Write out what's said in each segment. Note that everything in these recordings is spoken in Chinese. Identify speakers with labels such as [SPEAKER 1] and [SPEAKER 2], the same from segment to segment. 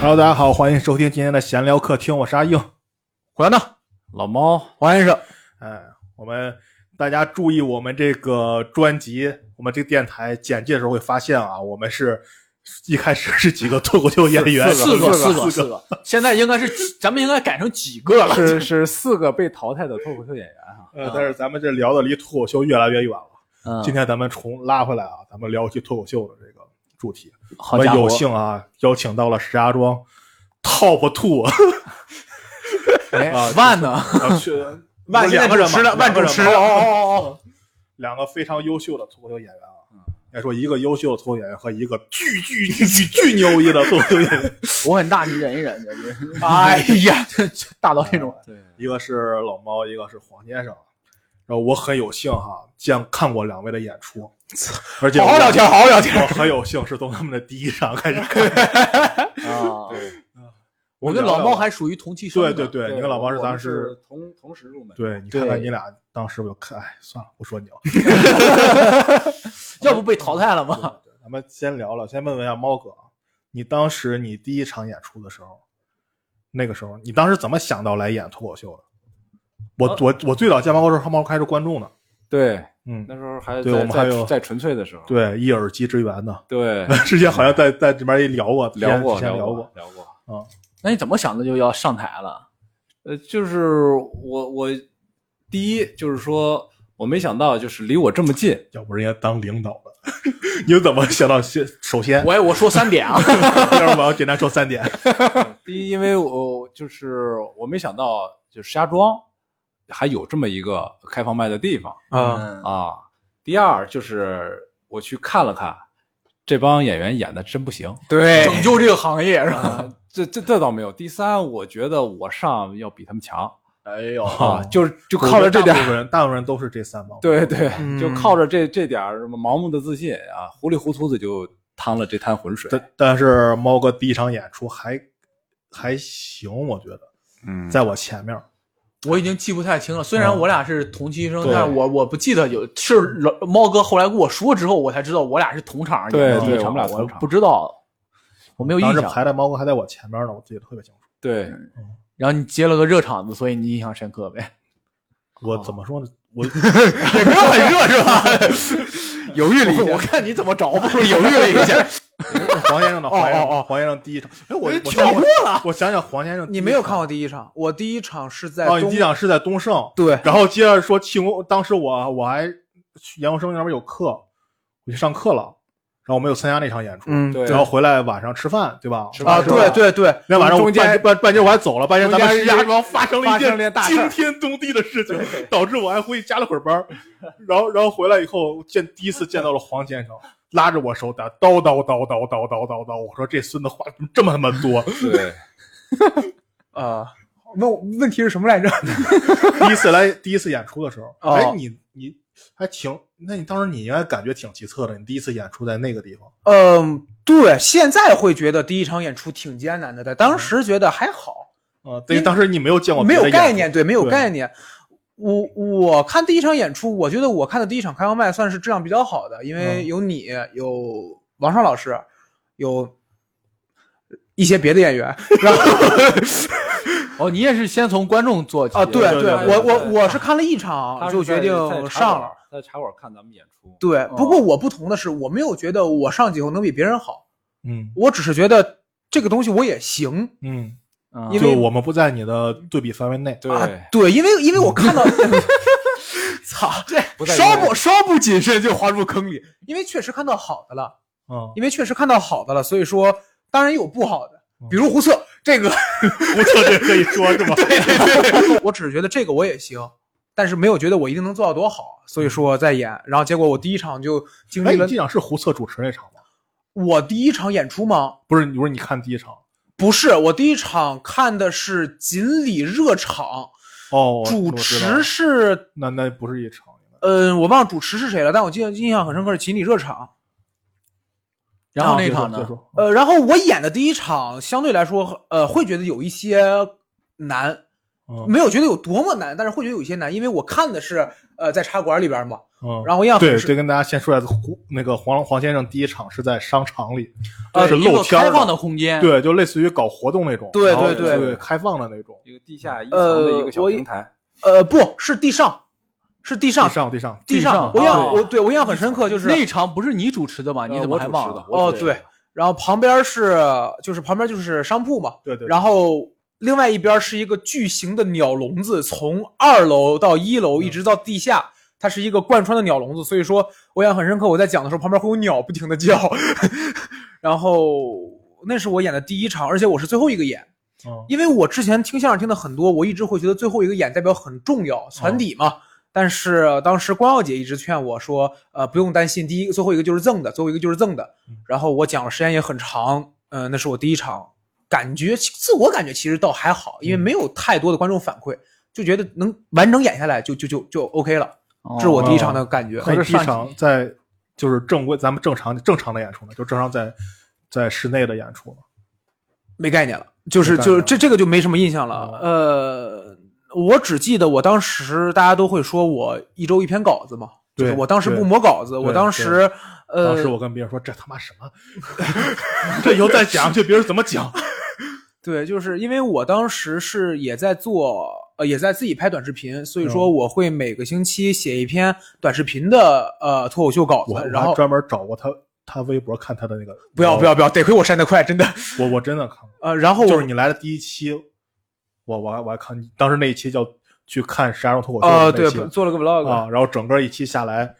[SPEAKER 1] Hello，大家好，欢迎收听今天的闲聊客厅，我是阿硬，
[SPEAKER 2] 胡杨呢？老猫，黄先生，
[SPEAKER 1] 哎，我们大家注意，我们这个专辑，我们这个电台简介的时候会发现啊，我们是一开始是几个脱口秀演员，
[SPEAKER 2] 四
[SPEAKER 1] 个
[SPEAKER 2] 个，
[SPEAKER 1] 四
[SPEAKER 2] 个，四个，现在应该是 几咱们应该改成几个了？
[SPEAKER 3] 是是四个被淘汰的脱口秀演员哈。
[SPEAKER 1] 呃，
[SPEAKER 2] 啊
[SPEAKER 1] 但是咱们这聊的离脱口秀越来越远了。
[SPEAKER 2] 嗯
[SPEAKER 1] 今天咱们重拉回来啊，咱们聊一期脱口秀的这个主题。我
[SPEAKER 2] 好
[SPEAKER 1] 们
[SPEAKER 2] 家
[SPEAKER 1] 有
[SPEAKER 2] 伙，
[SPEAKER 1] 幸啊，邀请到了石家庄 Top Two
[SPEAKER 3] 哎
[SPEAKER 1] 啊
[SPEAKER 3] 万呢？
[SPEAKER 1] 啊，去
[SPEAKER 2] 万
[SPEAKER 1] 两个人
[SPEAKER 2] 主持
[SPEAKER 1] 嘛，
[SPEAKER 2] 了万
[SPEAKER 1] 两个人
[SPEAKER 2] 主持
[SPEAKER 1] 嘛
[SPEAKER 2] 了
[SPEAKER 1] 哦哦哦哦，两个非常优秀的脱口秀演员啊。
[SPEAKER 2] 嗯
[SPEAKER 1] 应该说，一个优秀的脱口秀演员和一个巨巨巨巨巨牛逼的脱口秀演 员，
[SPEAKER 3] 我很大，你忍一忍，
[SPEAKER 2] 哎 呀，
[SPEAKER 3] 大到这
[SPEAKER 1] 啊
[SPEAKER 3] 种。
[SPEAKER 2] 对，
[SPEAKER 1] 一个是老猫，一个是黄先生。然后我很有幸哈、见看过两位的演出，而且
[SPEAKER 2] 好好聊天，好好聊天。
[SPEAKER 1] 我很有幸是从他们的第一场开始看的。
[SPEAKER 3] 啊，
[SPEAKER 2] 我跟老猫还属于同期生
[SPEAKER 1] 对
[SPEAKER 2] 的，
[SPEAKER 1] 对对，你跟老猫是
[SPEAKER 3] 我
[SPEAKER 1] 咱
[SPEAKER 3] 们
[SPEAKER 1] 是
[SPEAKER 3] 同同时入门。
[SPEAKER 1] 对，你看看
[SPEAKER 2] 对
[SPEAKER 1] 你俩当时我就看，哎，算了，不说你了。
[SPEAKER 2] 要不被淘汰了吗？
[SPEAKER 3] 啊
[SPEAKER 1] 对咱们先聊了，先问问一下猫哥，啊你当时你第一场演出的时候，那个时候你当时怎么想到来演脱口秀的？我、
[SPEAKER 3] 哦
[SPEAKER 1] 我我最早见猫哥的时候，猫哥还是观众呢。
[SPEAKER 3] 对，
[SPEAKER 1] 嗯，
[SPEAKER 3] 那时候还
[SPEAKER 1] 对我
[SPEAKER 3] 在
[SPEAKER 1] 们还有
[SPEAKER 3] 在在纯粹的时候。
[SPEAKER 1] 对，一耳机支援呢。
[SPEAKER 3] 对，
[SPEAKER 1] 之前好像在在这边也聊过，
[SPEAKER 3] 聊过
[SPEAKER 1] 之前
[SPEAKER 3] 聊
[SPEAKER 1] 过。
[SPEAKER 3] 聊过。
[SPEAKER 2] 那你怎么想的就要上台了？
[SPEAKER 3] 呃，就是我我第一就是说我没想到就是离我这么近，
[SPEAKER 1] 要不人家当领导的， 你怎么想到先？首先，
[SPEAKER 2] 我我说三点啊，
[SPEAKER 1] 要不我要简单说三点。
[SPEAKER 3] 第一，因为我就是我没想到，就是石家庄还有这么一个开放麦的地方
[SPEAKER 1] 啊，
[SPEAKER 2] 嗯
[SPEAKER 3] 啊。第二，就是我去看了看，这帮演员演的真不行，
[SPEAKER 2] 对，嗯拯救这个行业是
[SPEAKER 1] 啊
[SPEAKER 2] 吧？
[SPEAKER 3] 这这这倒没有。第三，我觉得我上要比他们强
[SPEAKER 2] 哎呦，
[SPEAKER 3] 啊，就是就
[SPEAKER 1] 我觉得
[SPEAKER 3] 靠着这点
[SPEAKER 1] 大
[SPEAKER 3] 儿，
[SPEAKER 1] 部分人，大部分人都是这三帮。
[SPEAKER 3] 对对，就
[SPEAKER 1] 嗯
[SPEAKER 3] 靠着这这点儿什么盲目的自信啊，糊里糊涂的就趟了这滩浑水。
[SPEAKER 1] 但但是猫哥第一场演出还还行，我觉得
[SPEAKER 3] 嗯
[SPEAKER 1] 在我前面儿。
[SPEAKER 2] 我已经记不太清了。虽然
[SPEAKER 1] 嗯
[SPEAKER 2] 我俩是同期生，
[SPEAKER 1] 对
[SPEAKER 2] 但是我我不记得有是老猫哥后来跟我说之后，我才知道我俩是同场
[SPEAKER 3] 对
[SPEAKER 2] 演的
[SPEAKER 3] 对
[SPEAKER 2] 第一场
[SPEAKER 3] 我们俩
[SPEAKER 2] 我
[SPEAKER 3] 同场
[SPEAKER 2] 不知道，我没有印
[SPEAKER 1] 当时
[SPEAKER 2] 象。
[SPEAKER 1] 排在猫哥还在我前面呢，我记得特别清楚。
[SPEAKER 3] 对，
[SPEAKER 2] 然后你接了个热场子，所以你印象深刻呗？
[SPEAKER 1] 我怎么说呢？我
[SPEAKER 2] 也没有很热是 吧？犹豫了一下，我看你怎么着吧，犹豫了一下。
[SPEAKER 1] 黄先生的黄先
[SPEAKER 2] 哦哦
[SPEAKER 1] 生，黄先生第一场，哎，我我
[SPEAKER 2] 跳过
[SPEAKER 1] 了。我想想，黄先生第一
[SPEAKER 4] 你没有看我第一场，我第一场是在
[SPEAKER 1] 哦？你
[SPEAKER 4] 东、
[SPEAKER 1] 第一场是在东盛，
[SPEAKER 4] 对
[SPEAKER 1] 然后接着说庆功，当时我我还去研究生那边有课，我去上课了，然后我没有参加那场演出，
[SPEAKER 4] 嗯
[SPEAKER 3] 对
[SPEAKER 1] 然后回来晚上吃饭，对吧？
[SPEAKER 3] 吃
[SPEAKER 4] 啊，
[SPEAKER 3] 饭
[SPEAKER 4] 对对对，
[SPEAKER 1] 那晚上我
[SPEAKER 4] 中
[SPEAKER 1] 半
[SPEAKER 4] 间
[SPEAKER 1] 半半截我还走了，半截咱们
[SPEAKER 4] 中
[SPEAKER 1] 石
[SPEAKER 4] 间
[SPEAKER 1] 家庄发生了一
[SPEAKER 4] 发生了件大事
[SPEAKER 1] 惊
[SPEAKER 4] 儿
[SPEAKER 1] 天动地的事情，导致我还回去加了会儿 班儿，然后然后回来以后见第一次见到了黄先生，拉着我手打叨叨叨叨叨叨叨叨，我说这孙子话怎么这么他妈多？
[SPEAKER 3] 对，
[SPEAKER 4] 啊，问我问题是什么来着？
[SPEAKER 1] 第一次来第一次演出的时候，
[SPEAKER 4] 哦
[SPEAKER 1] 哎你你还挺，那你当时你应该感觉挺奇特的，你第一次演出在那个地方，
[SPEAKER 4] 嗯，对，现在会觉得第一场演出挺艰难的，但当时觉得还好，
[SPEAKER 1] 啊，对，当时你没有见
[SPEAKER 3] 嗯
[SPEAKER 1] 过
[SPEAKER 4] 没
[SPEAKER 1] 别的
[SPEAKER 4] 有
[SPEAKER 1] 演出
[SPEAKER 4] 概念，对，没有
[SPEAKER 1] 对
[SPEAKER 4] 概念。我我看第一场演出，我觉得我看的第一场开放麦算是质量比较好的，因为
[SPEAKER 1] 嗯
[SPEAKER 4] 有你，有王爽老师，有一些别的 演员，然后
[SPEAKER 2] 哦，你也是先从观众做起
[SPEAKER 4] 啊，
[SPEAKER 1] 对对对
[SPEAKER 4] 我我
[SPEAKER 3] 对
[SPEAKER 4] 我是看了一
[SPEAKER 3] 他
[SPEAKER 4] 场
[SPEAKER 3] 是
[SPEAKER 4] 就决
[SPEAKER 3] 在
[SPEAKER 4] 定
[SPEAKER 3] 在哦茶
[SPEAKER 4] 上
[SPEAKER 3] 馆
[SPEAKER 4] 了。
[SPEAKER 3] 儿，在茶馆儿看咱们演出。
[SPEAKER 4] 对，不过我不同的是，我没有觉得我上几后能比别人好，
[SPEAKER 1] 嗯
[SPEAKER 4] 我只是觉得这个东西我也行
[SPEAKER 1] 嗯，
[SPEAKER 2] 嗯
[SPEAKER 4] 因为
[SPEAKER 1] 就我们不在你的对比范围内，
[SPEAKER 3] 对
[SPEAKER 4] 啊。对，因为因为我 看到，操，
[SPEAKER 3] 不在
[SPEAKER 4] 稍
[SPEAKER 3] 一个
[SPEAKER 4] 不稍不谨慎就滑入坑里，因为确实看到好的了，
[SPEAKER 1] 嗯，
[SPEAKER 4] 因为确实看到好的了，所以说当然也有不好的
[SPEAKER 1] 嗯，
[SPEAKER 4] 比如胡策这个，
[SPEAKER 1] 不错，这可以说是吧？ 对对对。
[SPEAKER 4] 我只是觉得这个我也行。但是没有觉得我一定能做到多好，啊所以说再演，然后结果我第一场就经
[SPEAKER 1] 哎，
[SPEAKER 4] 历
[SPEAKER 1] 你
[SPEAKER 4] 了
[SPEAKER 1] 这场是胡策主持那场吗？
[SPEAKER 4] 我第一场演出吗？
[SPEAKER 1] 不是，你不是你看第一场
[SPEAKER 4] 不是，我第一场看的是锦鲤热场，
[SPEAKER 1] 哦
[SPEAKER 4] 主持是，
[SPEAKER 1] 那那不是一场，
[SPEAKER 4] 嗯，我忘了主持是谁了，但我记得印象很深刻是锦鲤热场。
[SPEAKER 2] 然后那场
[SPEAKER 1] 再
[SPEAKER 2] 呢？
[SPEAKER 1] 啊说
[SPEAKER 4] 呃，然后我演的第一场相对来说，呃，会觉得有一些难，
[SPEAKER 1] 嗯
[SPEAKER 4] 没有觉得有多么难，但是会觉得有一些难，因为我看的是呃在茶馆里边嘛，
[SPEAKER 1] 嗯，
[SPEAKER 4] 然后要
[SPEAKER 1] 对，
[SPEAKER 4] 是
[SPEAKER 1] 这跟大家先说一下，胡那个黄黄先生第一场是在商场里，
[SPEAKER 5] 呃，
[SPEAKER 1] 是
[SPEAKER 5] 一个
[SPEAKER 1] 露天
[SPEAKER 5] 开放
[SPEAKER 1] 的，
[SPEAKER 5] 的空间，，
[SPEAKER 1] 对，就类似于搞活动那种，
[SPEAKER 4] 对
[SPEAKER 1] 然后
[SPEAKER 4] 对对
[SPEAKER 1] 对，开放的那种，
[SPEAKER 6] 一个地下一层的一个小
[SPEAKER 4] 呃我
[SPEAKER 6] 平台，
[SPEAKER 4] 呃不是地上，是地上
[SPEAKER 1] 地上地上，
[SPEAKER 4] 地
[SPEAKER 5] 地上
[SPEAKER 4] 我印
[SPEAKER 5] 啊
[SPEAKER 4] 象我对我印象很深刻，就是
[SPEAKER 5] 那一场不是你主持的啊吗？你
[SPEAKER 6] 呃
[SPEAKER 5] 怎么
[SPEAKER 6] 我
[SPEAKER 5] 还
[SPEAKER 6] 主
[SPEAKER 5] 忘
[SPEAKER 6] 持
[SPEAKER 5] 了
[SPEAKER 6] 的？我
[SPEAKER 4] 哦
[SPEAKER 6] 主持
[SPEAKER 4] 对
[SPEAKER 6] 的，
[SPEAKER 4] 然后旁边是就是旁边就是商铺嘛，
[SPEAKER 1] 对对，
[SPEAKER 4] 然后另外一边是一个巨型的鸟笼子，从二楼到一楼一直到地下。它是一个贯穿的鸟笼子，所以说我印象很深刻。我在讲的时候，旁边会有鸟不停的叫， 然后那是我演的第一场，而且我是最后一个演，
[SPEAKER 1] 嗯
[SPEAKER 4] 因为我之前听相声听的很多，我一直会觉得最后一个演代表很重要，传底嘛。但是当时关耀姐一直劝我说，呃，不用担心，第一个最后一个就是赠的，最后一个就是赠的
[SPEAKER 1] 嗯。
[SPEAKER 4] 然后我讲了时间也很长，嗯、那是我第一场，感觉自我感觉其实倒还好，因为
[SPEAKER 1] 嗯
[SPEAKER 4] 没有太多的观众反馈，就觉得能完整演下来就就就就 OK 了。
[SPEAKER 5] 哦
[SPEAKER 4] 这是我第一场的感觉。
[SPEAKER 1] 那你第一
[SPEAKER 5] 上
[SPEAKER 1] 场在就是正规咱们正常正常的演出呢，就正常在在室内的演出呢，
[SPEAKER 4] 没概念了，就
[SPEAKER 1] 没
[SPEAKER 4] 是
[SPEAKER 1] 概念
[SPEAKER 4] 就
[SPEAKER 1] 了哦
[SPEAKER 4] 是这这个就没什么印象了。呃，我只记得我当时大家都会说我一周一篇稿子嘛，
[SPEAKER 1] 对
[SPEAKER 4] 就是我当时
[SPEAKER 1] 对
[SPEAKER 4] 不磨稿子，我
[SPEAKER 1] 对哦
[SPEAKER 4] 当时
[SPEAKER 1] 当时
[SPEAKER 4] 呃，
[SPEAKER 1] 我跟别人说这他妈什么，这以后再讲这别人怎么讲？
[SPEAKER 4] 对，就是因为我当时是也在做呃也在自己拍短视频，所以说
[SPEAKER 1] 嗯
[SPEAKER 4] 我会每个星期写一篇短视频的呃脱口秀稿
[SPEAKER 1] 我
[SPEAKER 4] 子，
[SPEAKER 1] 我
[SPEAKER 4] 然
[SPEAKER 1] 还
[SPEAKER 4] 后
[SPEAKER 1] 专门找过他他微博看他的那个，
[SPEAKER 4] 不要不要不要，得亏我删得快，真的。
[SPEAKER 1] 我哦我真的看过，
[SPEAKER 4] 呃，然后
[SPEAKER 1] 就
[SPEAKER 4] 我
[SPEAKER 1] 是你来的第一期，我我还我还看当时那一期叫去看石家庄脱口秀
[SPEAKER 4] 呃
[SPEAKER 1] 的
[SPEAKER 4] 对
[SPEAKER 1] 那期
[SPEAKER 4] 做了个 vlog，、
[SPEAKER 1] 啊，然后整个一期下来。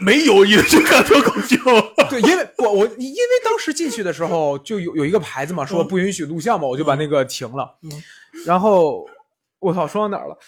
[SPEAKER 1] 没有一个去看脱口秀，
[SPEAKER 4] 对，因为我我因为当时进去的时候就有有一个牌子嘛，
[SPEAKER 1] 嗯
[SPEAKER 4] 说不允许录像嘛，我就把那个停了。然后我操，说到哪儿了？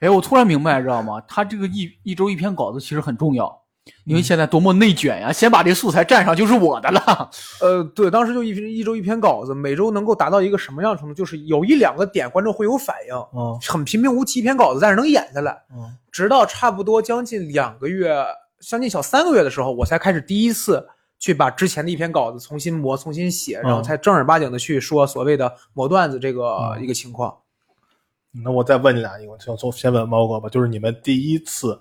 [SPEAKER 5] 哎，我突然明白，知道吗？他这个一一周一篇稿子其实很重要，因为现在多么内卷呀！先把这素材占上就是我的了。
[SPEAKER 4] 呃，对，当时就一一周一篇稿子，每周能够达到一个什么样的程度？就是有一两个点观众会有反应，
[SPEAKER 1] 嗯
[SPEAKER 4] 很平平无奇一篇稿子，但是能演下来。
[SPEAKER 1] 嗯
[SPEAKER 4] 直到差不多将近两个月，将近小三个月的时候，我才开始第一次去把之前的一篇稿子重新磨、重新写，然后
[SPEAKER 1] 嗯
[SPEAKER 4] 才正儿八经的去说所谓的磨段子这个、
[SPEAKER 1] 嗯
[SPEAKER 4] 一个情况。
[SPEAKER 1] 那我再问你俩一个，就从先问猫哥吧，就是你们第一次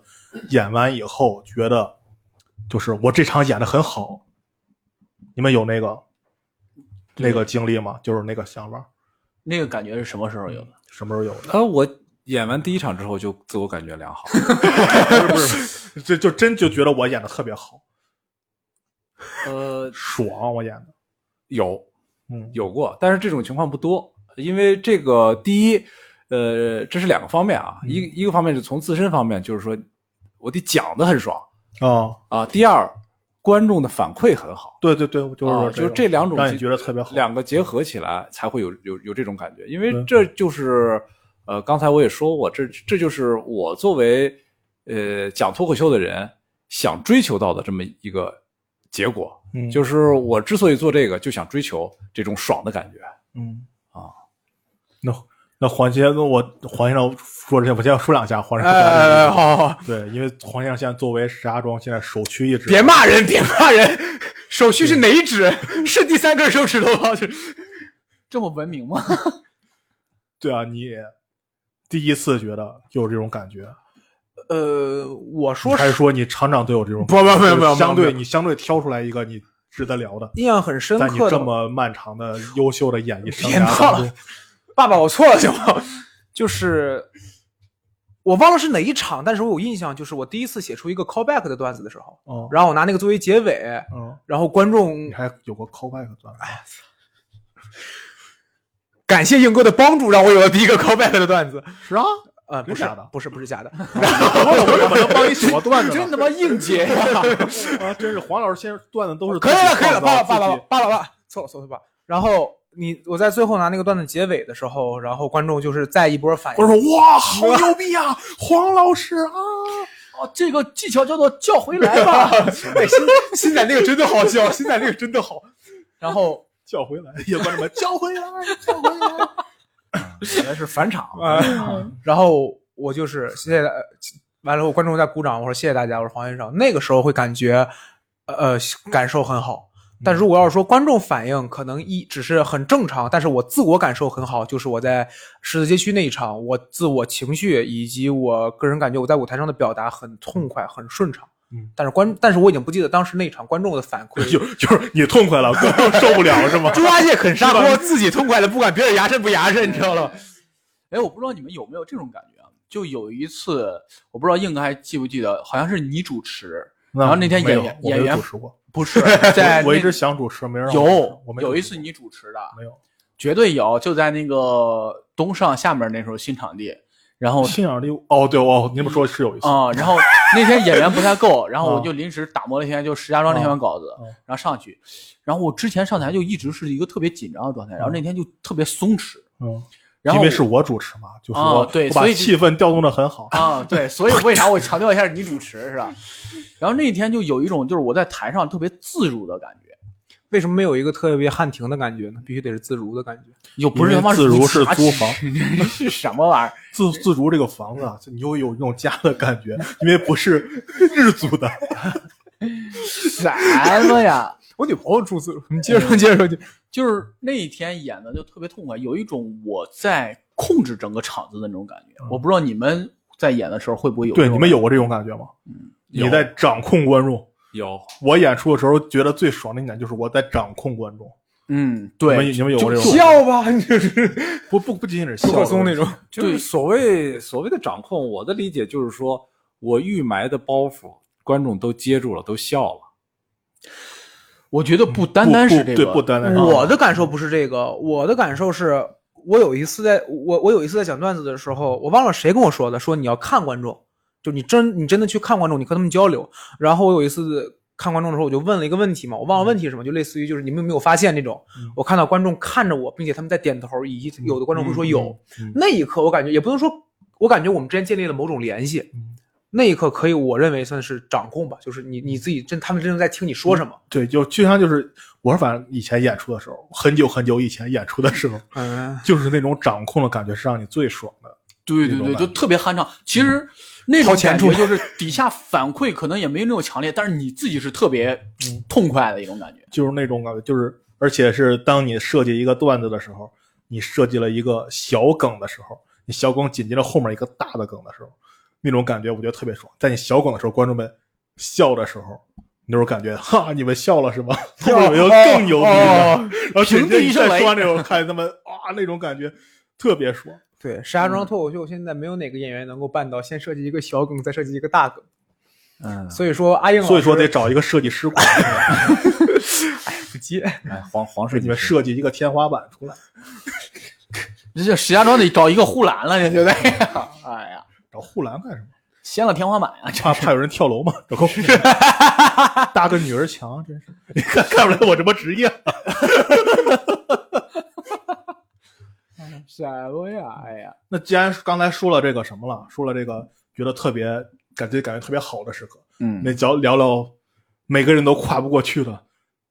[SPEAKER 1] 演完以后，觉得就是我这场演的很好，你们有那个那个经历吗？就是那个想法，
[SPEAKER 5] 那个感觉是什么时候有的？
[SPEAKER 1] 什么时候有的？
[SPEAKER 6] 呃，我演完第一场之后就自我感觉良好，
[SPEAKER 1] 不是不是， 就就真就觉得我演的特别好，
[SPEAKER 5] 呃，
[SPEAKER 1] 爽，我演的，
[SPEAKER 6] 有
[SPEAKER 1] 嗯
[SPEAKER 6] 有过，但是这种情况不多，因为这个第一，呃，这是两个方面啊，
[SPEAKER 1] 嗯
[SPEAKER 6] 一一个方面是从自身方面，就是说我得讲的很爽
[SPEAKER 1] 哦，
[SPEAKER 6] 啊；第二，观众的反馈很好，
[SPEAKER 1] 对对对，我就是
[SPEAKER 6] 啊
[SPEAKER 1] 说
[SPEAKER 6] 就
[SPEAKER 1] 个
[SPEAKER 6] 这两种
[SPEAKER 1] 让
[SPEAKER 6] 其
[SPEAKER 1] 你觉得特别好，
[SPEAKER 6] 两个结合起来才会有有有这种感觉，因为
[SPEAKER 1] 对
[SPEAKER 6] 这就是呃，刚才我也说过，这这就是我作为呃讲脱口秀的人想追求到的这么一个结果，
[SPEAKER 1] 嗯
[SPEAKER 6] 就是我之所以做这个，就想追求这种爽的感觉。
[SPEAKER 1] 嗯
[SPEAKER 6] 啊，
[SPEAKER 1] 那那黄先跟我黄先生说这些，我先说两下黄先
[SPEAKER 4] 哎
[SPEAKER 1] 生。
[SPEAKER 4] 哎
[SPEAKER 5] 哦
[SPEAKER 4] 哎，好好好，
[SPEAKER 1] 对，因为黄先生现在作为石家庄现在首屈一指，
[SPEAKER 5] 别骂人，别骂人。手续是哪一指？是第三根手指头吗？是 这么文明吗？
[SPEAKER 1] 对啊，你也第一次觉得有这种感觉，
[SPEAKER 4] 呃，我
[SPEAKER 1] 你
[SPEAKER 4] 说
[SPEAKER 1] 还是
[SPEAKER 4] 是
[SPEAKER 1] 说你常常都有这种
[SPEAKER 4] 不
[SPEAKER 1] 感觉？
[SPEAKER 4] 不不
[SPEAKER 1] 就是
[SPEAKER 4] 不不
[SPEAKER 1] 相
[SPEAKER 4] 不
[SPEAKER 1] 对
[SPEAKER 4] 不
[SPEAKER 1] 你相对挑出来一个你值得聊的，
[SPEAKER 4] 印象很深
[SPEAKER 1] 在你
[SPEAKER 4] 刻的
[SPEAKER 1] 这。么漫长的优秀的演艺生
[SPEAKER 4] 别
[SPEAKER 1] 涯
[SPEAKER 4] 闹
[SPEAKER 1] 当
[SPEAKER 4] 了
[SPEAKER 1] 中，
[SPEAKER 4] 爸爸，我错了行 吗？就是我忘了是哪一场，但是我有印象，就是我第一次写出一个 callback 的段子的时候，
[SPEAKER 1] 嗯
[SPEAKER 4] 然后我拿那个作为结尾，
[SPEAKER 1] 嗯，
[SPEAKER 4] 然后观众
[SPEAKER 1] 你还有过 callback 段子，
[SPEAKER 4] 感谢硬哥的帮助，让我有了第一个 callback 的段子。
[SPEAKER 1] 是啊，
[SPEAKER 4] 呃，不是
[SPEAKER 1] 真假的
[SPEAKER 4] 不是不是假的，
[SPEAKER 1] 我怎么能帮你写过段子
[SPEAKER 5] 真
[SPEAKER 1] 呢？
[SPEAKER 5] 他妈硬结呀！
[SPEAKER 1] 啊，真是黄老师先生段子都是
[SPEAKER 4] 可以了，
[SPEAKER 1] 自己
[SPEAKER 4] 可以了，
[SPEAKER 1] 创造
[SPEAKER 4] 爸爸，爸
[SPEAKER 1] 自
[SPEAKER 4] 爸，
[SPEAKER 1] 己
[SPEAKER 4] 爸爸，爸爸，错了，错了，爸爸。然后你，我在最后拿那个段子结尾的时候，然后观众就是再一波反应，
[SPEAKER 1] 我说哇，好牛逼啊，黄老师啊，
[SPEAKER 5] 哦，这个技巧叫做叫回来 吧。
[SPEAKER 4] 哎，新新仔那个真的好笑，新仔那个真的好。然后
[SPEAKER 1] 叫回来，也观众们叫回来，叫回来。
[SPEAKER 6] 原来是返场，
[SPEAKER 1] 哎
[SPEAKER 4] 然后我就是谢谢大，呃完了后观呃众在鼓掌，我说谢谢大家，我说黄先生，那个时候会感觉，呃，感受很好。但如果要是说观众反应，可能一只是很正常，但是我自我感受很好，就是我在狮子街区那一场，我自我情绪以及我个人感觉我在舞台上的表达很痛快，很顺畅。
[SPEAKER 1] 嗯，，
[SPEAKER 4] 但是观，但是我已经不记得当时那一场观众的反馈
[SPEAKER 1] 就就是你痛快了，观众受不了 是吗？
[SPEAKER 5] 猪八戒啃
[SPEAKER 1] 沙
[SPEAKER 5] 沙
[SPEAKER 1] 包
[SPEAKER 5] 包，
[SPEAKER 4] 自己痛快的，不管别人牙碜不牙碜，你知道吗？
[SPEAKER 5] 哎，我不知道你们有没有这种感觉啊？就有一次，我不知道硬哥还记不记得，好像是你主持，然后那天
[SPEAKER 1] 没有
[SPEAKER 5] 演员
[SPEAKER 1] 我没有
[SPEAKER 5] 演员
[SPEAKER 1] 主持过，
[SPEAKER 5] 不是在
[SPEAKER 1] 我我
[SPEAKER 5] 那
[SPEAKER 1] 一直想主持，没人让我主持
[SPEAKER 5] 有
[SPEAKER 1] 我没
[SPEAKER 5] 有一
[SPEAKER 1] 主持
[SPEAKER 5] 次你主持的，
[SPEAKER 1] 过没有
[SPEAKER 5] 绝对有，就在那个东上下面那时候新场地，然后
[SPEAKER 1] 信仰力哦对哦，你们说是有一次
[SPEAKER 5] 啊、然后那天演员不太够，然后我
[SPEAKER 1] 啊
[SPEAKER 5] 就临时打磨了一下，就石家庄那篇稿子，
[SPEAKER 1] 啊
[SPEAKER 5] 然后上去，然后我之前上台就一直是一个特别紧张的状态，然后那天就特别松弛，
[SPEAKER 1] 嗯，
[SPEAKER 5] 然后
[SPEAKER 1] 啊因为是我主持嘛，就是
[SPEAKER 5] 啊
[SPEAKER 1] 我
[SPEAKER 5] 对
[SPEAKER 1] 我把
[SPEAKER 5] 所以就
[SPEAKER 1] 气氛调动的很好，
[SPEAKER 5] 啊，对，所以为啥我强调一下是你主持是吧？然后那一天就有一种就是我在台上特别自如的感觉，
[SPEAKER 4] 为什么没有一个特别汉庭的感觉呢？必须得是自如的感觉。
[SPEAKER 5] 又不是
[SPEAKER 1] 因为
[SPEAKER 5] 他妈
[SPEAKER 1] 自如是
[SPEAKER 5] 啥
[SPEAKER 1] 租 房
[SPEAKER 5] 是什么玩意儿？
[SPEAKER 1] 自自如这个房子啊，就你会有一种家的感觉，因为不是日租的，
[SPEAKER 5] 什么呀？
[SPEAKER 4] 我女朋友住自如，你接着
[SPEAKER 1] 嗯
[SPEAKER 4] 说，接着说，
[SPEAKER 5] 就是那一天演的就特别痛快，有一种我在控制整个场子的那种感觉。我不知道你们在演的时候会不会有
[SPEAKER 1] 嗯
[SPEAKER 5] 这
[SPEAKER 1] 对，
[SPEAKER 5] 种
[SPEAKER 1] 你们有过这种感觉吗？
[SPEAKER 5] 嗯
[SPEAKER 1] 你
[SPEAKER 6] 有
[SPEAKER 1] 在掌控观众。
[SPEAKER 6] 有
[SPEAKER 1] 我演出的时候觉得最爽的一点就是我在掌控观众。
[SPEAKER 5] 嗯
[SPEAKER 1] 你
[SPEAKER 5] 对
[SPEAKER 1] 们你们有过这种？
[SPEAKER 4] 笑吧，你这是
[SPEAKER 1] 不不不仅仅是
[SPEAKER 4] 不
[SPEAKER 1] 笑
[SPEAKER 4] 可松那种。
[SPEAKER 6] 就是所谓所谓的掌控，我的理解就是说我预埋的包袱，观众都接住了，都笑了。
[SPEAKER 5] 我觉得不单单是这个，
[SPEAKER 1] 对不单单是
[SPEAKER 4] 我的感受不是这个，我的感受是，我有一次在我我有一次在讲段子的时候，我忘了谁跟我说的，说你要看观众，就你真你真的去看观众，你和他们交流。然后我有一次看观众的时候，我就问了一个问题嘛，我忘了问题是什么，就类似于就是你们有没有发现那种
[SPEAKER 1] 嗯，
[SPEAKER 4] 我看到观众看着我，并且他们在点头，以及有的观众会说有，
[SPEAKER 1] 嗯嗯嗯
[SPEAKER 4] 那一刻我感觉也不能说，我感觉我们之间建立了某种联系。
[SPEAKER 1] 嗯
[SPEAKER 4] 那一刻可以，我认为算是掌控吧，就是你你自己真，他们真的在听你说什么。
[SPEAKER 1] 对，就就像就是我是反正以前演出的时候，很久很久以前演出的时候，
[SPEAKER 4] 嗯，
[SPEAKER 1] 就是那种掌控的感觉是让你最爽的。
[SPEAKER 5] 对对
[SPEAKER 1] 这种
[SPEAKER 5] 对，
[SPEAKER 1] 感觉
[SPEAKER 5] 就特别酣畅。
[SPEAKER 4] 嗯
[SPEAKER 5] 其实那种
[SPEAKER 4] 掏钱
[SPEAKER 5] 感
[SPEAKER 4] 出
[SPEAKER 5] 觉
[SPEAKER 4] 来
[SPEAKER 5] 就是底下反馈可能也没有那种强烈，但是你自己是特别
[SPEAKER 4] 嗯
[SPEAKER 5] 痛快的一种感觉。
[SPEAKER 1] 就是那种感觉，就是而且是当你设计一个段子的时候，你设计了一个小梗的时候，你小梗紧接着后面一个大的梗的时候，那种感觉我觉得特别爽。在你小梗的时候，观众们笑的时候，那种感觉，哈，你们笑了是 吧？后面有一个更牛逼的，
[SPEAKER 4] 哦
[SPEAKER 1] 然后紧接着
[SPEAKER 5] 平地
[SPEAKER 1] 你
[SPEAKER 5] 一
[SPEAKER 1] 再
[SPEAKER 5] 声雷
[SPEAKER 1] 说完这种，看他们啊，那种感觉特别爽。
[SPEAKER 4] 对，石家庄
[SPEAKER 1] 嗯
[SPEAKER 4] 脱口秀现在没有哪个演员能够办到先设计一个小梗，再设计一个大梗。
[SPEAKER 6] 嗯，
[SPEAKER 4] 所以说阿英老师，
[SPEAKER 1] 所以说得找一个设计师过来，
[SPEAKER 4] 不接。
[SPEAKER 6] 哎，黄黄
[SPEAKER 1] 给
[SPEAKER 6] 世
[SPEAKER 1] 你
[SPEAKER 6] 杰
[SPEAKER 1] 们设计一个天花板出来，
[SPEAKER 5] 这这石家庄得找一个护栏了，这就 得。哎呀，
[SPEAKER 1] 找护栏干什 么？
[SPEAKER 5] 掀了天花板啊呀！
[SPEAKER 1] 怕怕有人跳楼吗？找个护 栏，搭个女儿墙，真是你看看不出来我什么职业？
[SPEAKER 5] 什么呀？哎呀，
[SPEAKER 1] 那既然刚才说了这个什么了，说了这个觉得特别感觉感觉特别好的时刻，
[SPEAKER 5] 嗯，
[SPEAKER 1] 那聊聊聊每个人都跨不过去的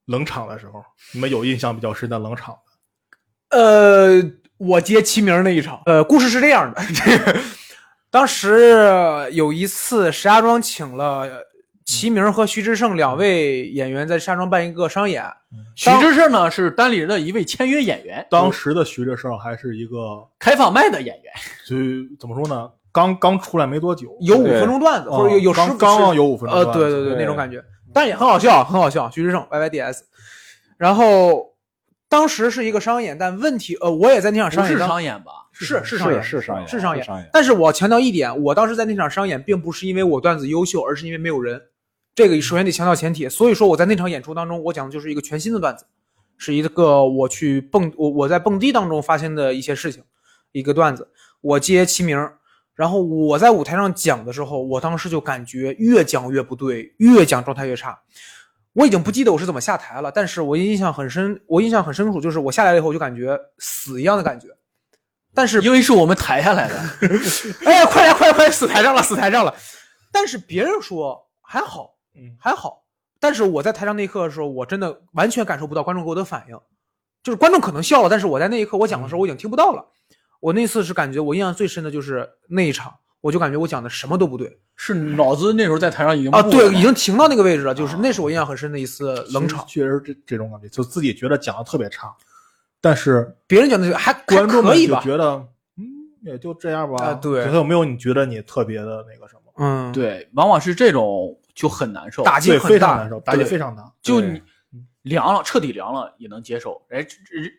[SPEAKER 1] 冷场的时候，你们有印象比较深的冷场吗？
[SPEAKER 4] 呃，我接齐名那一场，呃，故事是这样的， 当时有一次石家庄请了齐名和徐志胜两位演员在石家庄办一个商演，
[SPEAKER 1] 嗯
[SPEAKER 5] 徐志胜呢是单立人的一位签约演员，
[SPEAKER 4] 嗯
[SPEAKER 1] 当时的徐志胜还是一个，
[SPEAKER 5] 开放麦的演员。
[SPEAKER 1] 就怎么说呢？刚刚出来没多久，
[SPEAKER 4] 有五
[SPEAKER 6] 对
[SPEAKER 4] 分钟段子，或者有有十
[SPEAKER 1] 哦刚刚
[SPEAKER 4] 有。
[SPEAKER 1] 有五分钟
[SPEAKER 4] 呃，
[SPEAKER 1] 段子，
[SPEAKER 4] 对对对，
[SPEAKER 6] 对
[SPEAKER 4] 那种感觉，但也很好笑，很好笑。徐志胜 YYDS，然后当时是一个商演，但问题呃，我也在那场
[SPEAKER 5] 不
[SPEAKER 4] 商
[SPEAKER 5] 是
[SPEAKER 4] 演当
[SPEAKER 5] 商演吧？
[SPEAKER 4] 是是商
[SPEAKER 6] 是
[SPEAKER 4] 演
[SPEAKER 6] 是商演
[SPEAKER 4] 是商演
[SPEAKER 6] 商
[SPEAKER 3] 哎
[SPEAKER 6] 演，
[SPEAKER 4] 但是我强调一点，我当时在那场商演，并不是因为我段子优秀，而是因为没有人。这个首先得强调前提，所以说我在那场演出当中，我讲的就是一个全新的段子，是一个我去蹦我我在蹦迪当中发现的一些事情，一个段子。我接齐名儿，然后我在舞台上讲的时候，我当时就感觉越讲越不对，越讲状态越差。我已经不记得我是怎么下台了，但是我印象很深，我印象很深楚，就是我下来了以后，我就感觉死一样的感觉。但是
[SPEAKER 5] 因为是我们抬下来的。
[SPEAKER 4] 哎呀，快来快来快来，死台上了，死台上了。但是别人说还好，
[SPEAKER 1] 嗯
[SPEAKER 4] 还好。但是我在台上那一刻的时候，我真的完全感受不到观众给我的反应，就是观众可能
[SPEAKER 1] 嗯
[SPEAKER 4] 笑了，但是我在那一刻我讲的时候我已经听不到了。我那次是感觉我印象最深的就是那一场，我就感觉我讲的什么都不对
[SPEAKER 5] 是脑子那时候在台上已经
[SPEAKER 4] 啊，
[SPEAKER 5] 不
[SPEAKER 4] 对，
[SPEAKER 5] 了
[SPEAKER 4] 已经停到那个位置了，
[SPEAKER 1] 啊
[SPEAKER 4] 就是那是我印象很深的一次冷场。
[SPEAKER 1] 确实这这种感觉，就自己觉得讲的特别差，但是
[SPEAKER 4] 别人讲的还
[SPEAKER 1] 观众
[SPEAKER 4] 还
[SPEAKER 1] 们
[SPEAKER 4] 可以
[SPEAKER 1] 就
[SPEAKER 4] 吧？
[SPEAKER 1] 觉得嗯也就这样吧。
[SPEAKER 4] 啊对
[SPEAKER 1] 有没有你觉得你特别的那个什么？
[SPEAKER 4] 嗯，，
[SPEAKER 5] 对，往往是这种就很难受，
[SPEAKER 4] 打击
[SPEAKER 1] 对，
[SPEAKER 4] 很
[SPEAKER 1] 非常
[SPEAKER 4] 大
[SPEAKER 1] 难。受，打击
[SPEAKER 5] 对
[SPEAKER 1] 非常大。
[SPEAKER 5] 就
[SPEAKER 6] 对
[SPEAKER 5] 你凉了，彻底凉了也能接受，哎，这这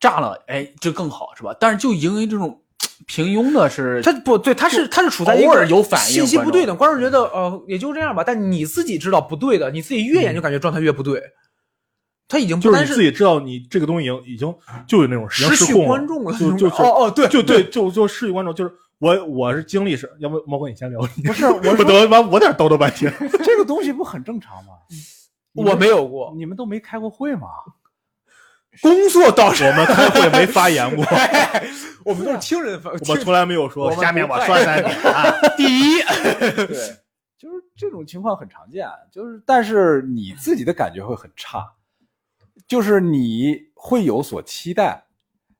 [SPEAKER 5] 炸了，哎，这更好是吧？但是就因为这种平庸的是，
[SPEAKER 4] 他不对，他是他是处在一个
[SPEAKER 5] 偶尔有反
[SPEAKER 4] 信
[SPEAKER 5] 应
[SPEAKER 4] 息不对等，观
[SPEAKER 5] 观
[SPEAKER 4] 众觉得呃也就这样吧，但你自己知道不对的，你自己越演就感觉状态越不对，他已经不
[SPEAKER 1] 就是
[SPEAKER 4] 单
[SPEAKER 1] 你自己知道你这个东西已经已经
[SPEAKER 3] 啊
[SPEAKER 1] 就有那种已经
[SPEAKER 4] 失
[SPEAKER 1] 失
[SPEAKER 4] 去
[SPEAKER 1] 控了
[SPEAKER 4] 观众了，
[SPEAKER 1] 就就就
[SPEAKER 4] 哦哦对
[SPEAKER 1] 就对就就失去观众，就是我我是经历是，要不猫哥你先聊，
[SPEAKER 3] 不是我
[SPEAKER 1] 我
[SPEAKER 3] 说
[SPEAKER 1] 等完我在这叨叨半 天。
[SPEAKER 3] 这个东西不很正常吗？
[SPEAKER 4] 我没有过，
[SPEAKER 3] 你们都没开过会吗？
[SPEAKER 4] 工作倒是
[SPEAKER 1] 我们开会没发言 过，
[SPEAKER 4] 我们都是听人反，
[SPEAKER 1] 我们从来没有说
[SPEAKER 3] 哎我们不
[SPEAKER 1] 下面我算算你 啊，
[SPEAKER 5] 第 一，
[SPEAKER 3] 对，就是这种情况很常见，就是但是你自己的感觉会很差，就是你会有所期待，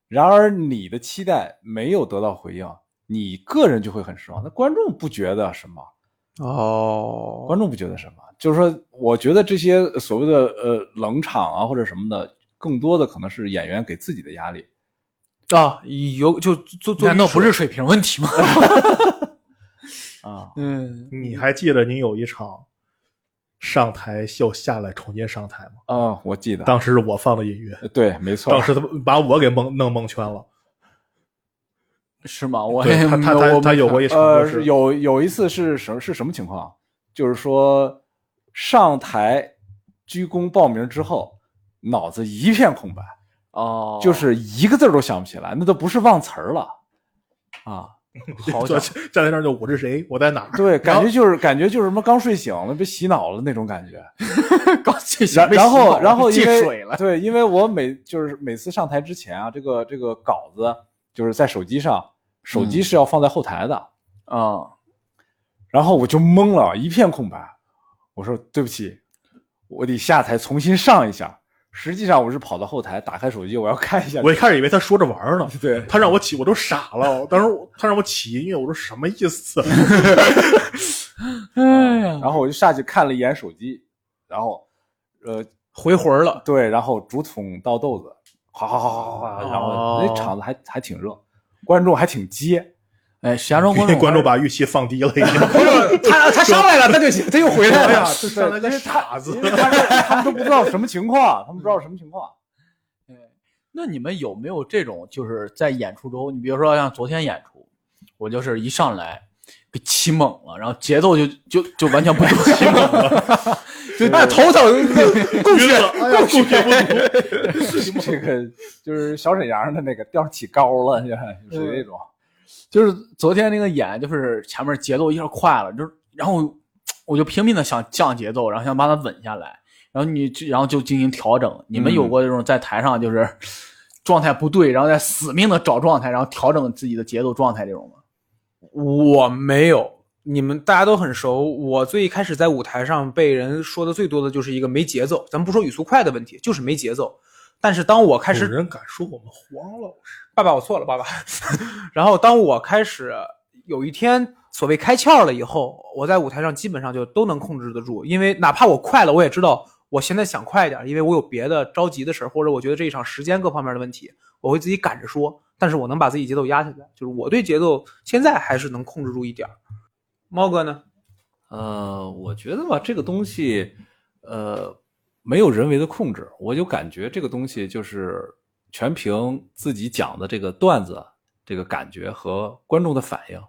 [SPEAKER 3] 然而你的期待没有得到回应，你个人就会很失望。那观众不觉得什么？
[SPEAKER 4] 哦，
[SPEAKER 3] 观众不觉得什么？就是说，我觉得这些所谓的呃冷场啊或者什么的，更多的可能是演员给自己的压力。
[SPEAKER 4] 啊有就做做
[SPEAKER 5] 难道不是水平问题吗？
[SPEAKER 3] 啊，
[SPEAKER 5] 嗯，
[SPEAKER 1] 你还记得你有一场上台秀下来重新上台吗？
[SPEAKER 3] 哦，我记得，呃
[SPEAKER 1] 当时是我放的音乐，
[SPEAKER 3] 对，没错
[SPEAKER 1] 当，时他把我给蒙弄蒙圈了。
[SPEAKER 5] 是吗？我
[SPEAKER 1] 对
[SPEAKER 5] 也
[SPEAKER 1] 他他
[SPEAKER 5] 没
[SPEAKER 1] 他
[SPEAKER 5] 我
[SPEAKER 1] 他有过一场
[SPEAKER 3] 呃
[SPEAKER 1] 就，是
[SPEAKER 3] 有有一次是什是什么情况？啊就是说上台鞠躬报名之后，脑子一片空白，
[SPEAKER 5] 哦，
[SPEAKER 3] 就是一个字儿都想不起来，那都不是忘词儿了啊。
[SPEAKER 5] 好
[SPEAKER 1] 坐
[SPEAKER 5] 家
[SPEAKER 1] 站在那儿就我是谁，我在哪儿？
[SPEAKER 3] 对，感觉就是感觉就是什么刚睡醒了被洗脑了那种感觉。
[SPEAKER 5] 伙，刚进行
[SPEAKER 3] 然
[SPEAKER 5] 被
[SPEAKER 3] 然
[SPEAKER 5] 洗脑
[SPEAKER 3] 后
[SPEAKER 5] 了
[SPEAKER 3] 然后
[SPEAKER 5] 进
[SPEAKER 3] 因为
[SPEAKER 5] 水了，
[SPEAKER 3] 对，因为我每就是每次上台之前啊，这个这个稿子就是在手机上，手机是要放在后台的，
[SPEAKER 5] 啊，
[SPEAKER 3] 然后我就懵了，一片空白。我说对不起，我得下台重新上一下。实际上我是跑到后台打开手机，我要看一下。
[SPEAKER 1] 我一开始以为他说着玩儿呢，
[SPEAKER 3] 对
[SPEAKER 1] 他让我起我都傻了。当时我他让我起音乐，我说什么意思？
[SPEAKER 5] 哎呀，
[SPEAKER 3] 然后我就下去看了一眼手机，然后呃
[SPEAKER 4] 回魂儿了？
[SPEAKER 3] 对，然后竹筒倒豆子，哗哗哗哗哗，然后
[SPEAKER 4] 哦
[SPEAKER 3] 那场子还还挺热，观众还挺接。
[SPEAKER 5] 哎，石家庄 观
[SPEAKER 1] 因为
[SPEAKER 5] 众
[SPEAKER 1] 观众把预期放低了，已经。
[SPEAKER 4] 他他上来了，他就他又回来
[SPEAKER 1] 哎
[SPEAKER 4] 了。
[SPEAKER 1] 呀，这上来个傻子
[SPEAKER 3] 因。为他们他们都不知道什么情况，他们不知道什么情况。
[SPEAKER 5] 那你们有没有这种，就是在演出中，你比如说像昨天演出，我就是一上来给起猛了，然后节奏就就就完全不对，起 猛了，就
[SPEAKER 4] 哎，头疼，
[SPEAKER 1] 供血，哎呀，供血不足。
[SPEAKER 3] 这个就是小沈阳的那个调儿起高了，就属于那种。
[SPEAKER 5] 就是昨天那个演，就是前面节奏一下快了，就是然后我就拼命的想降节奏，然后想把它稳下来，然后你然后就进行调整。你们有过这种在台上就是 状态不对，然后再死命的找状态，然后调整自己的节奏状态这种吗？
[SPEAKER 4] 我没有，你们大家都很熟。我最开始在舞台上被人说的最多的就是一个没节奏，咱们不说语速快的问题，就是没节奏。但是当我开
[SPEAKER 1] 有
[SPEAKER 4] 始，
[SPEAKER 1] 人敢说我们黄老师？
[SPEAKER 4] 爸爸，我错了，爸 爸。然后当我开始有一天所谓开窍了以后，我在舞台上基本上就都能控制得住，因为哪怕我快了，我也知道我现在想快一点，因为我有别的着急的事儿，或者我觉得这一场时间各方面的问题，我会自己赶着说，但是我能把自己节奏压下来，就是我对节奏现在还是能控制住一点儿。猫哥呢？
[SPEAKER 6] 呃，我觉得吧，这个东西，呃，没有人为的控制，我就感觉这个东西就是全凭自己讲的这个段子、这个感觉和观众的反应。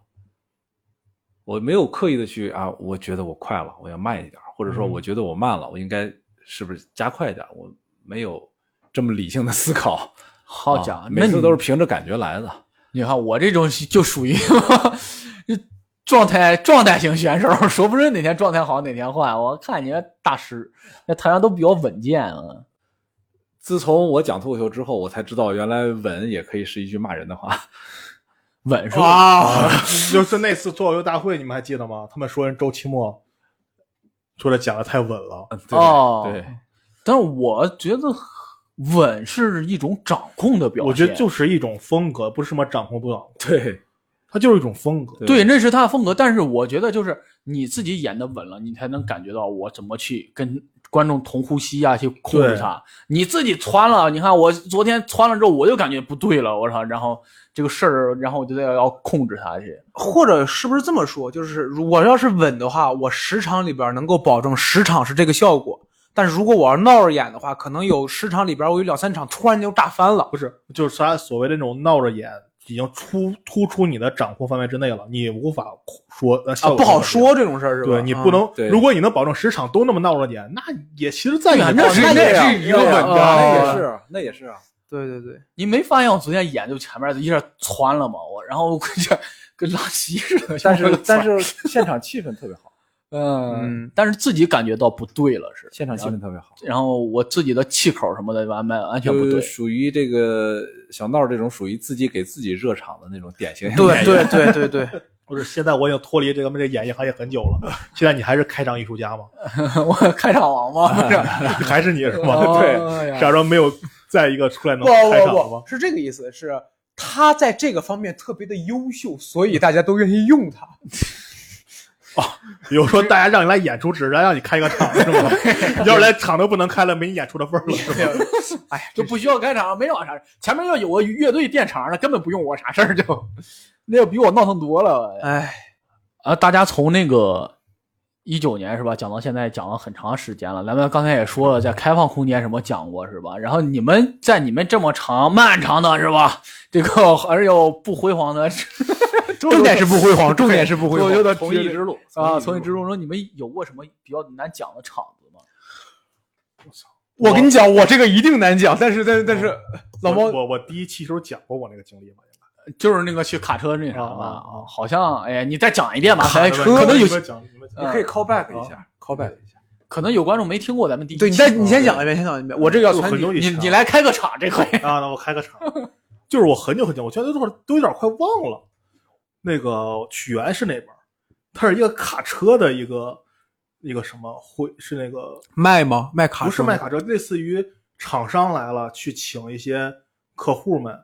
[SPEAKER 6] 我没有刻意的去啊，我觉得我快了，我要慢一点，或者说我觉得我慢了，我应该是不是加快一点？我没有这么理性的思考，
[SPEAKER 5] 好
[SPEAKER 6] 啊
[SPEAKER 5] 家伙，哦那
[SPEAKER 6] 每
[SPEAKER 5] 你
[SPEAKER 6] 次都是凭着感觉来的。
[SPEAKER 5] 你看我这种就属于 状态状态型选手，说不准哪天状态好哪天坏。我看你那大师在台上都比较稳健啊。
[SPEAKER 6] 自从我讲脱口秀之后，我才知道原来稳也可以是一句骂人的话。
[SPEAKER 5] 稳是吧？
[SPEAKER 4] 哇，
[SPEAKER 1] 啊 就是那次脱口秀大会，你们还记得吗？他们说人周奇墨说他讲的太稳了，
[SPEAKER 6] 嗯对
[SPEAKER 5] 哦
[SPEAKER 6] 对，
[SPEAKER 5] 但是我觉得稳是一种掌控的表现，
[SPEAKER 1] 我觉得就是一种风格，不是什么掌控不掌控。
[SPEAKER 6] 对，
[SPEAKER 1] 它就是一种风格。
[SPEAKER 5] 对，那是他的风格。但是我觉得，就是你自己演的稳了，你才能感觉到我怎么去跟观众同呼吸啊，去控制他。你自己穿了，你看我昨天穿了之后，我就感觉不对了，我操！然后这个事儿，然后我就要要控制他去。
[SPEAKER 4] 或者是不是这么说？就是如我要是稳的话，我十场里边能够保证十场是这个效果。但是如果我要闹着演的话，可能有十场里边我有两三场突然就炸翻了。啊
[SPEAKER 1] 不是，就是他所谓的那种闹着演，已经出突出你的掌控范围之内了，你无法说呃
[SPEAKER 4] 啊
[SPEAKER 1] 效，果
[SPEAKER 4] 不好
[SPEAKER 1] 是怎么样。
[SPEAKER 4] 说这种事儿是吧？
[SPEAKER 1] 对你不
[SPEAKER 4] 嗯
[SPEAKER 1] 能
[SPEAKER 3] 对，
[SPEAKER 1] 如果你能保证十场都那么闹着演，那也其实在
[SPEAKER 5] 对啊
[SPEAKER 1] 你
[SPEAKER 3] 嗯
[SPEAKER 5] 那
[SPEAKER 1] 的
[SPEAKER 5] 是
[SPEAKER 1] 范围内
[SPEAKER 5] 那
[SPEAKER 1] 啊
[SPEAKER 5] 是一个稳
[SPEAKER 1] 对啊
[SPEAKER 5] 当
[SPEAKER 1] 那也是
[SPEAKER 7] 是，那也是 啊。
[SPEAKER 4] 对对对，
[SPEAKER 5] 你没发现我昨天演就前面一下窜了吗？我然后我 跟这跟拉稀似的。
[SPEAKER 7] 但是但是现场气氛特别好，
[SPEAKER 5] 嗯，但是自己感觉到不对了是。
[SPEAKER 7] 现场气氛特别好。
[SPEAKER 5] 然后我自己的气口什么的完完完全不
[SPEAKER 3] 就
[SPEAKER 5] 对。
[SPEAKER 3] 属于这个小闹这种属于自己给自己热场的那种典型。
[SPEAKER 4] 对对对对对，
[SPEAKER 1] 不是，现在我已经脱离这个这个演艺行业很久了，现在你还是开场艺术家吗？
[SPEAKER 5] 我开场王吗？不是
[SPEAKER 1] 还是你是吗？
[SPEAKER 5] 哎呀
[SPEAKER 1] 对，假装没有在一个出来
[SPEAKER 4] 哦不
[SPEAKER 1] 能开场了
[SPEAKER 4] 不
[SPEAKER 1] 吗
[SPEAKER 4] 不，？是这个意思，是他在这个方面特别的优秀，所以大家都愿意用他。
[SPEAKER 1] 比如说大家让你来演出，只是让你开个场是吗？ 你要是连场都不能开了，没你演出的份儿了是吗？
[SPEAKER 4] 哎呀，
[SPEAKER 5] 就不需要开场，没找啥事儿前面要有个乐队垫场的，根本不用我啥事儿，就那要比我闹腾多了。
[SPEAKER 4] 哎，
[SPEAKER 5] 啊，大家从那个一九年是吧，讲到现在讲了很长时间了。咱们刚才也说了，在开放空间什么讲过是吧？然后你们在你们这么长漫长的是吧，这个还是有不辉煌的，
[SPEAKER 4] 重点是不辉煌，重点是不辉
[SPEAKER 5] 我觉
[SPEAKER 4] 煌。
[SPEAKER 5] 得
[SPEAKER 3] 从艺之路
[SPEAKER 5] 啊，从一之中说你们有过什么比较难讲的场子吗？
[SPEAKER 4] 我跟你讲，我这个一定难讲，但是但是但是， 老猫
[SPEAKER 1] 我我我第一期时候讲过我那个经历嘛，
[SPEAKER 5] 就是那个去卡车那啥
[SPEAKER 1] 啊啊
[SPEAKER 5] 嘛，啊好像哎呀，你再讲一遍吧，还
[SPEAKER 1] 应该
[SPEAKER 5] 哎可能有
[SPEAKER 1] 你们讲你们讲
[SPEAKER 5] 嗯
[SPEAKER 7] call back
[SPEAKER 1] 啊
[SPEAKER 7] call back 一下。
[SPEAKER 5] 可能有观众没听过咱们第一期。
[SPEAKER 4] 对你再你先讲一遍，先讲一遍，我这个要
[SPEAKER 1] 就
[SPEAKER 4] 全
[SPEAKER 1] 很久以
[SPEAKER 5] 你
[SPEAKER 1] 前
[SPEAKER 5] 你来开个场这回。
[SPEAKER 1] 啊，那我开个 场，就是我很久很久，我现在都都有点快忘了，那个曲源是哪边儿？它是一个卡车的一个一个什么会是那个
[SPEAKER 4] 卖吗？卖卡
[SPEAKER 1] 不是
[SPEAKER 4] 吗
[SPEAKER 1] 卖卡车，类似于厂商来了去请一些客户们，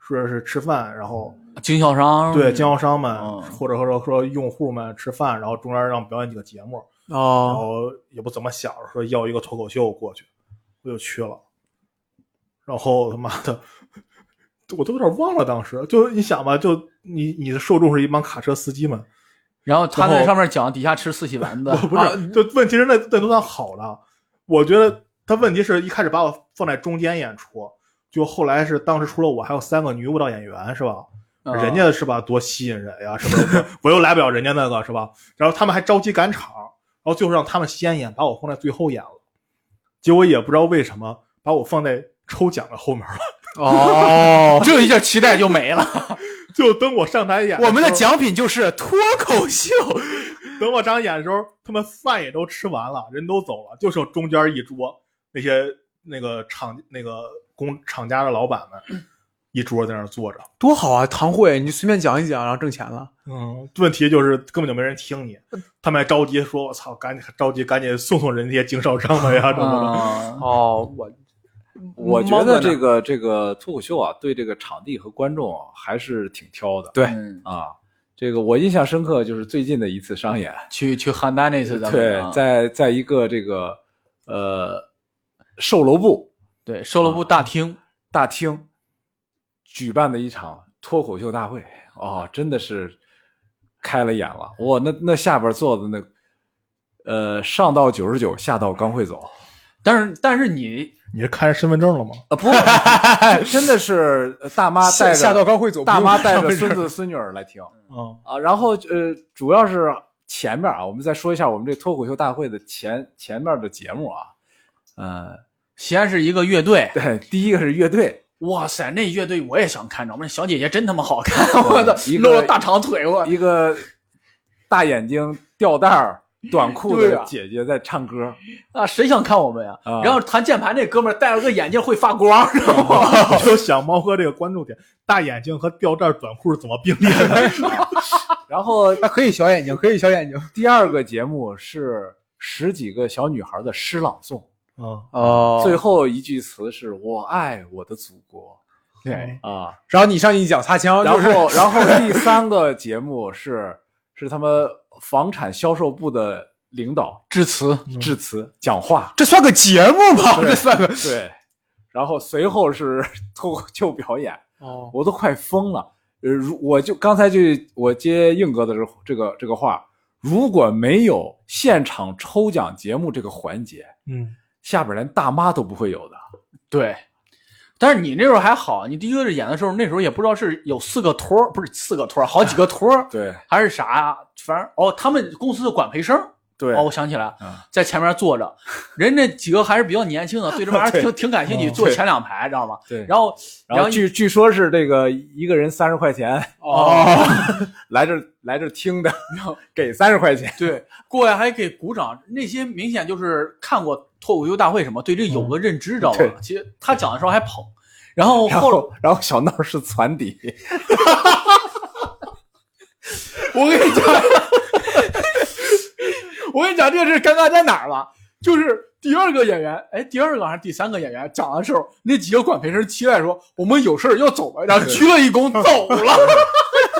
[SPEAKER 1] 说是吃饭，然后
[SPEAKER 5] 经销商
[SPEAKER 1] 对经销商们、
[SPEAKER 5] 嗯
[SPEAKER 1] 或者说说用户们吃饭，然后中间让表演几个节目，然
[SPEAKER 4] 哦，
[SPEAKER 1] 后也不怎么想着说要一个脱口秀过去，我就去了，然后他妈的。我都有点忘了，当时就你想吧，就你你的受众是一帮卡车司机们，
[SPEAKER 5] 然后他
[SPEAKER 1] 然
[SPEAKER 5] 在
[SPEAKER 1] 后
[SPEAKER 5] 上面讲，底下吃四喜丸子。
[SPEAKER 1] 不是，就问题是那那都算好的。我觉得他问题是一开始把我放在中间演出，就后来是当时除了我还有三个女舞蹈演员是吧？
[SPEAKER 5] 啊
[SPEAKER 1] 人家是吧多吸引人呀，是不是？我又来不了人家那个是吧？然后他们还着急赶场，然后最后让他们先演，把我放在最后演了。结果也不知道为什么把我放在抽奖的后面了，
[SPEAKER 5] 哦，这一下期待就没了。
[SPEAKER 1] 就等我上台演时候，
[SPEAKER 4] 我们的奖品就是脱口秀。
[SPEAKER 1] 等我张眼的时候，他们饭也都吃完了，人都走了，就剩中间一桌那些那个厂那个工厂家的老板们，一桌在那儿坐着。
[SPEAKER 4] 多好啊！堂会，你就随便讲一讲，然后挣钱了。
[SPEAKER 1] 嗯，问题就是根本就没人听你，他们还着急说：“我操，赶紧着急，赶紧送送人家经销商们呀，什么
[SPEAKER 5] 啊，
[SPEAKER 4] 哦，我
[SPEAKER 3] 我
[SPEAKER 4] 嗯
[SPEAKER 3] 觉得这
[SPEAKER 4] 个
[SPEAKER 3] 个这个脱口秀啊，对这个场地和观众啊，还是挺挑的。
[SPEAKER 4] 对
[SPEAKER 5] 嗯
[SPEAKER 3] 啊，这个我印象深刻，就是最近的一次商演，
[SPEAKER 5] 去去邯郸那次咱们
[SPEAKER 3] 对
[SPEAKER 5] 啊，
[SPEAKER 3] 在在一个这个呃售楼部
[SPEAKER 5] 对售楼部大厅，
[SPEAKER 3] 大厅举办的一场脱口秀大会，哦，真的是开了眼了。我那那下边坐的那呃上到九十九，下到刚会走。
[SPEAKER 5] 但是但是你
[SPEAKER 1] 的。”你是看身份证了吗？
[SPEAKER 3] 啊不，真的是呃大妈带
[SPEAKER 4] 哎下
[SPEAKER 3] 着
[SPEAKER 4] 下到高会走，
[SPEAKER 3] 大妈带
[SPEAKER 4] 不
[SPEAKER 3] 着
[SPEAKER 4] 用上
[SPEAKER 3] 孙
[SPEAKER 4] 班
[SPEAKER 3] 子孙女儿来听
[SPEAKER 1] 嗯，
[SPEAKER 3] 啊。然后呃，主要是前面啊，我们再说一下我们这脱口秀大会的前前面的节目啊。呃，
[SPEAKER 5] 先是一个乐队，
[SPEAKER 3] 对，第一个是乐队，
[SPEAKER 5] 哇塞，那乐队我也想看着，我们小姐姐真他妈好看， 我的
[SPEAKER 3] 一个
[SPEAKER 5] 露着大长腿，我
[SPEAKER 3] 一个大眼睛、吊带儿、短裤
[SPEAKER 5] 对
[SPEAKER 3] 的
[SPEAKER 5] 啊
[SPEAKER 3] 姐姐在唱歌，
[SPEAKER 5] 啊，谁想看我们呀
[SPEAKER 3] 啊？
[SPEAKER 5] 然后弹键盘那哥们儿戴了个眼镜会发光，知道吗？
[SPEAKER 1] 就想猫哥这个关注点，大眼睛和吊带短裤是怎么并列的？
[SPEAKER 3] 然后
[SPEAKER 4] 那可以小眼睛，可以小眼睛。
[SPEAKER 3] 第二个节目是十几个小女孩的诗朗诵，
[SPEAKER 1] 嗯，
[SPEAKER 4] 哦
[SPEAKER 3] 最后一句词是“我爱我的祖国”。
[SPEAKER 5] 对，
[SPEAKER 6] 啊。
[SPEAKER 4] 然哎后你上去一脚擦枪，
[SPEAKER 3] 然
[SPEAKER 4] 就是
[SPEAKER 3] 后，然后第三个节目是是他们房产销售部的领导
[SPEAKER 5] 致辞
[SPEAKER 3] 致辞讲 话，
[SPEAKER 4] 这算个节目吗？
[SPEAKER 3] 对
[SPEAKER 4] 这算个
[SPEAKER 3] 对，然后随后是 脱口秀表演，
[SPEAKER 4] 哦，
[SPEAKER 3] 我都快疯了。呃，如我就刚才就我接硬哥的这这个这个话，如果没有现场抽奖节目这个环节，
[SPEAKER 1] 嗯，
[SPEAKER 3] 下边连大妈都不会有的。
[SPEAKER 5] 对。但是你那时候还好，你第一个是演的时候，那时候也不知道是有四个托儿，不是四个托儿，好几个托儿
[SPEAKER 3] 对
[SPEAKER 5] 还是啥，反正哦，他们公司的管培生，
[SPEAKER 3] 对
[SPEAKER 5] 哦，我想起来了
[SPEAKER 3] 嗯，
[SPEAKER 5] 在前面 坐着，人那几个还是比较年轻的，对这玩意儿挺挺感兴趣，
[SPEAKER 1] 嗯
[SPEAKER 5] 坐前两排，知道吗？
[SPEAKER 3] 哦对，
[SPEAKER 5] 然后
[SPEAKER 3] 然后
[SPEAKER 5] 一
[SPEAKER 3] 据据说是这个一个人三十块钱
[SPEAKER 4] 哦，
[SPEAKER 3] 来这儿来这儿听的， 给三十块钱。
[SPEAKER 5] 对过来还给鼓掌，那些明显就是看过脱口秀大会什么，对这有个认知，知道吧
[SPEAKER 3] 嗯对？
[SPEAKER 5] 其实他讲的时候还捧，然后
[SPEAKER 3] 然
[SPEAKER 5] 后来
[SPEAKER 3] 后， 然后小闹是攒底，
[SPEAKER 5] 我跟你讲，我跟你讲，这个是尴尬在哪儿吧？就是第二个演员，哎，第二个还是第三个演员讲的时候，那几个管培生期待说我们有事儿要走了，然后鞠了一躬走了，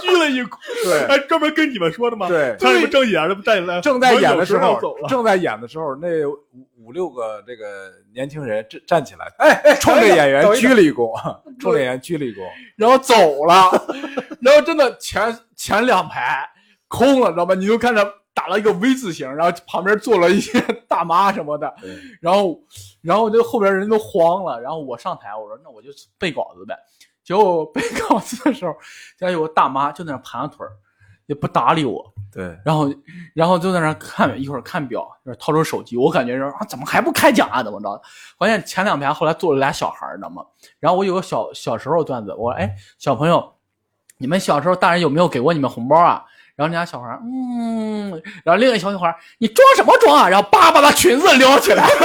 [SPEAKER 5] 鞠了一躬。
[SPEAKER 3] 对
[SPEAKER 1] 哎，专门跟你们说的吗？，
[SPEAKER 3] 对，
[SPEAKER 1] 他是不是正演的带你来？
[SPEAKER 3] 正在演的
[SPEAKER 1] 我有
[SPEAKER 3] 时
[SPEAKER 1] 候
[SPEAKER 3] 候
[SPEAKER 1] 要走了，
[SPEAKER 3] 正在演的时候，那五五六个这个年轻人站站起来，哎哎，冲着演员
[SPEAKER 4] 等一等
[SPEAKER 3] 鞠了一躬，冲着演员鞠了一躬，
[SPEAKER 5] 然后走了，然后真的前前两排空了，知道吧？你就看着打了一个 V 字形，然后旁边坐了一些大妈什么的
[SPEAKER 3] 对，
[SPEAKER 5] 然后然后这后边人都慌了，然后我上台，我说那我就背稿子呗。结果我背 稿子的时候，家有个大妈就在那盘着腿儿，也不搭理我，
[SPEAKER 3] 对
[SPEAKER 5] 然后然后就在那儿看一会儿看表，就是掏出手机，我感觉就是啊，怎么还不开奖啊？怎么着？关键前两排后来坐了俩小孩儿，你知道吗？然后我有个小小时候的段子，我说哎，小朋友，你们小时候大人有没有给过你们红包啊？然后那俩小孩儿，嗯，然后另一个小女孩儿，你装什么装啊？然后叭把她裙子撩起来，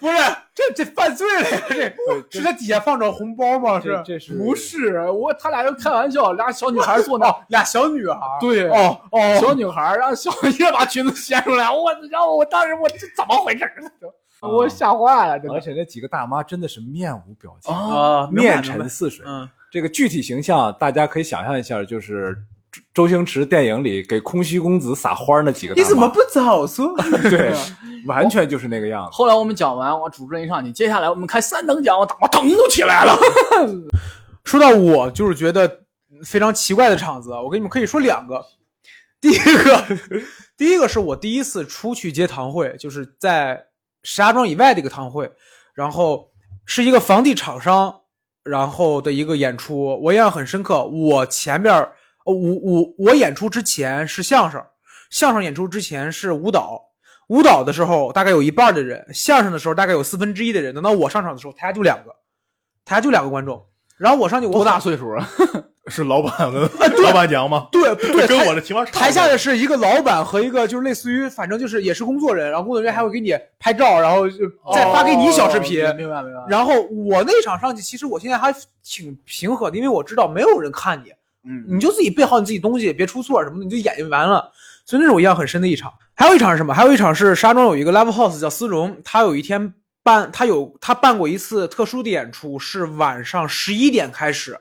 [SPEAKER 4] 不是，这这犯罪了呀！这
[SPEAKER 3] 这
[SPEAKER 4] 是在底下放着红包吗？是
[SPEAKER 3] 这这是
[SPEAKER 5] 不是我，他俩就开玩笑，俩小女孩儿坐那儿，
[SPEAKER 4] 哦，俩小女孩，
[SPEAKER 5] 对，
[SPEAKER 4] 哦哦，
[SPEAKER 5] 小女孩儿，然后小叶把裙子掀出来，我然后我当时我这怎么回事儿？
[SPEAKER 4] 哦
[SPEAKER 5] 我吓坏了，真
[SPEAKER 3] 啊而
[SPEAKER 5] 的
[SPEAKER 3] 且那几个大妈真的是面无表情，
[SPEAKER 5] 啊
[SPEAKER 4] 哦明白
[SPEAKER 3] 面沉似水。
[SPEAKER 4] 嗯，
[SPEAKER 3] 这个具体形象大家可以想象一下，就是周周星驰电影里给空虚公子撒花儿那几个大妈，
[SPEAKER 4] 不早说？
[SPEAKER 3] 对，完全就是那个样子。
[SPEAKER 5] 后来我们讲完，我主持人一上去，接下来我们开三等奖，我他妈腾都起来了。
[SPEAKER 4] 说到我，就是觉得非常奇怪的场子啊，我跟你们可以说两个。第一个， 第一个是我第一次出去接堂会，就是在石家庄以外的一个堂会，然后是一个房地厂商，然后的一个演出，我印象很深刻。我前边儿，呃我我我演出之前是相声，相声演出之前是舞蹈，舞蹈的时候大概有一半的人，相声的时候大概有四分之一的人，等到我上场的时候，台下就两个，台下就两个观众。然后我上去，我
[SPEAKER 5] 多大
[SPEAKER 4] 很
[SPEAKER 5] 岁数了？
[SPEAKER 1] 是老板跟 老板娘吗？
[SPEAKER 4] 对不 对，
[SPEAKER 1] 跟
[SPEAKER 4] 台
[SPEAKER 1] 我的情况差不多。
[SPEAKER 4] 台下的是一个老板和一个就是类似于，反正就是也是工作人，然后工作人员还会给你拍照，然后就
[SPEAKER 5] 哦
[SPEAKER 4] 再发给你小视频。
[SPEAKER 5] 明白明白。
[SPEAKER 4] 然后我那场上去，其实我现在还挺平和的，因为我知道没有人看你，
[SPEAKER 5] 嗯，
[SPEAKER 4] 你就自己备好你自己东西，别出错什么的，你就演就完了。所以那是我印象很深的一场。还有一场是什么？还有一场是石家庄有一个 live house 叫丝绒，他有一天办，他有他办过一次特殊的演出，是晚上十一点开始，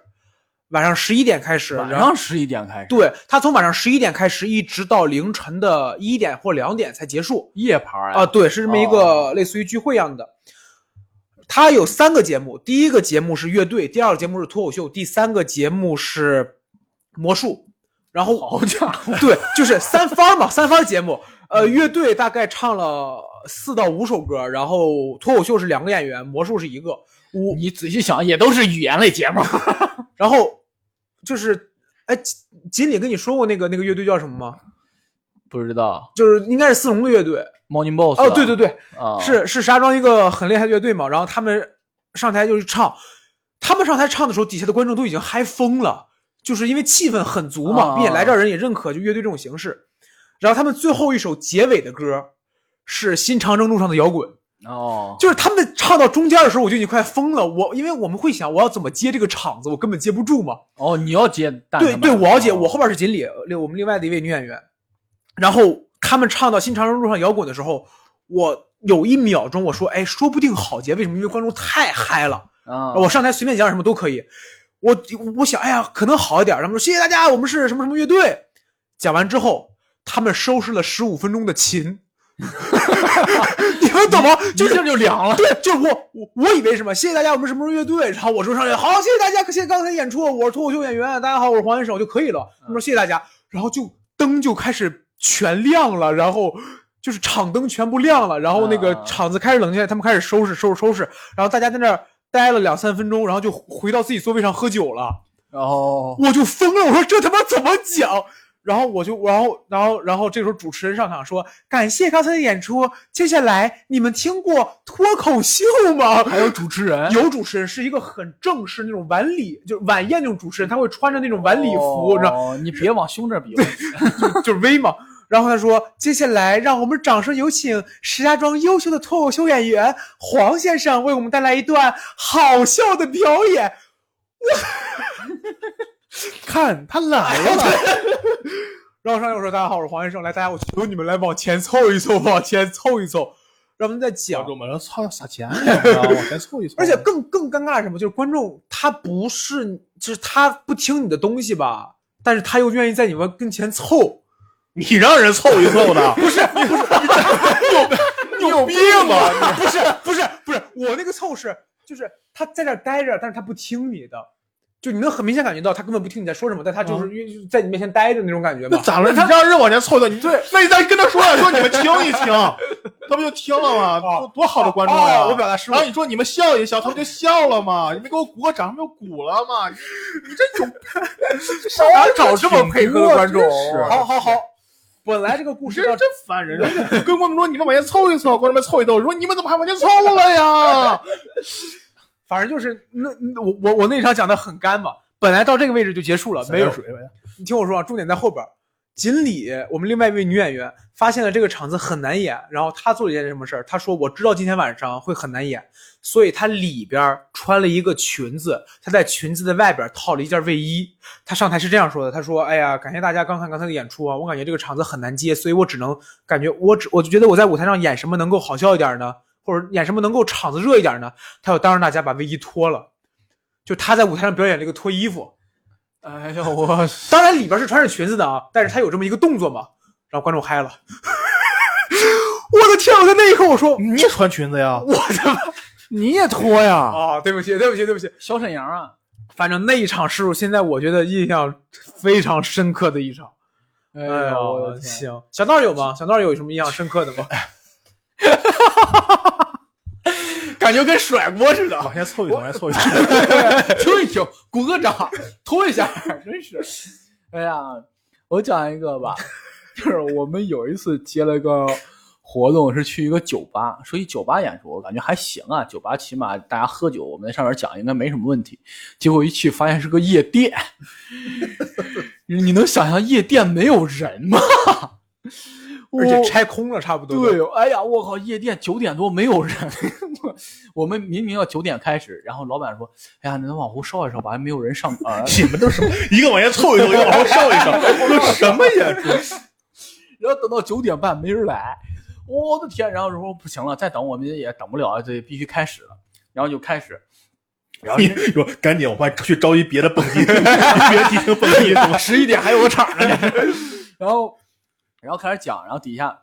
[SPEAKER 4] 晚上十一点开始，
[SPEAKER 5] 晚
[SPEAKER 4] 然后。
[SPEAKER 5] 上十一点开始，
[SPEAKER 4] 对他从晚上十一点开始，一直到凌晨的一点或两点才结束
[SPEAKER 5] 夜盘儿
[SPEAKER 4] 啊。
[SPEAKER 5] 啊，
[SPEAKER 4] 对，是这么一个类似于聚会一样的。他有三个节目，第一个节目是乐队，第二个节目是脱口秀，第三个节目是魔术。然后
[SPEAKER 5] 好家伙，
[SPEAKER 4] 对，就是三番嘛，三番节目。呃，乐队大概唱了四到五首歌，然后脱口秀是两个演员，魔术是一个。我
[SPEAKER 5] 你仔细想，也都是语言类节目。
[SPEAKER 4] 然后就是，哎，锦锦鲤跟你说过那个那个乐队叫什么吗？
[SPEAKER 5] 不知道
[SPEAKER 4] 就是应该是四龙的乐队。
[SPEAKER 5] Morning Boss
[SPEAKER 4] 哦，对对对，
[SPEAKER 5] 啊，
[SPEAKER 4] 是是石家庄一个很厉害的乐队嘛，然后他们上台就是唱，他们上台唱的时候，底下的观众都已经嗨疯了，就是因为气氛很足嘛，
[SPEAKER 5] 啊
[SPEAKER 4] 并且来这儿人也认可就乐队这种形式。然后他们最后一首结尾的歌是新长征路上的摇滚，
[SPEAKER 5] 哦，
[SPEAKER 4] 就是他们唱到中间的时候，我就已经快疯了。我因为我们会想我要怎么接这个场子，我根本接不住嘛。
[SPEAKER 5] 哦，你要接蛋
[SPEAKER 4] 对
[SPEAKER 5] 是吧
[SPEAKER 4] 对，我要接，我后边是锦鲤，另我们另外的一位女演员。然后他们唱到《新长征路上摇滚》的时候，我有一秒钟我说，哎，说不定好结，为什么？因为观众太嗨了，
[SPEAKER 5] 啊，
[SPEAKER 4] 我上台随便讲什么都可以。我我想，哎呀，可能好一点。他们说谢谢大家，我们是什么什么乐队。讲完之后，他们收拾了十五分钟的琴，你们懂吗？就
[SPEAKER 5] 就
[SPEAKER 4] 是
[SPEAKER 5] 这就凉了。
[SPEAKER 4] 对，就是我我我以为什么？谢谢大家，我们是什么乐队？然后我说上去，好，谢谢大家，谢谢刚才演出，我是脱口秀演员，大家好，我是黄元手就可以了。他们说谢谢大家，然后就灯就开始全亮了，然后就是场灯全部亮了，然后那个
[SPEAKER 5] 啊
[SPEAKER 4] 场子开始冷下来，他们开始收拾收拾收拾，然后大家在那儿待了两三分钟，然后就回到自己座位上喝酒了。
[SPEAKER 5] 然后
[SPEAKER 4] 我就疯了，我说这他妈怎么讲？然后我就，然后，然后，然后，这时候主持人上场说：“感谢刚才的演出，接下来你们听过脱口秀吗？”
[SPEAKER 5] 还有主持人，
[SPEAKER 4] 有主持人是一个很正式那种晚礼，就是晚宴那种主持人，他会穿着那种晚礼服，然后
[SPEAKER 5] 哦你别往胸这比划。
[SPEAKER 4] 就是威嘛。然后他说：“接下来让我们掌声有请石家庄优秀的脱口秀演员黄先生为我们带来一段好笑的表演。”
[SPEAKER 1] 看他来了，
[SPEAKER 4] 然后上来我说：“大家好，我是黄先生，来，大家我求你们来往前凑一凑，往前凑一凑。”然后我们再讲
[SPEAKER 1] 观，众们说操撒钱呀，啊往前凑一凑。
[SPEAKER 4] 而且更更尴尬是什么？就是观众他不是，就是他不听你的东西吧，但是他又愿意在你们跟前凑。
[SPEAKER 1] 你让人凑一凑的，不是
[SPEAKER 4] 你有病吧？不是不是不是，我那个凑是就是他在这儿待着，但是他不听你的，就你能很明显感觉到他根本不听你在说什么，但他就是因为就是在你面前待着那种感觉
[SPEAKER 1] 嗯那
[SPEAKER 4] 嘛。
[SPEAKER 1] 咋了？你让人往前凑一凑，你对， 那你再跟他说呀，说你们听一 听，他不就听了吗？多多好的观众呀！
[SPEAKER 4] 哦我表达失误
[SPEAKER 1] 然后你说你们笑一笑，他不就笑了吗？你们给我鼓个掌，他们就鼓了吗？你你这有上哪
[SPEAKER 3] 找这么配合的观众
[SPEAKER 1] 真是
[SPEAKER 4] 好好好，本来这个故
[SPEAKER 1] 你
[SPEAKER 4] 事
[SPEAKER 1] 这
[SPEAKER 4] 要
[SPEAKER 1] 真烦人！人家跟观众说你们往前凑一凑，观众们凑一凑，我说你们怎么还往前凑了呀？
[SPEAKER 4] 反正就是那那我我我那场讲的很干嘛，本来到这个位置就结束了，没有。
[SPEAKER 1] 水呗。
[SPEAKER 4] 你听我说啊，重点在后边儿。锦鲤，我们另外一位女演员发现了这个场子很难演，然后她做了一件什么事儿？她说：“我知道今天晚上会很难演，所以她里边儿穿了一个裙子，她在裙子的外边儿套了一件卫衣。她上台是这样说的：她说，哎呀，感谢大家刚看刚才的演出啊，我感觉这个场子很难接，所以我只能感觉我只我就觉得我在舞台上演什么能够好笑一点呢，或者演什么能够场子热一点呢？她要当着大家把卫衣脱了，就她在舞台上表演了一个脱衣服。”
[SPEAKER 5] 哎呦我，
[SPEAKER 4] 当然里边是穿着裙子的啊，但是他有这么一个动作嘛，然后观众嗨了。 我的天！我在那一刻我说
[SPEAKER 1] 你也穿裙子呀？
[SPEAKER 4] 我他妈
[SPEAKER 3] 你也脱呀？
[SPEAKER 4] 啊，对不起，对不起，对不起。
[SPEAKER 5] 小沈阳啊，
[SPEAKER 4] 反正那一场是我现在我觉得印象非常深刻的一场。
[SPEAKER 5] 哎
[SPEAKER 4] 哎
[SPEAKER 5] 呀，
[SPEAKER 4] 呦，
[SPEAKER 5] 我的天，
[SPEAKER 4] 行，小道有吗？小道有什么印象深刻的吗？
[SPEAKER 5] 感觉跟甩锅似的，
[SPEAKER 1] 往前凑一凑，往前凑一 凑。
[SPEAKER 5] 听一听，鼓个掌，拖一下，真是。哎呀，我讲一个吧，就是我们有一次接了个活动，是去一个酒吧，说一酒吧演出，我感觉还行啊，酒吧起码大家喝酒，我们在上面讲应该没什么问题。结果一去发现是个夜店， 你能想象夜店没有人吗？
[SPEAKER 4] 而且
[SPEAKER 5] 我
[SPEAKER 4] 拆空了，差不多。
[SPEAKER 5] 对，哎呀，我靠，夜店九点多没有人， 我我们明明要九点开始，然后老板说，哎呀，你能往后烧一烧吧，还没有人上呃 班。
[SPEAKER 1] 你们都什么？一个往前凑一凑，一个 往后稍一稍，都什么演出？
[SPEAKER 5] 然后等到九点半没人来，我的天！然后说不行了，再等我们也等不了，这必须开始了。然后就开始，然后
[SPEAKER 1] 你说赶紧，我快去着急别的蹦迪， 别迪厅蹦 迪，
[SPEAKER 5] 十一点还有个场呢，然后然后开始讲，然后底下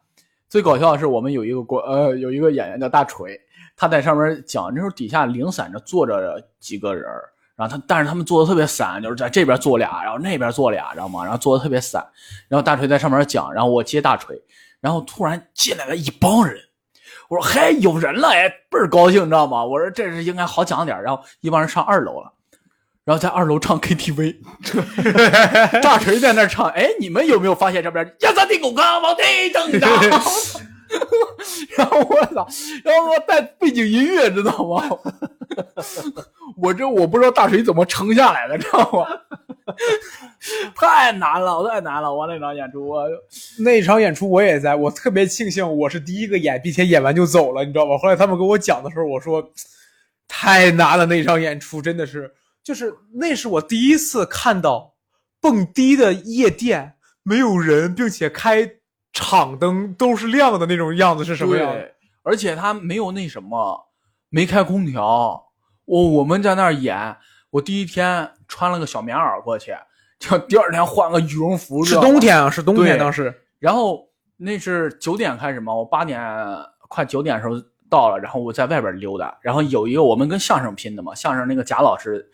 [SPEAKER 5] 最搞笑的是我们有一个国呃有一个演员叫大锤，他在上面讲，那时候底下零散着坐着几个人儿。然后他，但是他们坐的特别散，就是在这边坐俩，然后那边坐俩，知道吗？然后坐的特别散。然后大锤在上面讲，然后我接大锤，然后突然进来了一帮人，我说嘿，有人了，哎，倍儿高兴，你知道吗？我说这是应该好讲点儿。然后一帮人上二楼了，然后在二楼唱 KTV，大锤在那儿唱，哎，你们有没有发现这边亚萨地狗嘎往地正长？ 然后我操，然后说带背景音乐，知道吗？我这我不知道大锤怎么撑下来的，知道吗？太难了，太难了！我那场演出，我
[SPEAKER 4] 那一场演出我也在，我特别庆幸我是第一个演，并且演完就走了，你知道吧？后来他们跟我讲的时候，我说太难了，那一场演出真的是，就是那是我第一次看到蹦迪的夜店没有人，并且开场灯都是亮的那种样子是什么样的？
[SPEAKER 5] 对而且他没有那什么，没开空调。我我们在那儿演，我第一天穿了个小棉袄过去，就第二天换个羽绒服。
[SPEAKER 4] 是冬，天啊，是冬天，
[SPEAKER 5] 对
[SPEAKER 4] 当时
[SPEAKER 5] 然后那是九点开始嘛，我八点快九点的时候到了，然后我在外边溜达，然后有一个我们跟相声拼的嘛，相声那个贾老师，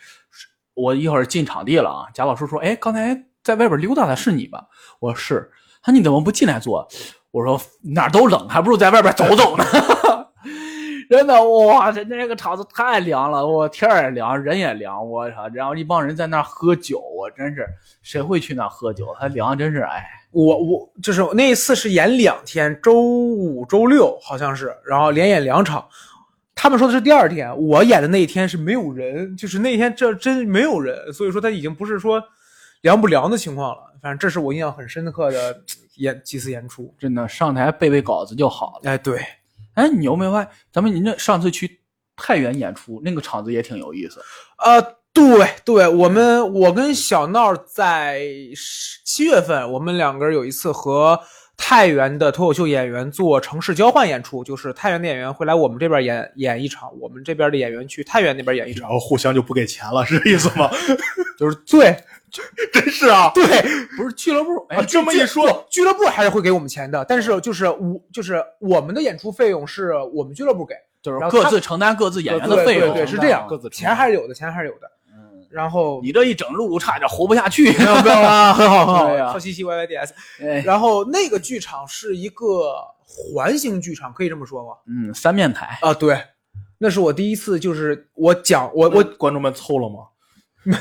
[SPEAKER 5] 我一会儿进场地了啊，贾老师说，哎，刚才在外边溜达的是你吧？我说是，他说你怎么不进来坐？我说哪儿都冷，还不如在外边走走呢。 真的哇，人家这个场子太凉了，我天儿也凉，人也凉，我操！然后一帮人在那儿喝酒，我真是谁会去那儿喝酒？他凉，真是哎，
[SPEAKER 4] 我我就是那一次是演两天，周五、周六好像是，然后连演两场。他们说的是第二天，我演的那一天是没有人，就是那天这真没有人，所以说他已经不是说凉不凉的情况了。反正这是我印象很深刻的演几次演出。
[SPEAKER 5] 真的上台背背稿子就好了。
[SPEAKER 4] 哎，对，
[SPEAKER 5] 哎，你有没有发现，咱们您这上次去太原演出那个场子也挺有意思，
[SPEAKER 4] 呃，对对，我们我跟小闹在十七月份，我们两个人有一次和太原的脱口秀演员做城市交换演出，就是太原的演员会来我们这边演演一场，我们这边的演员去太原那边演一
[SPEAKER 1] 然
[SPEAKER 4] 场。
[SPEAKER 1] 后互相就不给钱了，是这意思吗？
[SPEAKER 4] 就是对
[SPEAKER 1] 真 是啊，
[SPEAKER 4] 对，
[SPEAKER 5] 不是俱乐部？哎
[SPEAKER 1] 啊，这么一说，
[SPEAKER 4] 俱乐部还是会给我们钱的，但是就是我就是我们的演出费用是我们俱乐部给，
[SPEAKER 5] 就是
[SPEAKER 4] 然后
[SPEAKER 5] 各
[SPEAKER 4] 他
[SPEAKER 5] 自承担各自演员
[SPEAKER 4] 对
[SPEAKER 5] 的费用，
[SPEAKER 4] 对对，
[SPEAKER 5] 承
[SPEAKER 4] 是
[SPEAKER 5] 担
[SPEAKER 4] 这样
[SPEAKER 5] 各自。
[SPEAKER 3] 自承
[SPEAKER 4] 钱还是有的，钱还是有的。
[SPEAKER 5] 嗯
[SPEAKER 4] 然后
[SPEAKER 5] 你这一整路差点活不下去。
[SPEAKER 4] 没有没有啊， 很好很
[SPEAKER 5] 对
[SPEAKER 4] 好，
[SPEAKER 5] 呀
[SPEAKER 4] 笑嘻嘻 Y Y D S。
[SPEAKER 5] 哎，
[SPEAKER 4] 然后那个剧场是一个环形剧场，可以这么说吗？
[SPEAKER 5] 嗯，三面台，
[SPEAKER 4] 啊，对，那是我第一次，就是我讲我我
[SPEAKER 1] 观众们凑了吗？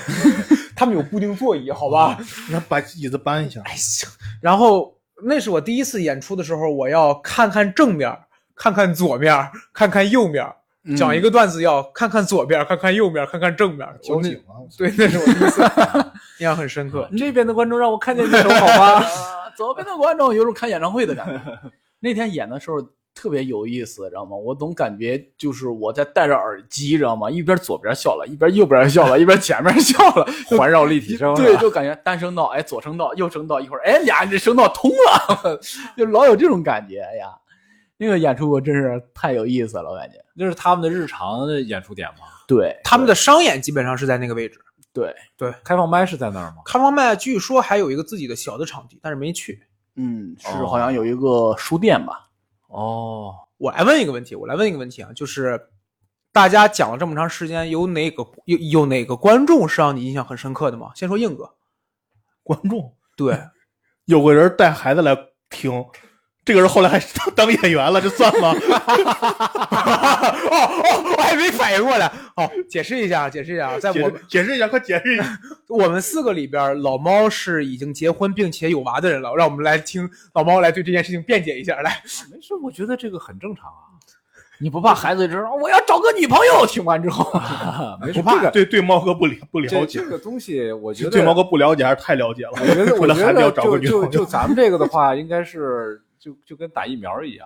[SPEAKER 4] 他们有固定座椅，好吧？
[SPEAKER 1] 你看把椅子搬一下，
[SPEAKER 4] 哎行。然后那是我第一次演出的时候，我要看看正面儿，看看左面儿，看看右面儿，讲一
[SPEAKER 5] 个
[SPEAKER 4] 个段子要看看左边儿，看看右面儿，看看正面儿。
[SPEAKER 1] 交
[SPEAKER 4] 我那
[SPEAKER 1] 警啊！
[SPEAKER 4] 对，那是我第一次， 印象很深刻。
[SPEAKER 3] 这边的观众让我看见你手好吗？
[SPEAKER 5] 嗯 左边的观众有种看演唱会的感觉。那天演的时候特别有意思，知道吗？我总感觉就是我在戴着耳机，知道吗？一边左边笑了，一边右边笑了，一边前面笑了，
[SPEAKER 3] 环绕立体声，
[SPEAKER 5] 对，，就感觉单声道，哎，左声道，右声道，一会儿，哎，俩这声道通了， 就老有这种感觉。哎呀，那个演出我真是太有意思了，我感觉。
[SPEAKER 3] 这是他们的日常的演出点吗？
[SPEAKER 5] 对，
[SPEAKER 4] 他们的商演基本上是在那个位置。
[SPEAKER 5] 对，
[SPEAKER 3] 开放麦是在那儿吗？
[SPEAKER 4] 康方麦据说还有一个自己的小的场地，但是没去。
[SPEAKER 5] 嗯，是
[SPEAKER 3] 哦
[SPEAKER 5] 好像有一个书店吧？
[SPEAKER 3] 哦，
[SPEAKER 4] 我来问一个问题，我来问一个问题啊，就是大家讲了这么长时间，有哪个有有哪个观众是让你印象很深刻的吗？先说硬哥，
[SPEAKER 1] 观众
[SPEAKER 4] 对，
[SPEAKER 1] 有个人带孩子来听，这个人后来还当 演员了，这算吗？
[SPEAKER 4] 哦哦，我还没反应过来，哦，解释一下，解释一下，啊在
[SPEAKER 1] 解
[SPEAKER 4] 哎我
[SPEAKER 1] 释解释一下，快解释一下。
[SPEAKER 4] 我们四个里边，老猫是已经结婚并且有娃的人了，让我们来听老猫来对这件事情辩解一下，来，
[SPEAKER 3] 没事，我觉得这个很正常啊
[SPEAKER 5] 你不怕孩子知道我要找个女朋友？听完之后，
[SPEAKER 3] 啊，没事，
[SPEAKER 1] 不
[SPEAKER 3] 这
[SPEAKER 1] 怕
[SPEAKER 3] 个
[SPEAKER 1] 对对猫哥不了不了
[SPEAKER 3] 这
[SPEAKER 1] 解
[SPEAKER 3] 这，个东西，我觉得
[SPEAKER 1] 对猫哥不了解还是太了解了
[SPEAKER 3] 我觉得，。
[SPEAKER 1] 为
[SPEAKER 3] 我
[SPEAKER 1] 了
[SPEAKER 3] 觉
[SPEAKER 1] 孩子
[SPEAKER 3] 得
[SPEAKER 1] 要找个
[SPEAKER 3] 就
[SPEAKER 1] 女朋
[SPEAKER 3] 就
[SPEAKER 1] 友，
[SPEAKER 3] 就咱们这个的话，应该是就就跟打疫苗一样，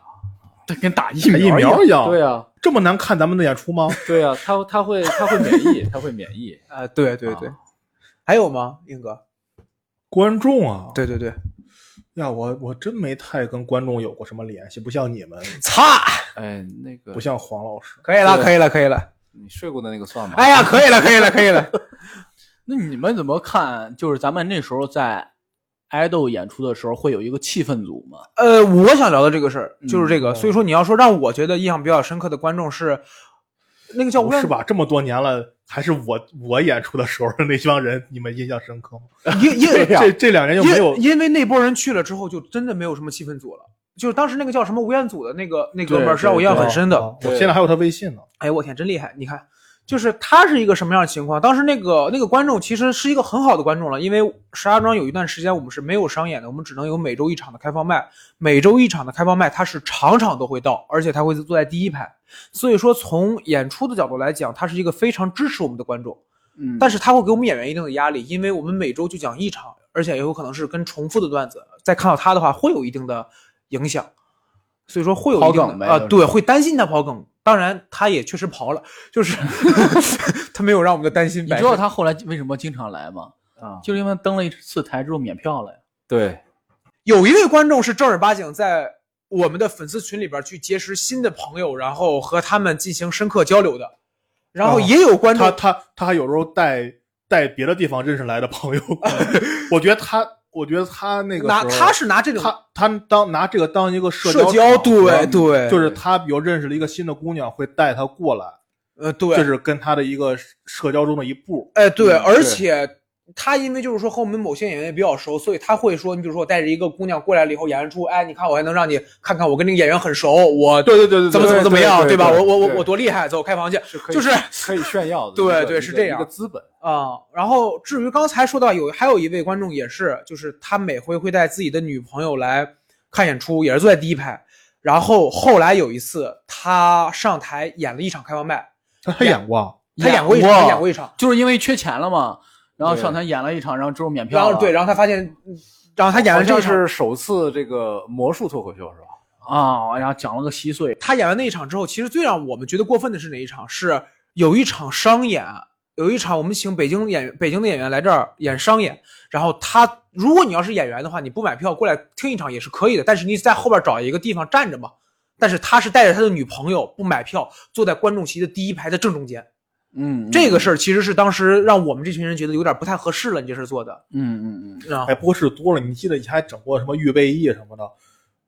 [SPEAKER 5] 跟打疫
[SPEAKER 1] 打疫苗一样，
[SPEAKER 3] 对呀、啊，
[SPEAKER 1] 这么难看咱们的演出吗？
[SPEAKER 3] 对呀、啊，他他会他会免疫，他会免疫，
[SPEAKER 4] 呃，对对对，
[SPEAKER 3] 啊
[SPEAKER 4] 还有吗？硬哥，
[SPEAKER 1] 观众啊，
[SPEAKER 4] 对对对，
[SPEAKER 1] 呀，我我真没太跟观众有过什么联系，不像你们，
[SPEAKER 4] 擦，
[SPEAKER 3] 哎，那个
[SPEAKER 1] 不像黄老师。
[SPEAKER 4] 可以了，
[SPEAKER 3] 对
[SPEAKER 4] 可以了，可以了，
[SPEAKER 3] 你睡过的那个算吗？
[SPEAKER 4] 哎呀，可以了，可以了，可以了。
[SPEAKER 5] 那你们怎么看？就是咱们那时候在爱豆演出的时候，会有一个气氛组吗？
[SPEAKER 4] 呃，我想聊的这个事儿就是这个，
[SPEAKER 1] 嗯
[SPEAKER 4] 所以说你要说让我觉得印象比较深刻的观众是那个叫
[SPEAKER 1] 不
[SPEAKER 4] 吴彦
[SPEAKER 1] 哦是吧？这么多年了，还是我我演出的时候的那帮人，你们印象深刻吗？
[SPEAKER 4] 因因
[SPEAKER 3] 对呀
[SPEAKER 1] 这这两年又没有
[SPEAKER 4] 因因为那波人去了之后，就真的没有什么气氛组了。就是当时那个叫什么吴彦祖的那个那哥们儿，
[SPEAKER 5] 对
[SPEAKER 4] 是让我印象很深的。
[SPEAKER 1] 啊我现在还有他微信呢。
[SPEAKER 4] 哎，我天，真厉害！你看，就是他是一个什么样的情况？当时那个那个观众其实是一个很好的观众了，因为石家庄有一段时间我们是没有商演的，我们只能有每周一场的开放麦。每周一场的开放麦，他是场场都会到，而且他会坐在第一排。所以说，从演出的角度来讲，他是一个非常支持我们的观众。
[SPEAKER 5] 嗯
[SPEAKER 4] 但是他会给我们演员一定的压力，因为我们每周就讲一场，而且也有可能是跟重复的段子。再看到他的话，会有一定的影响，所以说会有
[SPEAKER 5] 跑
[SPEAKER 4] 一定
[SPEAKER 5] 梗呗
[SPEAKER 4] 的啊、
[SPEAKER 5] 就是
[SPEAKER 4] 对，会担心他跑梗。当然，他也确实跑了，就是 他没有让我们的担心
[SPEAKER 5] 你
[SPEAKER 4] 白
[SPEAKER 5] 知
[SPEAKER 4] 费。
[SPEAKER 5] 道他后来为什么经常来吗？
[SPEAKER 3] 啊，
[SPEAKER 5] 就是因为登了一次台之后免票了呀。
[SPEAKER 3] 对，
[SPEAKER 4] 有一位观众是正儿八经在我们的粉丝群里边去结识新的朋友，然后和他们进行深刻交流的。然后
[SPEAKER 1] 哦
[SPEAKER 4] 也有观众，
[SPEAKER 1] 他他他还有时候带带别的地方认识来的朋友， 我觉得他，我觉得他那个
[SPEAKER 4] 拿
[SPEAKER 1] 时候
[SPEAKER 4] 他是拿这种
[SPEAKER 1] 他他当拿这个当一个社
[SPEAKER 4] 社
[SPEAKER 1] 交场
[SPEAKER 4] 对
[SPEAKER 1] 合
[SPEAKER 4] 对，
[SPEAKER 1] 就是他比如认识了一个新的姑娘，会带她过来，
[SPEAKER 4] 呃对，
[SPEAKER 1] 这是跟他的一个社交中的一步。
[SPEAKER 4] 哎，对，
[SPEAKER 3] 嗯
[SPEAKER 4] 而
[SPEAKER 3] 对
[SPEAKER 4] 且他因为就是说和我们某些演员也比较熟，所以他会说，你比如说我带着一个姑娘过来了以后演完出，哎，你看我还能让你看看我跟这个演员很熟，我
[SPEAKER 1] 对对对对
[SPEAKER 4] 怎么怎么怎么样，
[SPEAKER 3] 对对对
[SPEAKER 4] 吧？
[SPEAKER 3] 对
[SPEAKER 4] 我我我
[SPEAKER 3] 对
[SPEAKER 4] 我多厉害，走开房去
[SPEAKER 3] 是可以
[SPEAKER 4] 就是
[SPEAKER 3] 可以炫耀的，
[SPEAKER 4] 对
[SPEAKER 3] 一个
[SPEAKER 4] 对
[SPEAKER 3] 一
[SPEAKER 4] 是
[SPEAKER 3] 个
[SPEAKER 4] 这样
[SPEAKER 3] 一个资本。
[SPEAKER 4] 啊。然后至于刚才说到有还有一位观众也是，就是他每回会带自己的女朋友来看演出，也是坐在第一排。然后后来有一次，他上台演了一场开放麦，
[SPEAKER 1] 他他演过啊，
[SPEAKER 4] 他演过一场，他演过一场，
[SPEAKER 5] 就是因为缺钱了嘛，然后
[SPEAKER 3] 对
[SPEAKER 5] 上台演了一场，然后之后免
[SPEAKER 4] 然
[SPEAKER 5] 票
[SPEAKER 4] 后
[SPEAKER 5] 了。
[SPEAKER 4] 对，然后他发现，嗯然后他演
[SPEAKER 3] 好
[SPEAKER 4] 完这
[SPEAKER 3] 像
[SPEAKER 4] 场
[SPEAKER 3] 是首次这个魔术脱口秀是吧？
[SPEAKER 5] 啊，然后讲了个稀碎，
[SPEAKER 4] 他演完那一场之后，其实最让我们觉得过分的是哪一场？是有一场商演，有一场我们请北京演北京的演员来这儿演商演，然后他如果你要是演员的话，你不买票过来听一场也是可以的，但是你在后边找一个地方站着嘛。但是他是带着他的女朋友不买票，坐在观众席的第一排的正中间。
[SPEAKER 5] 嗯，
[SPEAKER 4] 这个事儿其实是当时让我们这群人觉得有点不太合适了，你这事儿做的。
[SPEAKER 5] 嗯，嗯嗯嗯，
[SPEAKER 4] 啊
[SPEAKER 1] 哎，不过是多了。你记得以前还整过什么预备役什么的，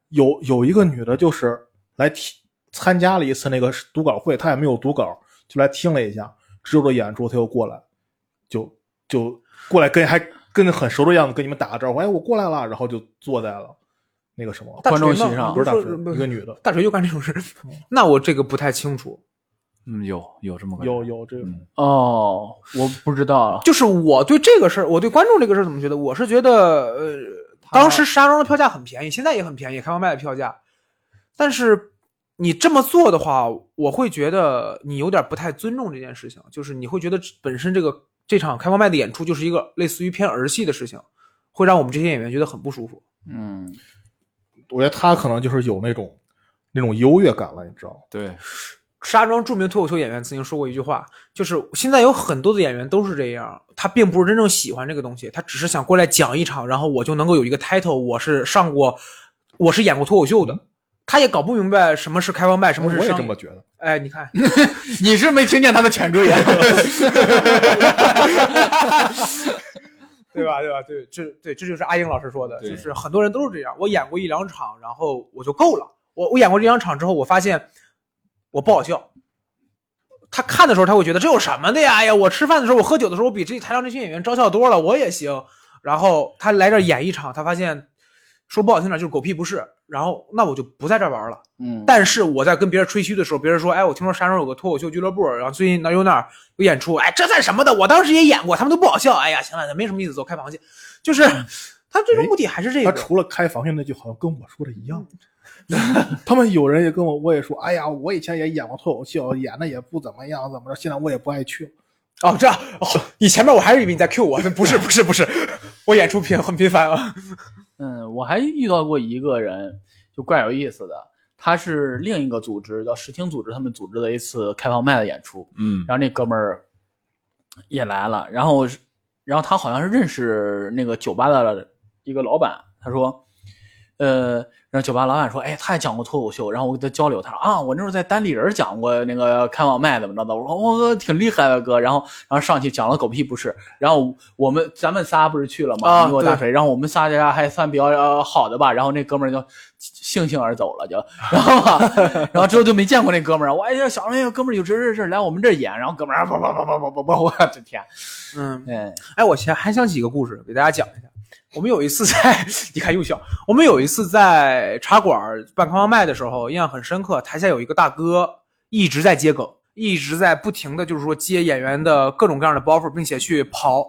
[SPEAKER 1] 有有一个女的，就是来听参加了一次那个读稿会，她也没有读稿，就来听了一下，之后的演出她又过来，就就过来跟还跟着很熟的样子跟你们打个招呼，哎，我过来了，然后就坐在了那个什么，
[SPEAKER 4] 大
[SPEAKER 5] 观众
[SPEAKER 4] 锤吗
[SPEAKER 5] 席上
[SPEAKER 1] 不是大
[SPEAKER 4] 说
[SPEAKER 1] 锤，一个女的，
[SPEAKER 4] 大锤就干这种事儿， 那我这个不太清楚。
[SPEAKER 3] 嗯，有有这么个人
[SPEAKER 1] 有有这个，
[SPEAKER 3] 嗯
[SPEAKER 5] 哦，我不知道，
[SPEAKER 4] 就是我对这个事儿，我对观众这个事儿怎么觉得？我是觉得，呃，当时石家庄的票价很便宜，现在也很便宜，开放麦的票价。但是你这么做的话，我会觉得你有点不太尊重这件事情，就是你会觉得本身这个这场开放麦的演出就是一个类似于偏儿戏的事情，会让我们这些演员觉得很不舒服。
[SPEAKER 5] 嗯，
[SPEAKER 1] 我觉得她可能就是有那种那种优越感了，你知道吗？
[SPEAKER 3] 对
[SPEAKER 4] 石家庄著名脱口秀演员曾经说过一句话，就是现在有很多的演员都是这样，他并不是真正喜欢这个东西，他只是想过来讲一场，然后我就能够有一个 title，我是上过，我是演过脱口秀的。他也搞不明白什么是开放麦，什么
[SPEAKER 1] 嗯我
[SPEAKER 4] 是
[SPEAKER 1] 也
[SPEAKER 4] 商
[SPEAKER 1] 这
[SPEAKER 4] 业
[SPEAKER 1] 么觉得。
[SPEAKER 4] 哎，你看，
[SPEAKER 5] 你是没听见他的前缀呀？
[SPEAKER 4] 对吧？对吧？对，这对这就是阿英老师说的，
[SPEAKER 3] 对
[SPEAKER 4] 就是很多人都是这样。我演过一两场，然后我就够了。我我演过这两场之后，我发现我不好笑。他看的时候他会觉得这有什么的呀？哎呀，我吃饭的时候，我喝酒的时候，我比这台上这些演员招笑多了，我也行。然后他来这儿演一场，他发现说不好听点就是狗屁不是。然后那我就不在这儿玩了。
[SPEAKER 5] 嗯，
[SPEAKER 4] 但是我在跟别人吹嘘的时候，别人说：“哎，我听说山上有个脱口秀俱乐部，然后最近哪儿有哪儿有演出，哎，这算什么的？我当时也演过，他们都不好笑。哎呀，行了，没什么意思，走开房去。”就是他最终目的还是这
[SPEAKER 1] 他
[SPEAKER 4] 个。
[SPEAKER 1] 除了开房去，那就好像跟我说的一样。 他们有人也跟我，我也说，哎呀，我以前也演过脱口秀，演的也不怎么样，怎么着？现在我也不爱去。
[SPEAKER 4] 哦，这样哦，你前面我还是以为你在 Q 我，不是不是不是，我演出频很频繁啊。
[SPEAKER 5] 嗯，我还遇到过一个人，就怪有意思的，他是另一个组织叫视听组织，他们组织的一次开放麦的演出，
[SPEAKER 3] 嗯
[SPEAKER 5] 然后那哥们儿也来了，然后是然后他好像是认识那个酒吧的一个老板，他说，呃，然后酒吧老板说，哎，他也讲过脱口秀，然后我跟他交流，他说啊，我那时候在单立人讲过那个开放麦怎么着的，我说我、哦、挺厉害的哥，然后然后上去讲了狗屁不是，然后我们咱们仨不是去了吗？
[SPEAKER 4] 啊
[SPEAKER 5] 你我大
[SPEAKER 4] 对
[SPEAKER 5] 锤，然后我们仨家还算比较、呃好的吧，然后那哥们儿就悻悻而走 了，就然后吧然后之后就没见过那哥们儿，我哎呀想着那个哥们儿有这这这来我们这儿演，然后哥们儿啊叭叭叭叭叭叭叭，我的天，
[SPEAKER 4] 嗯，
[SPEAKER 5] 哎，
[SPEAKER 4] 哎，我前还想起一个故事给大家讲一下。我们有一次在， 你看又笑。我们有一次在茶馆儿办开放麦的时候，印象很深刻。台下有一个大哥一直在接梗，一直在不停的就是说接演员的各种各样的包袱，并且去刨。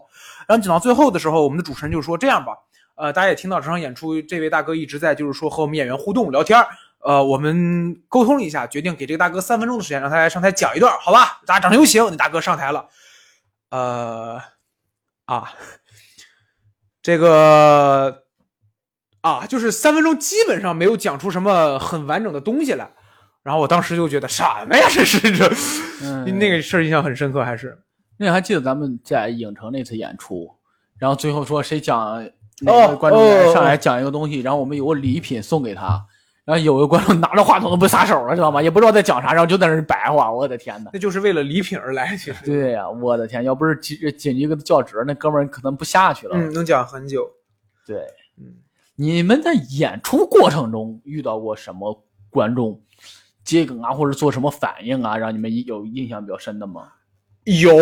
[SPEAKER 4] 然后讲到最后的时候，我们的主持人就说：“这样吧，呃，大家也听到这场演出，这位大哥一直在就是说和我们演员互动聊天儿。呃，我们沟通了一下，决定给这个大哥三分钟的时间，让他来上台讲一段儿，好吧？大家掌声有请，那大哥上台了。呃，啊，这个啊，就是三分钟基本上没有讲出什么很完整的东西来。然后我当时就觉得什么呀，这是这，
[SPEAKER 5] 嗯
[SPEAKER 4] 那个事儿印象很深刻，还是
[SPEAKER 5] 那还记得咱们在影城那次演出，然后
[SPEAKER 4] 哦
[SPEAKER 5] 最后说谁讲哪个观众演员上来讲一个东西，然后我们有个礼品送给他，然后有个观众拿着话筒都不撒手了，知道吗？也不知道在讲啥，然后就在那儿白话，我的天呐。
[SPEAKER 4] 那就是为了礼品而来，其实。
[SPEAKER 5] 对呀、我的天，要不是紧紧急给他叫职，那哥们儿可能不下去 了。
[SPEAKER 4] 嗯，能讲很久。
[SPEAKER 5] 对，
[SPEAKER 4] 嗯，
[SPEAKER 5] 你们在演出过程中遇到过什么观众接梗啊，或者做什么反应啊，让你们有印象比较深的吗？
[SPEAKER 4] 有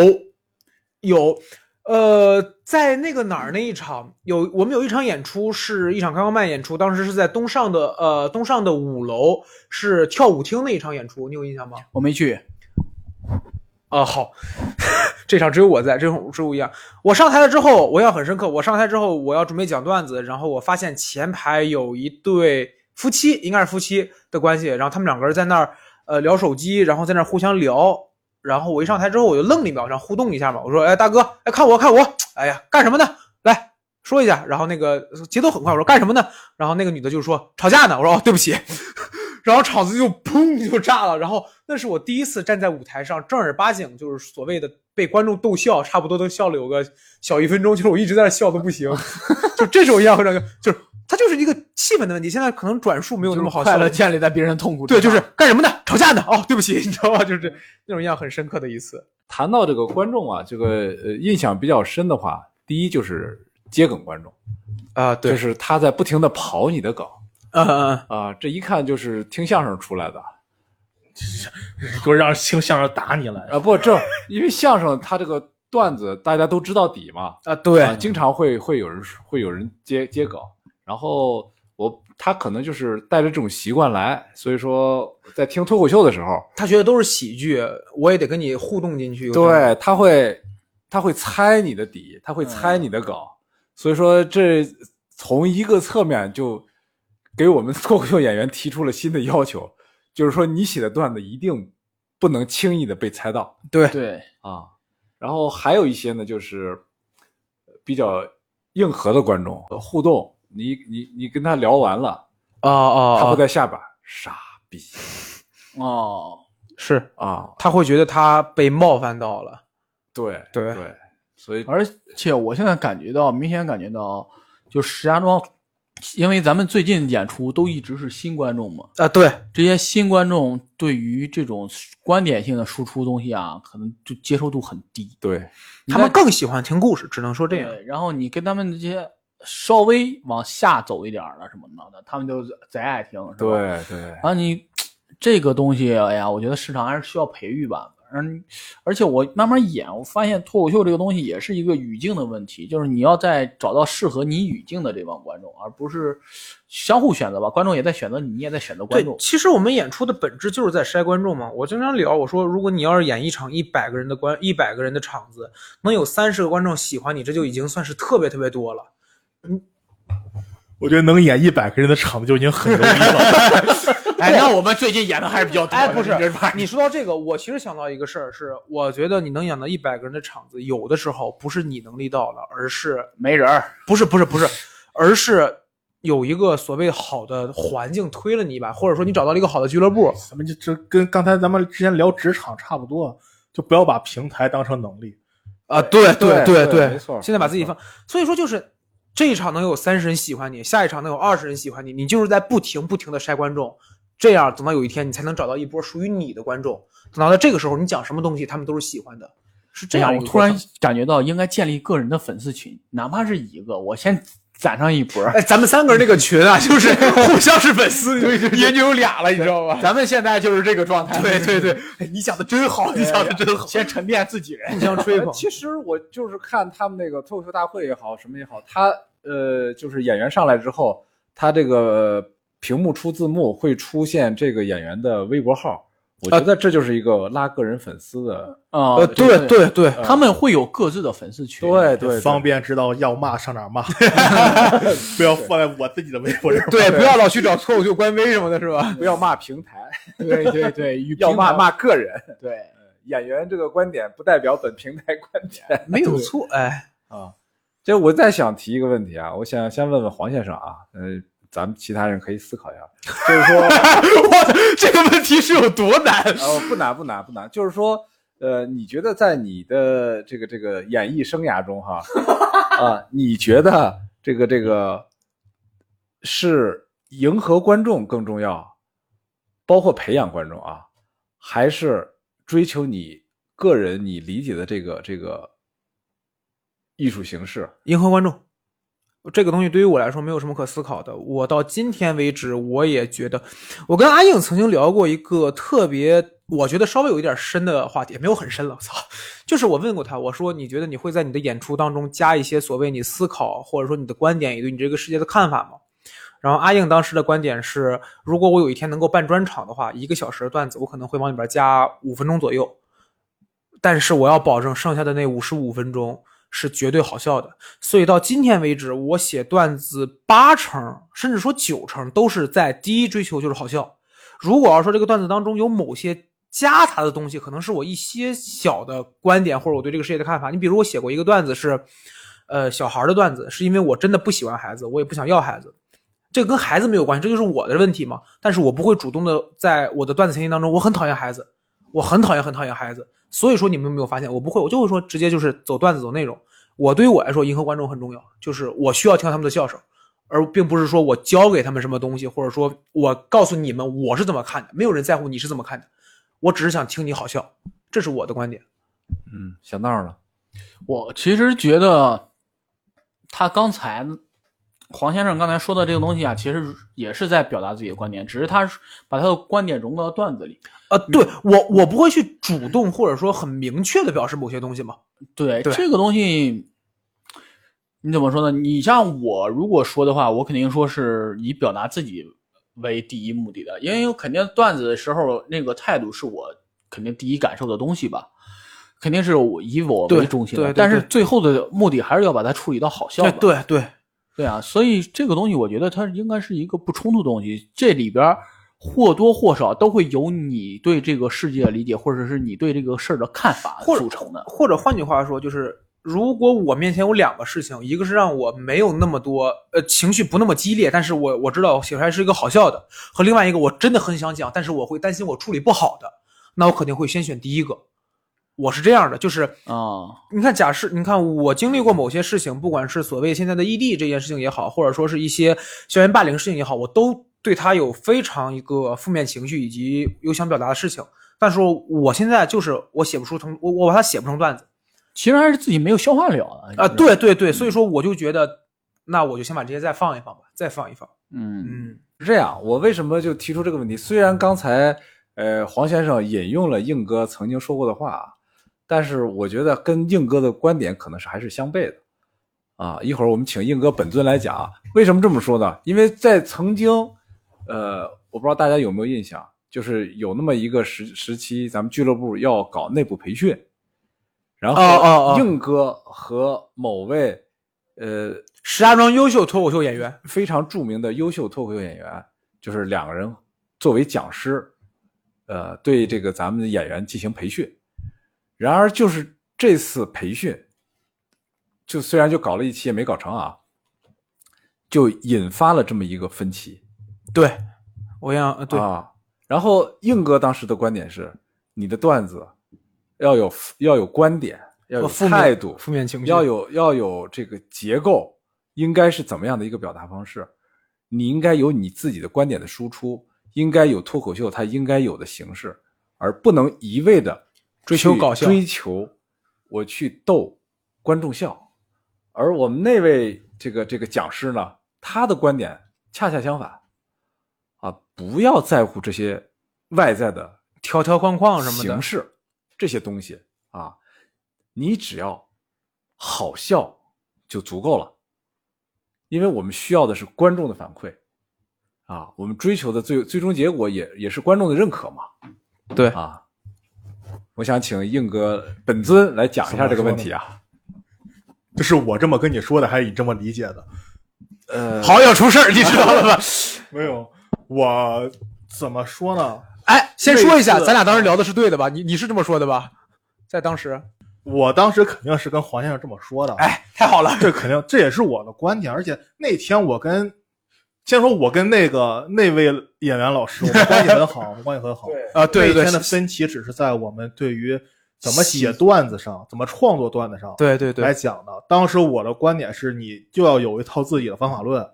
[SPEAKER 4] 有，呃，在那个哪儿那一场有我们有一场演出是一场开放麦演出，当时是在东上的呃东上的五楼是跳舞厅那一场演出，你有印象吗？
[SPEAKER 5] 我没去，
[SPEAKER 4] 啊、好， 这场只有我在，这场只有我一样。我上台了之后，我要很深刻。我上台之后，我要准备讲段子，然后我发现前排有一对夫妻，应该是夫妻的关系，然后他们两个人在那儿呃聊手机，然后在那儿互相聊。然后我一上台之后，我就愣了一秒，想互动一下嘛。我说：“哎，大哥，哎，看我，看我，哎呀，干什么呢？来说一下。”然后那个节奏很快，我说：“干什么呢？”然后那个女的就说：“吵架呢。”我说：“哦，对不起。” 然后场子就砰就炸了。然后那是我第一次站在舞台上正儿八经，就是所谓的被观众逗笑，差不多都笑了有个小一分钟，就是我一直在那笑的不行。 就这种样会让就是它就是一个气氛的问题。现在可能转述没有那么好
[SPEAKER 5] 快
[SPEAKER 4] 笑
[SPEAKER 5] 乐建立在别人的痛苦之
[SPEAKER 4] 对，
[SPEAKER 5] 上。
[SPEAKER 4] 就是干什 么呢？吵架呢？哦，对不起， 你知道吧？就是这那种印象很深刻的一次。
[SPEAKER 3] 谈到这个观众啊，这个呃印象比较深的话，第一就是接梗观众，
[SPEAKER 4] 啊，
[SPEAKER 3] 就
[SPEAKER 4] 对，
[SPEAKER 3] 是他在不停的刨你的梗
[SPEAKER 4] 嗯嗯，
[SPEAKER 3] 啊、这一看就是听相声出来的啊、
[SPEAKER 1] 给我让听相声打你来。
[SPEAKER 3] 啊不，这因为相声它这个段子大家都知道底嘛，
[SPEAKER 4] 啊，对
[SPEAKER 3] 啊，经常会会有人会有人接接梗，然后我他可能就是带着这种习惯来，所以说在听脱口秀的时候，
[SPEAKER 4] 他学的都是喜剧，我也得跟你互动进去。，
[SPEAKER 3] 对他会他会猜你的底，他会猜你的梗，所以说这从一个侧面就给我们 脱口秀演员提出了新的要求，就是说你写的段子一定不能轻易的被猜到。
[SPEAKER 5] 对，
[SPEAKER 3] 啊，然后还有一些呢，就是呃比较硬核的观众呃互动，你你你跟他聊完了，
[SPEAKER 4] 啊啊，
[SPEAKER 3] 他会
[SPEAKER 4] 啊
[SPEAKER 3] 在下边、哦傻逼
[SPEAKER 5] 哦，
[SPEAKER 4] 是
[SPEAKER 3] 啊，
[SPEAKER 4] 他会觉得他被冒犯到了。
[SPEAKER 3] 对
[SPEAKER 4] 对
[SPEAKER 3] 对，所以
[SPEAKER 5] 而且我现在感觉到，明显感觉到，就石家庄，因为咱们最近演出都一直是新观众嘛，
[SPEAKER 4] 啊，对，
[SPEAKER 5] 这些新观众对于这种观点性的输出东西啊，可能就接受度很低。
[SPEAKER 3] 对
[SPEAKER 5] 你
[SPEAKER 4] 他
[SPEAKER 5] 在
[SPEAKER 4] 们更喜欢听故事，只能说这样。
[SPEAKER 5] 对，然后你跟他们这些稍微往下走一点儿了什么的，他们就贼爱听，是
[SPEAKER 3] 对
[SPEAKER 5] 吧？
[SPEAKER 3] 对，
[SPEAKER 5] 然后啊你这个东西，哎呀，我觉得市场还是需要培育吧。嗯，而且我慢慢演，我发现脱口秀这个东西也是一个语境的问题，就是你要再找到适合你语境的这帮观众，而不是相互选择吧。观众也在选择你，你也在选择观
[SPEAKER 4] 对
[SPEAKER 5] 众，。
[SPEAKER 4] 其实我们演出的本质就是在筛观众嘛。我经常聊，我说如果你要是演一场一百个人的观一百个人的场子，能有三十个观众喜欢你，这就已经算是特别特别多了。
[SPEAKER 1] 我觉得能演一百个人的场子就已经很容易 了。
[SPEAKER 5] 哎，那我们最近演的还是比较多的。
[SPEAKER 4] 哎，不是
[SPEAKER 5] 你这，
[SPEAKER 4] 你说到这个，我其实想到一个事儿，是我觉得你能演到一百个人的场子，有的时候不是你能力到了，而是
[SPEAKER 5] 没人儿，
[SPEAKER 4] 不是不是不是，而是有一个所谓好的环境推了你一把，或者说你找到了一个好的俱乐部。
[SPEAKER 1] 咱们就这跟刚才咱们之前聊职场差不多，就不要把平台当成能力。
[SPEAKER 4] 啊，对
[SPEAKER 3] 嗯对
[SPEAKER 4] 对
[SPEAKER 3] 对没错
[SPEAKER 4] 现在把
[SPEAKER 3] 没
[SPEAKER 4] 自己
[SPEAKER 3] 错。
[SPEAKER 4] 放，所以说就是这一场能有三十人喜欢你，下一场能有二十人喜欢你，你就是在不停不停的筛观众，这样等到有一天你才能找到一波属于你的观众，等到了这个时候你讲什么东西他们都是喜欢的，是这样
[SPEAKER 5] 哎
[SPEAKER 4] 一
[SPEAKER 5] 呀
[SPEAKER 4] 个
[SPEAKER 5] 我
[SPEAKER 4] 过程。
[SPEAKER 5] 突然感觉到应该建立个人的粉丝群，哪怕是一个，我先攒上一波。
[SPEAKER 4] 哎，咱们三个人那个群 啊，就是互相是粉丝，你也就有俩了，你知道吧？
[SPEAKER 5] 咱们现在就是这个状态。
[SPEAKER 4] 对对对，哎你讲的真好，你讲的真好，
[SPEAKER 5] 先沉淀自己人。
[SPEAKER 4] 互相吹捧
[SPEAKER 3] 呃其实我就是看他们那个脱口秀大会也好，什么也好，他呃，就是演员上来之后，他这个屏幕出字幕会出现这个演员的微博号，我觉得这就是一个拉个人粉丝的，
[SPEAKER 5] 啊、
[SPEAKER 4] 呃，对对对，
[SPEAKER 5] 他们会有各自的粉丝群。
[SPEAKER 3] 对对，
[SPEAKER 1] 方便知道要骂上哪 儿骂，不要放在我自己的微博 上。
[SPEAKER 4] 对，不要老去找脱口秀官微什么的，是吧？
[SPEAKER 3] 不要骂平台。
[SPEAKER 5] 对对 对，与
[SPEAKER 3] 要
[SPEAKER 5] 平
[SPEAKER 3] 骂
[SPEAKER 5] 台
[SPEAKER 3] 骂个人，
[SPEAKER 5] 对，
[SPEAKER 3] 演员这个观点不代表本平台观点
[SPEAKER 4] 没有错，哎，
[SPEAKER 3] 啊。这我再想提一个问题啊，我想先问问黄先生啊，呃，咱们其他人可以思考一下，啊就是说，
[SPEAKER 4] 这个问题是有多难？啊
[SPEAKER 3] 呃，不难不难不难，就是说，呃，你觉得在你的这个这个演艺生涯中哈，啊、你觉得这个这个是迎合观众更重要，包括培养观众啊，还是追求你个人你理解的这个这个艺术形式？
[SPEAKER 4] 迎合观众。这个东西对于我来说没有什么可思考的。我到今天为止，我也觉得，我跟阿颖曾经聊过一个特别，我觉得稍微有一点深的话题，也没有很深了。我 操，就是我问过他，我说你觉得你会在你的演出当中加一些所谓你思考或者说你的观点，也对你这个世界的看法吗？然后阿颖当时的观点是，如果我有一天能够办专场的话，一个小时的段子，我可能会往里边加五分钟左右，但是我要保证剩下的那五十五分钟是绝对好笑的。所以到今天为止，我写段子八成甚至说九成都是在第一追求就是好笑。如果要说这个段子当中有某些夹杂的东西，可能是我一些小的观点或者我对这个世界的看法。你比如我写过一个段子是，呃，小孩儿的段子，是因为我真的不喜欢孩子，我也不想要孩子。这个跟孩子没有关系，这就是我的问题嘛。但是我不会主动的在我的段子情节当中，我很讨厌孩子，我很讨厌很讨厌孩子。所以说你们有没有发现，我不会，我就会说直接就是走段子走内容。我对于我来说，迎合观众很重要，就是我需要听到他们的笑声，而并不是说我教给他们什么东西，或者说我告诉你们我是怎么看的，没有人在乎你是怎么看的，我只是想听你好笑，这是我的观点。
[SPEAKER 6] 嗯，想到了，
[SPEAKER 5] 我其实觉得他刚才黄先生刚才说的这个东西啊，其实也是在表达自己的观点，只是他是把他的观点融到段子里。
[SPEAKER 4] 呃，对我我不会去主动或者说很明确的表示某些东西嘛。
[SPEAKER 5] 对
[SPEAKER 4] 对
[SPEAKER 5] 这个东西，你怎么说呢？你像我如果说的话，我肯定说是以表达自己为第一目的的，因为我肯定段子的时候那个态度是我肯定第一感受的东西吧，肯定是我以我为
[SPEAKER 4] 对
[SPEAKER 5] 中心的。
[SPEAKER 4] 对对
[SPEAKER 5] 但是
[SPEAKER 4] 对
[SPEAKER 5] 最后的目的还是要把它处理到好笑
[SPEAKER 4] 对
[SPEAKER 5] 吧。
[SPEAKER 4] 对对，
[SPEAKER 5] 对啊，所以这个东西我觉得它应该是一个不冲突的东西，这里边儿或多或少都会有你对这个世界的理解，或者是你对这个事儿的看法
[SPEAKER 4] 或者
[SPEAKER 5] 组成的。
[SPEAKER 4] 或者换句话说，就是如果我面前有两个事情，一个是让我没有那么多呃情绪不那么激烈，但是我我知道写出来是一个好笑的，和另外一个我真的很想讲，但是我会担心我处理不好的，那我肯定会先选第一个。我是这样的，就是
[SPEAKER 5] 啊、
[SPEAKER 4] 你看，假设你看我经历过某些事情，不管是所谓现在的异地这件事情也好，或者说是一些校园霸凌事情也好，我都对他有非常一个负面情绪以及有想表达的事情。但是我现在就是我写不出成，我我把它写不成段子
[SPEAKER 5] 其实还是自己没有消化了的
[SPEAKER 4] 啊、对对对，所以说我就觉得，那我就先把这些再放一放吧，再放一放。
[SPEAKER 5] 嗯，
[SPEAKER 4] 嗯，
[SPEAKER 3] 是这样，我为什么就提出这个问题？虽然刚才呃黄先生引用了硬哥曾经说过的话啊，但是我觉得跟硬哥的观点可能是还是相悖的啊。一会儿我们请硬哥本尊来讲啊，为什么这么说呢？因为在曾经，呃，我不知道大家有没有印象，就是有那么一个时时期，咱们俱乐部要搞内部培训，然后
[SPEAKER 4] 哦哦哦
[SPEAKER 3] 硬哥和某位呃
[SPEAKER 4] 石家庄优秀脱口秀演员，
[SPEAKER 3] 非常著名的优秀脱口秀演员，就是两个人作为讲师，呃，对这个咱们的演员进行培训。然而，就是这次培训，就虽然就搞了一期也没搞成啊，就引发了这么一个分歧
[SPEAKER 4] 对，我想呃对、
[SPEAKER 3] 啊。然后硬哥当时的观点是，你的段子要有要有观点，要有
[SPEAKER 4] 负面
[SPEAKER 3] 态度，
[SPEAKER 4] 负面情绪
[SPEAKER 3] 要有要有这个结构，应该是怎么样的一个表达方式？你应该有你自己的观点的输出，应该有脱口秀它应该有的形式，而不能一味的
[SPEAKER 4] 追求搞笑
[SPEAKER 3] 追求我去逗观众笑。而我们那位这个这个讲师呢，他的观点恰恰相反，啊，不要在乎这些外在的
[SPEAKER 4] 条条框框什么的
[SPEAKER 3] 形，式这些东西啊，你只要好笑就足够了，因为我们需要的是观众的反馈啊，我们追求的最最终结果也也是观众的认可嘛
[SPEAKER 4] 对
[SPEAKER 3] 啊。我想请硬哥本尊来讲一下这个问题啊，
[SPEAKER 1] 这是我这么跟你说的，还是你这么理解的？
[SPEAKER 3] 呃，
[SPEAKER 4] 好友出事儿，你知道了吧？
[SPEAKER 1] 没有，我怎么说呢？
[SPEAKER 4] 哎，先说一下，
[SPEAKER 1] 类似
[SPEAKER 4] 咱俩当时聊的是对的吧？你你是这么说的吧？在当时，
[SPEAKER 1] 我当时肯定是跟黄先生这么说的，
[SPEAKER 4] 哎，太好 了，
[SPEAKER 1] 这肯定这也是我的观点。而且那天我跟先说，我跟那个那位演员老师，我们关系很好，我 们关系很好。
[SPEAKER 4] 啊，对
[SPEAKER 1] 那
[SPEAKER 4] 对
[SPEAKER 1] 天的
[SPEAKER 4] 对，
[SPEAKER 1] 分歧只是在我们对于怎么写段子上、怎么创作段子上
[SPEAKER 4] 对对
[SPEAKER 1] 来
[SPEAKER 4] 对，
[SPEAKER 1] 讲的。当时我的观点是，你就要有一套自己的方法论，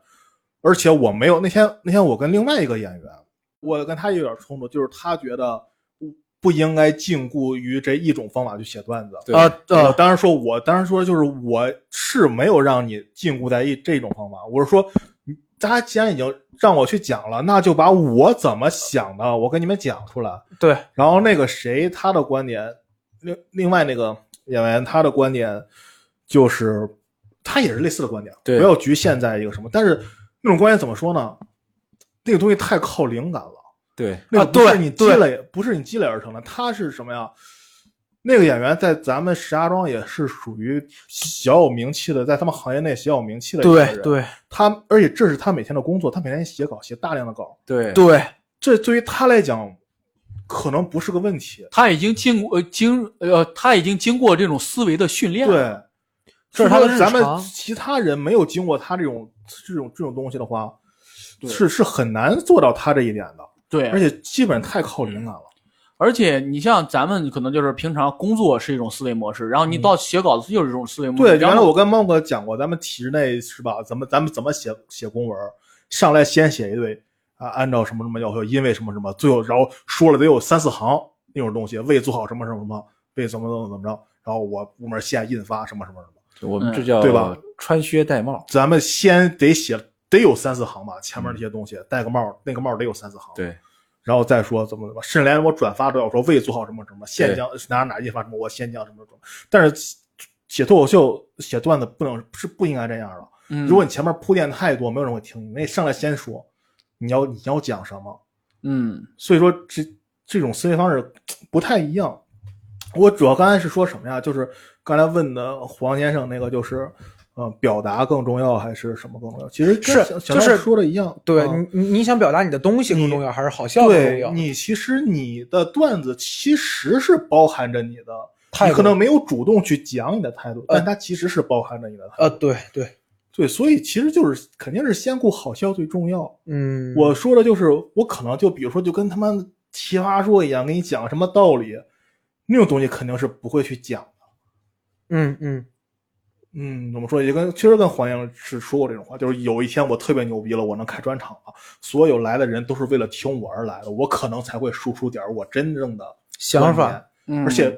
[SPEAKER 1] 而且我没有那天那天我跟另外一个演员，我跟他有点冲突，就是他觉得不不应该禁锢于这一种方法去写段子。
[SPEAKER 6] 对
[SPEAKER 5] 啊
[SPEAKER 1] 我
[SPEAKER 5] 呃，
[SPEAKER 1] 当然说我，当然说就是我是没有让你禁锢在一这种方法，我是说，你大家既然已经让我去讲了，那就把我怎么想的我跟你们讲出来。
[SPEAKER 4] 对，
[SPEAKER 1] 然后那个谁他的观点，另另外那个演员他的观点就是他也是类似的观点，
[SPEAKER 6] 对
[SPEAKER 1] 不要局限在一个什么，但是那种观点怎么说呢？那个东西太靠灵感了。
[SPEAKER 6] 对
[SPEAKER 1] 那个不
[SPEAKER 4] 啊对
[SPEAKER 1] 是你积
[SPEAKER 4] 对
[SPEAKER 1] 累，不是你积累而成的，他是什么呀？那个演员在咱们石家庄也是属于小有名气的，在他们行业内小有名气的一个
[SPEAKER 4] 对
[SPEAKER 1] 人。
[SPEAKER 4] 对
[SPEAKER 1] 他而且这是他每天的工作，他每天写稿，写大量的稿，
[SPEAKER 6] 对
[SPEAKER 4] 对，
[SPEAKER 1] 这对于他来讲可能不是个问题。
[SPEAKER 5] 他已经经过呃经呃，他已经经过这种思维的训练。，
[SPEAKER 1] 对，
[SPEAKER 4] 这是他的
[SPEAKER 1] 所以
[SPEAKER 4] 日
[SPEAKER 1] 说咱
[SPEAKER 4] 常
[SPEAKER 1] 们其他人没有经过他这种这种这种东西的话，是是很难做到他这一点的，
[SPEAKER 5] 对，
[SPEAKER 1] 而且基本太靠灵感了。
[SPEAKER 5] 而且你像咱们可能就是平常工作是一种思维模式，然后你到写稿子又是一种思维模
[SPEAKER 1] 嗯
[SPEAKER 5] 式。
[SPEAKER 1] 对，
[SPEAKER 5] 然
[SPEAKER 1] 原
[SPEAKER 5] 后
[SPEAKER 1] 来我跟猫哥讲过，咱们体制内是吧？咱们咱们怎么写写公文儿？上来先写一堆啊，按照什么什么要求，因为什么什么，最后然后说了得有三四行那种东西，为做好什么什么什么，为怎么怎么怎么着，然后我部门现印发什么什么什么，
[SPEAKER 6] 我们这叫
[SPEAKER 1] 对吧？
[SPEAKER 6] 穿靴戴帽，
[SPEAKER 1] 咱们先得写得有三四行吧，前面那些东西，戴个帽儿，那个帽儿得有三四行，，
[SPEAKER 6] 嗯对
[SPEAKER 1] 然后再说怎么怎么，甚至连我转发都要说为做好什么什么，现
[SPEAKER 6] 对
[SPEAKER 1] 将哪哪印发什么，我先将什么什么，但是写脱口秀写段子不能是不应该这样的。
[SPEAKER 5] 嗯，
[SPEAKER 1] 如果你前面铺垫太多，没有人会听你。那上来先说你要你要讲什么，
[SPEAKER 5] 嗯
[SPEAKER 1] 所以说这这种思维方式不太一样。我主要刚才是说什么呀？就是刚才问的黄先生那个，就是呃，表达更重要还是什么更重要？其实跟
[SPEAKER 4] 是
[SPEAKER 1] 小
[SPEAKER 4] 就
[SPEAKER 1] 小
[SPEAKER 4] 是
[SPEAKER 1] 亮说的一样，
[SPEAKER 4] 对
[SPEAKER 1] 啊
[SPEAKER 4] 你你你想表达你的东西更重要，还是好笑更重
[SPEAKER 1] 对
[SPEAKER 4] 要？
[SPEAKER 1] 你其实你的段子其实是包含着你的
[SPEAKER 4] 态度
[SPEAKER 1] 你可能没有主动去讲你的态度，但它其实是包含着你的态度。
[SPEAKER 4] 呃，对对，
[SPEAKER 1] 对，所以其实就是肯定是先顾好笑最重要。
[SPEAKER 4] 嗯，
[SPEAKER 1] 我说的就是，我可能就比如说，就跟他们奇葩说一样，给你讲什么道理，那种东西肯定是不会去讲的。
[SPEAKER 4] 嗯嗯
[SPEAKER 1] 嗯，怎么说？也跟其实跟黄洋是说过这种话，就是有一天我特别牛逼了，我能开专场了，所有来的人都是为了听我而来的，我可能才会输出点儿我真正的
[SPEAKER 4] 想
[SPEAKER 1] 观
[SPEAKER 4] 法
[SPEAKER 1] 点
[SPEAKER 5] 嗯，
[SPEAKER 1] 而且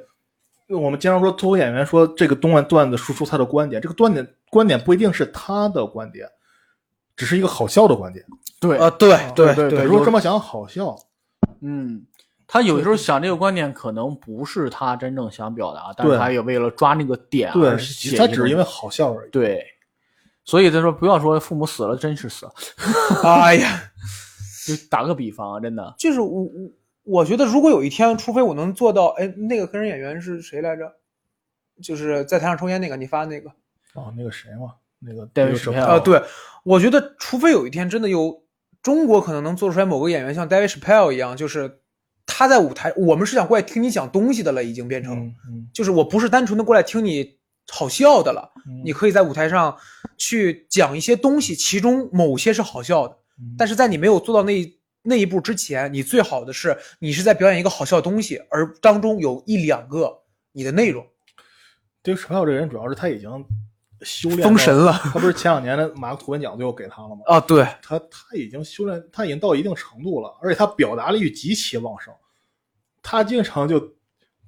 [SPEAKER 1] 我们经常说脱口演员说这个东段段子输出他的观点，这个观点观点不一定是他的观点，只是一个好笑的观点。
[SPEAKER 5] 对
[SPEAKER 4] 啊，对对
[SPEAKER 5] 对
[SPEAKER 1] 比
[SPEAKER 4] 对，
[SPEAKER 1] 如说这么想好笑，
[SPEAKER 5] 嗯，他有时候想这个观点可能不是他真正想表达，但是
[SPEAKER 1] 对
[SPEAKER 5] 他也为了抓那个点
[SPEAKER 1] 对
[SPEAKER 5] 而写，一
[SPEAKER 1] 他
[SPEAKER 5] 个。
[SPEAKER 1] 只是因为好笑而已。
[SPEAKER 5] 对，所以他说不要说父母死了真是死了，
[SPEAKER 4] 哎呀，
[SPEAKER 5] 就打个比方啊，真 的，
[SPEAKER 4] 就是我我我觉得如果有一天，除非我能做到，哎，那个跟人演员是谁来着？就是在台上抽烟那个，你发那个
[SPEAKER 1] 哦，那个谁嘛，那个
[SPEAKER 5] 戴维
[SPEAKER 1] 那个
[SPEAKER 5] 史
[SPEAKER 1] 什么
[SPEAKER 5] 派
[SPEAKER 1] 啊
[SPEAKER 5] 尔
[SPEAKER 4] 啊，对，我觉得除非有一天真的有中国可能能做出来某个演员像 David Chappelle 一样，就是他在舞台，我们是想过来听你讲东西的了，已经变成。
[SPEAKER 1] 嗯嗯，
[SPEAKER 4] 就是我不是单纯的过来听你好笑的了，
[SPEAKER 1] 嗯
[SPEAKER 4] 你可以在舞台上去讲一些东西，其中某些是好笑的，但
[SPEAKER 1] 是
[SPEAKER 4] 是在你没有做到那一那一步之前，你最好的是你是在表演一个好笑的东西，而当中有一两个你的内容。
[SPEAKER 1] 对史派尔这个人主要是他已经修炼
[SPEAKER 4] 封神
[SPEAKER 1] 到
[SPEAKER 4] 了
[SPEAKER 1] 他不是前两年的马克吐温奖最后给他了吗？
[SPEAKER 4] 啊，对，
[SPEAKER 1] 他他已经修炼，他已经到一定程度了，而且他表达力极其旺盛。他经常就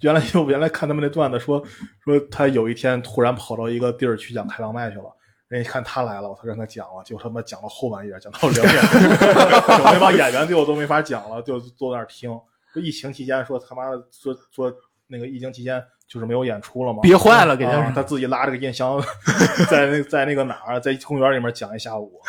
[SPEAKER 1] 原来就原来看他们那段子说说他有一天突然跑到一个地儿去讲开放麦去了。人家一看他来了，我才让他讲了，结果他妈讲到后半夜，讲到两点，整 那帮演员最后都没法讲了，就坐那儿听。说疫情期间说他妈的说说那个疫情期间就是没有演出了嘛，
[SPEAKER 5] 憋坏了给他
[SPEAKER 1] 啊他自己拉着个音箱， 在那在那个哪儿，在公园里面讲一下午，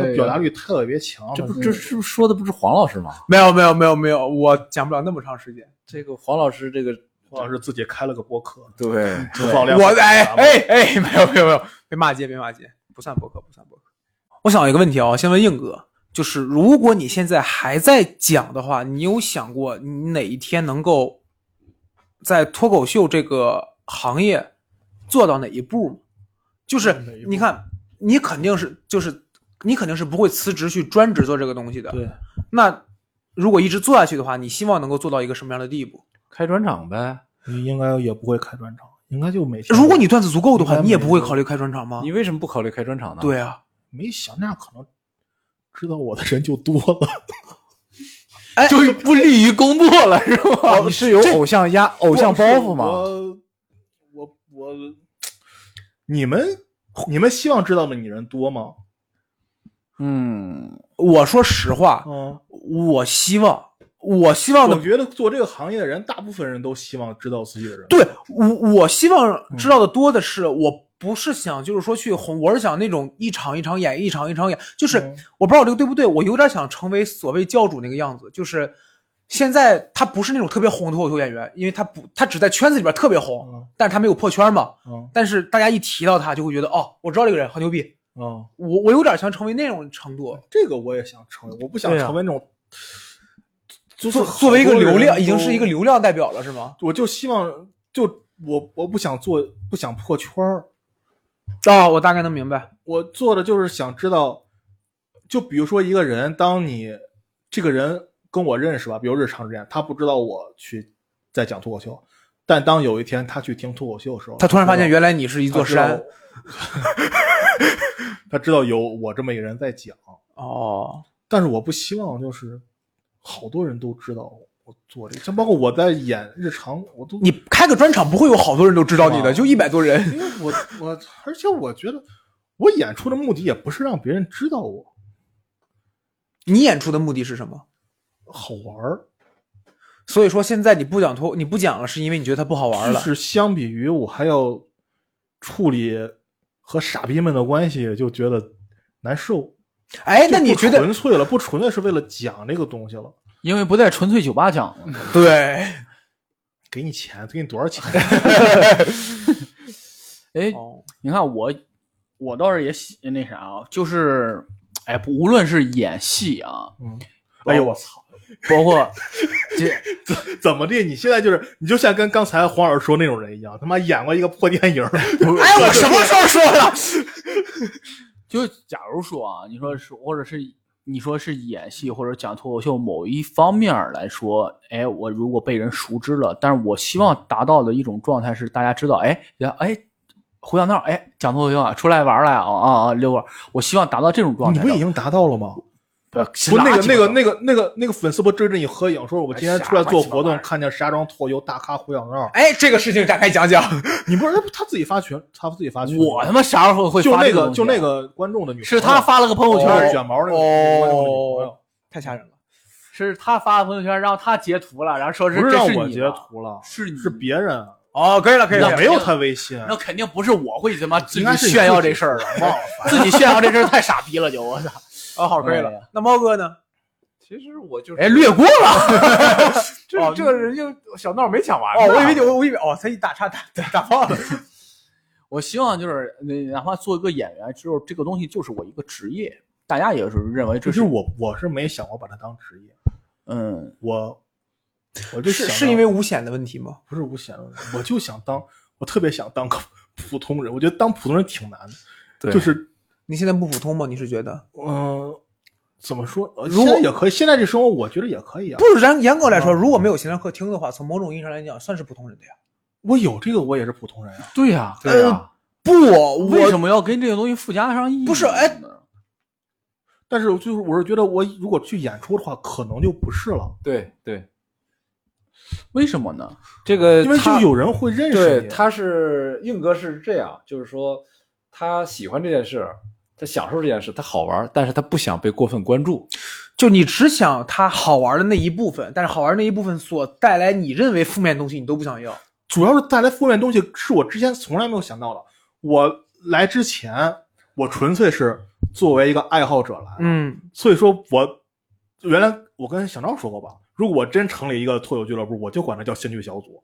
[SPEAKER 4] 哎
[SPEAKER 1] 他表达力特别强。
[SPEAKER 6] 这不
[SPEAKER 1] 他
[SPEAKER 6] 这是不是说的不是黄老师吗？
[SPEAKER 4] 没有没有没有没有，我讲不了那么长时间。
[SPEAKER 6] 这个黄老师这个
[SPEAKER 1] 黄老师自己开了个播客，
[SPEAKER 6] 对
[SPEAKER 1] 播放量
[SPEAKER 4] 我
[SPEAKER 1] 很大
[SPEAKER 4] 哎哎哎， 没有没有没有，别骂街别骂街，不算博客不算博客。我想有一个问题啊、我先问硬哥，就是如果你现在还在讲的话，你有想过你哪一天能够在脱口秀这个行业做到哪一步吗？就是
[SPEAKER 1] 哪一步
[SPEAKER 4] 你看，你肯定是就是你肯定是不会辞职去专职做这个东西的。
[SPEAKER 1] 对，
[SPEAKER 4] 那如果一直做下去的话，你希望能够做到一个什么样的地步？
[SPEAKER 6] 开专场
[SPEAKER 3] 啊
[SPEAKER 6] 呗。
[SPEAKER 1] 你应该也不会开专场，应该就每天。
[SPEAKER 4] 如果你段子足够的
[SPEAKER 1] 应
[SPEAKER 4] 话，
[SPEAKER 1] 该
[SPEAKER 4] 你也
[SPEAKER 1] 没
[SPEAKER 4] 不会
[SPEAKER 1] 有
[SPEAKER 4] 考虑开专场吗
[SPEAKER 6] 你？为什么不考虑开专场呢？
[SPEAKER 4] 对啊，
[SPEAKER 1] 没想那可能，知道我的人就多了。
[SPEAKER 4] 哎
[SPEAKER 5] 就是不利于工作 了，是吧？
[SPEAKER 3] 啊你是有偶像压偶像包袱吗？
[SPEAKER 1] 我我我，你们你们希望知道的你人多吗？
[SPEAKER 5] 嗯，
[SPEAKER 4] 我说实话，
[SPEAKER 1] 嗯，
[SPEAKER 4] 我希望，我希望
[SPEAKER 1] 我
[SPEAKER 4] 的，
[SPEAKER 1] 觉得做这个行业的人，大部分人都希望知道自己的人。，
[SPEAKER 4] 对我我希望知道的多的是，
[SPEAKER 5] 嗯
[SPEAKER 4] 我不是想就是说去红，我是想那种一场一场演，一场一场演，就是、
[SPEAKER 1] 嗯
[SPEAKER 4] 我不知道我这个对不对，我有点想成为所谓教主那个样子，就是。现在他不是那种特别红的脱口秀演员，因为他不，他只在圈子里边特别红，
[SPEAKER 1] 嗯
[SPEAKER 4] 但是他没有破圈嘛。
[SPEAKER 1] 嗯
[SPEAKER 4] 但是大家一提到他，就会觉得哦，我知道这个人好牛逼。
[SPEAKER 1] 嗯，
[SPEAKER 4] 我我有点想成为那种程度，
[SPEAKER 1] 这个我也想成为，我不想
[SPEAKER 4] 对啊
[SPEAKER 1] 成为那种。就是
[SPEAKER 4] 作
[SPEAKER 1] 好
[SPEAKER 4] 作为一个
[SPEAKER 1] 多人
[SPEAKER 4] 流量，
[SPEAKER 1] 都
[SPEAKER 4] 已经是一个流量代表了，是吗？
[SPEAKER 1] 我就希望，就我我不想做，不想破圈儿。
[SPEAKER 4] 哦，我大概能明白。
[SPEAKER 1] 我做的就是想知道，就比如说一个人，当你这个人跟我认识吧，比如日常之间，他不知道我去在讲脱口秀，但当有一天他去听脱口秀的时候，
[SPEAKER 4] 他突然发现
[SPEAKER 1] 知道
[SPEAKER 4] 原来你是一座山。
[SPEAKER 1] 他知道有我 这么一个人在讲，
[SPEAKER 4] 哦，
[SPEAKER 1] 但是我不希望就是好多人都知道我做这个，像包括我在演日常，我都
[SPEAKER 4] 你开个专场不会有好多人都知道你的，
[SPEAKER 1] 哇
[SPEAKER 4] 就一百多人。
[SPEAKER 1] 因为我我，而且我觉得我演出的目的也不是让别人知道我
[SPEAKER 4] 你演出的目的是什么？
[SPEAKER 1] 好玩儿，
[SPEAKER 4] 所以说现在你不讲脱，你不讲了，是因为你觉得它不好玩
[SPEAKER 1] 就
[SPEAKER 4] 了。
[SPEAKER 1] 是相比于我还要处理和傻逼们的关系，就觉得难受。
[SPEAKER 4] 哎，那你
[SPEAKER 1] 就不
[SPEAKER 4] 觉得
[SPEAKER 1] 纯粹了，不纯粹是为了讲这个东西了？
[SPEAKER 5] 因为不在纯粹酒吧讲
[SPEAKER 4] 嗯
[SPEAKER 5] 了，
[SPEAKER 4] 对？
[SPEAKER 1] 给你钱，给你多少 钱？
[SPEAKER 5] 哎，
[SPEAKER 4] 哦，
[SPEAKER 5] 你看我，我倒是也喜那啥啊，就是，哎，不无论是演戏啊，
[SPEAKER 1] 嗯，哎呦我操！
[SPEAKER 5] 包括这
[SPEAKER 1] 怎么的？你现在就是，你就像跟刚才黄老师说那种人一样，他妈演过一个破电影儿，
[SPEAKER 4] 哎，我什么时候说了？
[SPEAKER 5] 就假如说啊，你说是，或者是你说是演戏或者讲脱口秀某一方面儿来说，哎，我如果被人熟知了，但是我希望达到的一种状态是大家知道，哎，然后哎，胡小闹，哎，讲脱口秀啊，出来玩儿来啊啊啊，遛弯儿，我希望达到这种状
[SPEAKER 1] 你
[SPEAKER 5] 态。
[SPEAKER 1] 不已经达到了吗？
[SPEAKER 5] 呃
[SPEAKER 1] 不，那个那个
[SPEAKER 5] 个，
[SPEAKER 1] 那个那个那个粉丝不追着你合影，说我今天出来
[SPEAKER 5] 哎
[SPEAKER 1] 做活动，看见石家庄脱油大咖胡小闹，
[SPEAKER 4] 哎，这个事情展开讲讲。
[SPEAKER 1] 你不是他自己发群，他自己发群，
[SPEAKER 5] 我他妈啥时候会
[SPEAKER 1] 就
[SPEAKER 5] 发
[SPEAKER 1] 那
[SPEAKER 5] 这
[SPEAKER 1] 个
[SPEAKER 5] 东西
[SPEAKER 1] 就
[SPEAKER 5] 啊
[SPEAKER 1] 那个哦观众的女朋友，啊
[SPEAKER 5] 是他发了个朋友圈
[SPEAKER 1] 就是
[SPEAKER 5] 儿，
[SPEAKER 1] 卷毛那个观众的女朋
[SPEAKER 4] 哦
[SPEAKER 1] 友，，
[SPEAKER 4] 太吓人了。
[SPEAKER 5] 是他发的朋友圈，然后他截图了，然后说是
[SPEAKER 1] 不
[SPEAKER 5] 这
[SPEAKER 1] 让
[SPEAKER 5] 是
[SPEAKER 1] 我
[SPEAKER 5] 你
[SPEAKER 1] 截
[SPEAKER 5] 的，
[SPEAKER 1] 图了，
[SPEAKER 5] 是你
[SPEAKER 1] 是别人，
[SPEAKER 4] 哦，可以了，可以
[SPEAKER 1] 我
[SPEAKER 4] 了。
[SPEAKER 1] 没有他微信，啊
[SPEAKER 5] 那肯定不是我会他妈自
[SPEAKER 1] 应该
[SPEAKER 5] 己
[SPEAKER 1] 是你
[SPEAKER 5] 炫耀
[SPEAKER 1] 自己
[SPEAKER 5] 这事儿了，
[SPEAKER 1] 忘了发
[SPEAKER 5] 自己炫耀这事儿太傻逼了，就我操！
[SPEAKER 4] 哦，好，可以
[SPEAKER 5] 哎
[SPEAKER 4] 了。那猫哥呢？
[SPEAKER 6] 其实我就是
[SPEAKER 5] 哎，略过了，
[SPEAKER 6] 这、这个人就小闹没讲完
[SPEAKER 4] 哦，
[SPEAKER 6] 呢
[SPEAKER 4] 我以为你，我我以为哦，他一打岔打打打岔了。
[SPEAKER 5] 我希望就是那哪怕做一个演员，之后这个东西就是我一个职业，大家也是认为
[SPEAKER 1] 就
[SPEAKER 5] 这
[SPEAKER 1] 是是我我是没想过把他当职业，
[SPEAKER 5] 嗯，
[SPEAKER 1] 我我就是想
[SPEAKER 4] 是因为五险的问题吗？
[SPEAKER 1] 不是无闲的问题，我就想当，我特别想当个普通人，我觉得当普通人挺难的，
[SPEAKER 6] 对
[SPEAKER 1] 就是
[SPEAKER 4] 你现在不普通吗？你是觉得？
[SPEAKER 1] 嗯，怎么说？呃
[SPEAKER 4] 如
[SPEAKER 1] 现在
[SPEAKER 4] 果
[SPEAKER 1] 也可以，现在这生活我觉得也可以啊。
[SPEAKER 4] 不，然严格来说，如果没有闲聊客厅的话，从某种意义上来讲，算是普通人的呀。
[SPEAKER 1] 我有这个，我也是普通人啊。
[SPEAKER 5] 对呀、
[SPEAKER 6] 对呀、
[SPEAKER 4] 不，
[SPEAKER 5] 为
[SPEAKER 4] 呃我
[SPEAKER 5] 什么要跟这个东西附加上意义？
[SPEAKER 4] 不是哎，
[SPEAKER 1] 但是就是我是觉得，我如果去演出的话，可能就不是了，
[SPEAKER 6] 对对，
[SPEAKER 5] 为什么呢？
[SPEAKER 6] 这个
[SPEAKER 1] 因为就
[SPEAKER 6] 他
[SPEAKER 1] 有人会认识
[SPEAKER 6] 对
[SPEAKER 1] 你。
[SPEAKER 6] 他是硬哥是这样，就是说他喜欢这件事，他享受这件事，他好玩，但是他不想被过分关注。
[SPEAKER 4] 就你只想它好玩的那一部分，但是好玩那一部分所带来你认为负面的东西，你都不想要。
[SPEAKER 1] 主要是带来负面东西，是我之前从来没有想到的。我来之前，我纯粹是作为一个爱好者来，
[SPEAKER 4] 嗯，
[SPEAKER 1] 所以说我原来我跟小赵说过吧，如果我真成立一个脱口俱乐部，我就管它叫兴趣小组。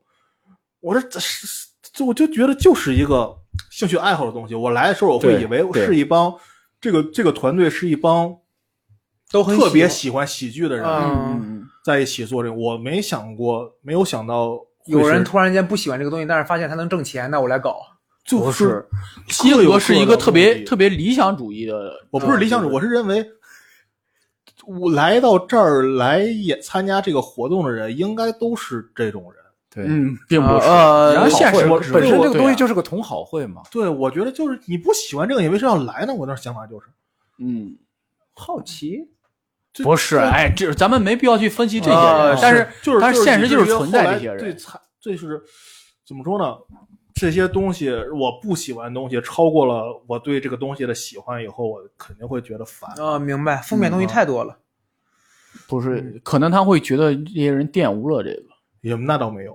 [SPEAKER 1] 我说这是，这我就觉得就是一个兴趣爱好的东西。我来的时候我会
[SPEAKER 6] 对
[SPEAKER 1] 以为
[SPEAKER 6] 对
[SPEAKER 1] 是一帮这个这个团队是一帮
[SPEAKER 4] 都很
[SPEAKER 1] 特别
[SPEAKER 4] 喜
[SPEAKER 1] 喜欢喜剧的人
[SPEAKER 4] 嗯
[SPEAKER 5] 嗯，
[SPEAKER 1] 在一起做这个，我没想过，没有想到会
[SPEAKER 4] 有人
[SPEAKER 1] 是
[SPEAKER 4] 突然间不喜欢这个东西，但是发现它能挣钱，那我来搞。
[SPEAKER 1] 就
[SPEAKER 5] 不
[SPEAKER 1] 是
[SPEAKER 5] 是，西
[SPEAKER 1] 各有
[SPEAKER 5] 哥
[SPEAKER 1] 各
[SPEAKER 5] 是一
[SPEAKER 1] 的
[SPEAKER 5] 个特
[SPEAKER 1] 目
[SPEAKER 5] 别
[SPEAKER 1] 的
[SPEAKER 5] 特别理想主义的，
[SPEAKER 1] 我不是理想主义，我是认为，我来到这儿来也参加这个活动的人，应该都是这种人。
[SPEAKER 6] 对，
[SPEAKER 5] 嗯，并不是。
[SPEAKER 4] 呃，
[SPEAKER 6] 然
[SPEAKER 4] 然
[SPEAKER 6] 后
[SPEAKER 4] 后
[SPEAKER 6] 现
[SPEAKER 4] 现
[SPEAKER 6] 实
[SPEAKER 4] 实
[SPEAKER 1] 是
[SPEAKER 6] 本身这个
[SPEAKER 5] 对啊
[SPEAKER 6] 东西就是个同好会嘛。
[SPEAKER 1] 对，我觉得就是你不喜欢这个，你为什么要来呢？我那想法就是，
[SPEAKER 5] 嗯，
[SPEAKER 3] 好奇，
[SPEAKER 5] 不是，哎，这咱们没必要去分析这些
[SPEAKER 1] 啊
[SPEAKER 5] 人，但
[SPEAKER 1] 是就是
[SPEAKER 5] 但
[SPEAKER 1] 是
[SPEAKER 5] 现实
[SPEAKER 1] 就
[SPEAKER 5] 就是存在这些
[SPEAKER 1] 后来对
[SPEAKER 5] 人，
[SPEAKER 1] 才就是怎么说呢？这些东西我不喜欢的东西，超过了我对这个东西的喜欢以后，我肯定会觉得烦。
[SPEAKER 4] 啊，明白，负面东西太多了。
[SPEAKER 5] 不是，嗯可能他会觉得这些人玷污了这个。
[SPEAKER 1] 也那倒没有，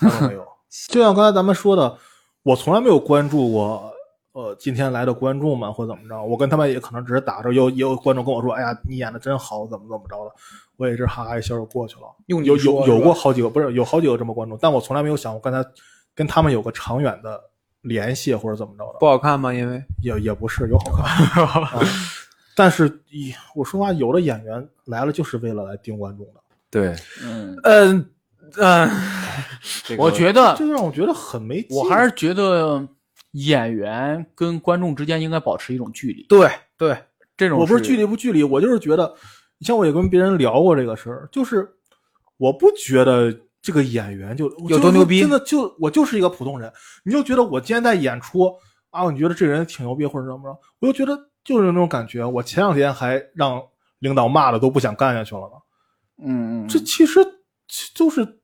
[SPEAKER 1] 那倒 没有。就像刚才咱们说的，我从来没有关注过，呃，今天来的观众们或怎么着，我跟他们也可能只是打着，有也有观众跟我说，哎呀，你演的真好，怎么怎么着的，我也是哈哈一笑就过去了。
[SPEAKER 4] 用你
[SPEAKER 1] 有
[SPEAKER 4] 说
[SPEAKER 1] 有
[SPEAKER 4] 是吧
[SPEAKER 1] 有过好几个，不是有好几个这么观众，但我从来没有想过跟他跟他们有个长远的联系或者怎么着的。
[SPEAKER 4] 不好看吗？因为
[SPEAKER 1] 也也不是有好看， 啊但是咦我说实话，有的演员来了就是为了来盯观众的，
[SPEAKER 6] 对，
[SPEAKER 5] 嗯，
[SPEAKER 4] 嗯嗯，
[SPEAKER 6] 这个
[SPEAKER 5] 呃我觉得
[SPEAKER 1] 这就让我觉得很没劲。
[SPEAKER 5] 我还是觉得演员跟观众之间应该保持一种距离。
[SPEAKER 4] 对对，
[SPEAKER 5] 这种
[SPEAKER 1] 我不是距离不距离，我就是觉得，你像我也跟别人聊过这个事儿，就是我不觉得这个演员就
[SPEAKER 4] 有多牛逼
[SPEAKER 1] 就是真的就我就是一个普通人，你就觉得我今天在演出啊，你觉得这个人挺牛逼或者怎么着，我就觉得就是那种感觉。我前两天还让领导骂的都不想干下去了呢，
[SPEAKER 5] 嗯，嗯，
[SPEAKER 1] 这其实就是。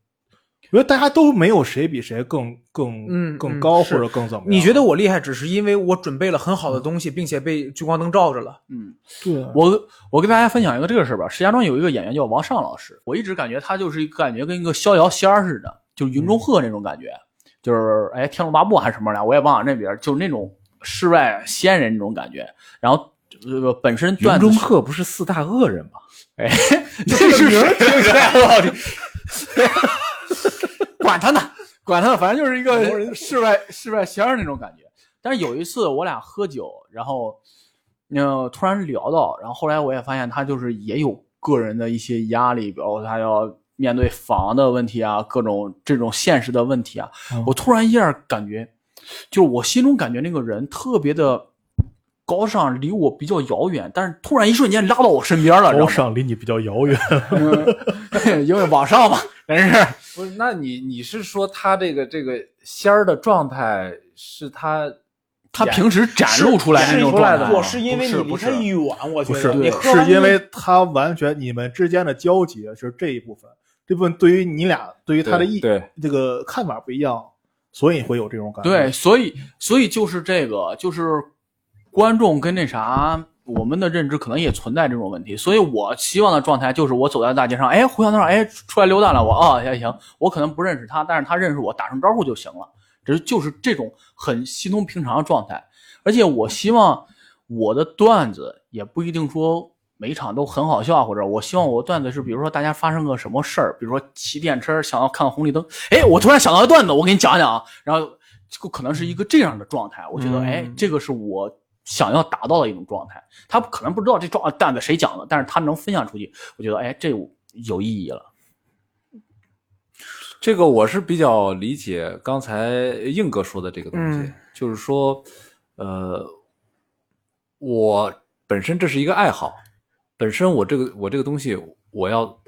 [SPEAKER 1] 我觉得大家都没有谁比谁更更
[SPEAKER 4] 嗯
[SPEAKER 1] 更
[SPEAKER 4] 嗯
[SPEAKER 1] 高
[SPEAKER 4] 是
[SPEAKER 1] 或者更怎么样？
[SPEAKER 4] 你觉得我厉害，只是因为我准备了很好的东西，并且被聚光灯照着了。
[SPEAKER 5] 嗯，
[SPEAKER 1] 对啊
[SPEAKER 5] 我我跟大家分享一个这个事儿吧。石家庄有一个演员叫王尚老师，我一直感觉他就是一个感觉跟一个逍遥仙儿似的，就是云中鹤那种感觉，就是哎《天龙八部》还是什么来，我也忘了那边儿，就是那种世外仙人那种感觉。然后呃，本身
[SPEAKER 6] 云
[SPEAKER 5] 段子
[SPEAKER 6] 中鹤不是四大恶人吗？
[SPEAKER 5] 哎， 这是名听起来很好听。 管他呢，管他呢，反正就是一个室外室外仙儿那种感觉。但是有一次我俩喝酒，然后，呃，突然聊到，然后后来我也发现他就是也有个人的一些压力，比如他要面对房的问题啊，各种这种现实的问题啊。
[SPEAKER 1] 嗯
[SPEAKER 5] 我突然一下感觉，就是我心中感觉那个人特别的高尚，离我比较遥远，但是突然一瞬间拉到我身边了，然
[SPEAKER 1] 高
[SPEAKER 5] 后。
[SPEAKER 1] 尚离你比较遥远，
[SPEAKER 5] 嗯， 因为网上嘛，人是
[SPEAKER 6] 不是，那你你是说他这个这个仙儿的状态是他
[SPEAKER 5] 他平时展露出来那种
[SPEAKER 6] 是出来
[SPEAKER 5] 状
[SPEAKER 6] 的
[SPEAKER 5] 态，
[SPEAKER 6] 吗
[SPEAKER 4] 我是因为你离
[SPEAKER 6] 不是
[SPEAKER 4] 他
[SPEAKER 6] 不是
[SPEAKER 4] 远，我觉
[SPEAKER 1] 不
[SPEAKER 4] 得
[SPEAKER 1] 是，
[SPEAKER 4] 你
[SPEAKER 5] 对
[SPEAKER 4] 喝
[SPEAKER 1] 是
[SPEAKER 4] 完
[SPEAKER 1] 因
[SPEAKER 4] 你
[SPEAKER 1] 为他完全你们之间的交集是这一部分，这部分对于你俩对于他的意
[SPEAKER 6] 对
[SPEAKER 1] 这个看法不一样，所以你会有这种感觉。
[SPEAKER 5] 对，，所以所以就是这个，就是观众跟那啥，我们的认知可能也存在这种问题。所以我希望的状态就是，我走在大街上，哎，胡小闹，哎，出来溜达了，我啊，也行，我可能不认识他，但是他认识我，打声招呼就行了。只是就是这种很稀松平常的状态，而且我希望我的段子也不一定说每一场都很好笑，或者我希望我的段子是，比如说大家发生个什么事儿，比如说骑电车想要看红绿灯，哎，我突然想到个段子，我给你讲讲啊，然后这个可能是一个这样的状态，我觉得，
[SPEAKER 4] 嗯
[SPEAKER 5] 哎，这个是我想要达到的一种状态。他可能不知道这状段子谁讲的，但是他能分享出去，我觉得，哎，这有意义了。
[SPEAKER 6] 这个我是比较理解刚才硬哥说的这个东西，
[SPEAKER 4] 嗯
[SPEAKER 6] 就是说，呃，我本身这是一个爱好，本身我这个我这个东西我要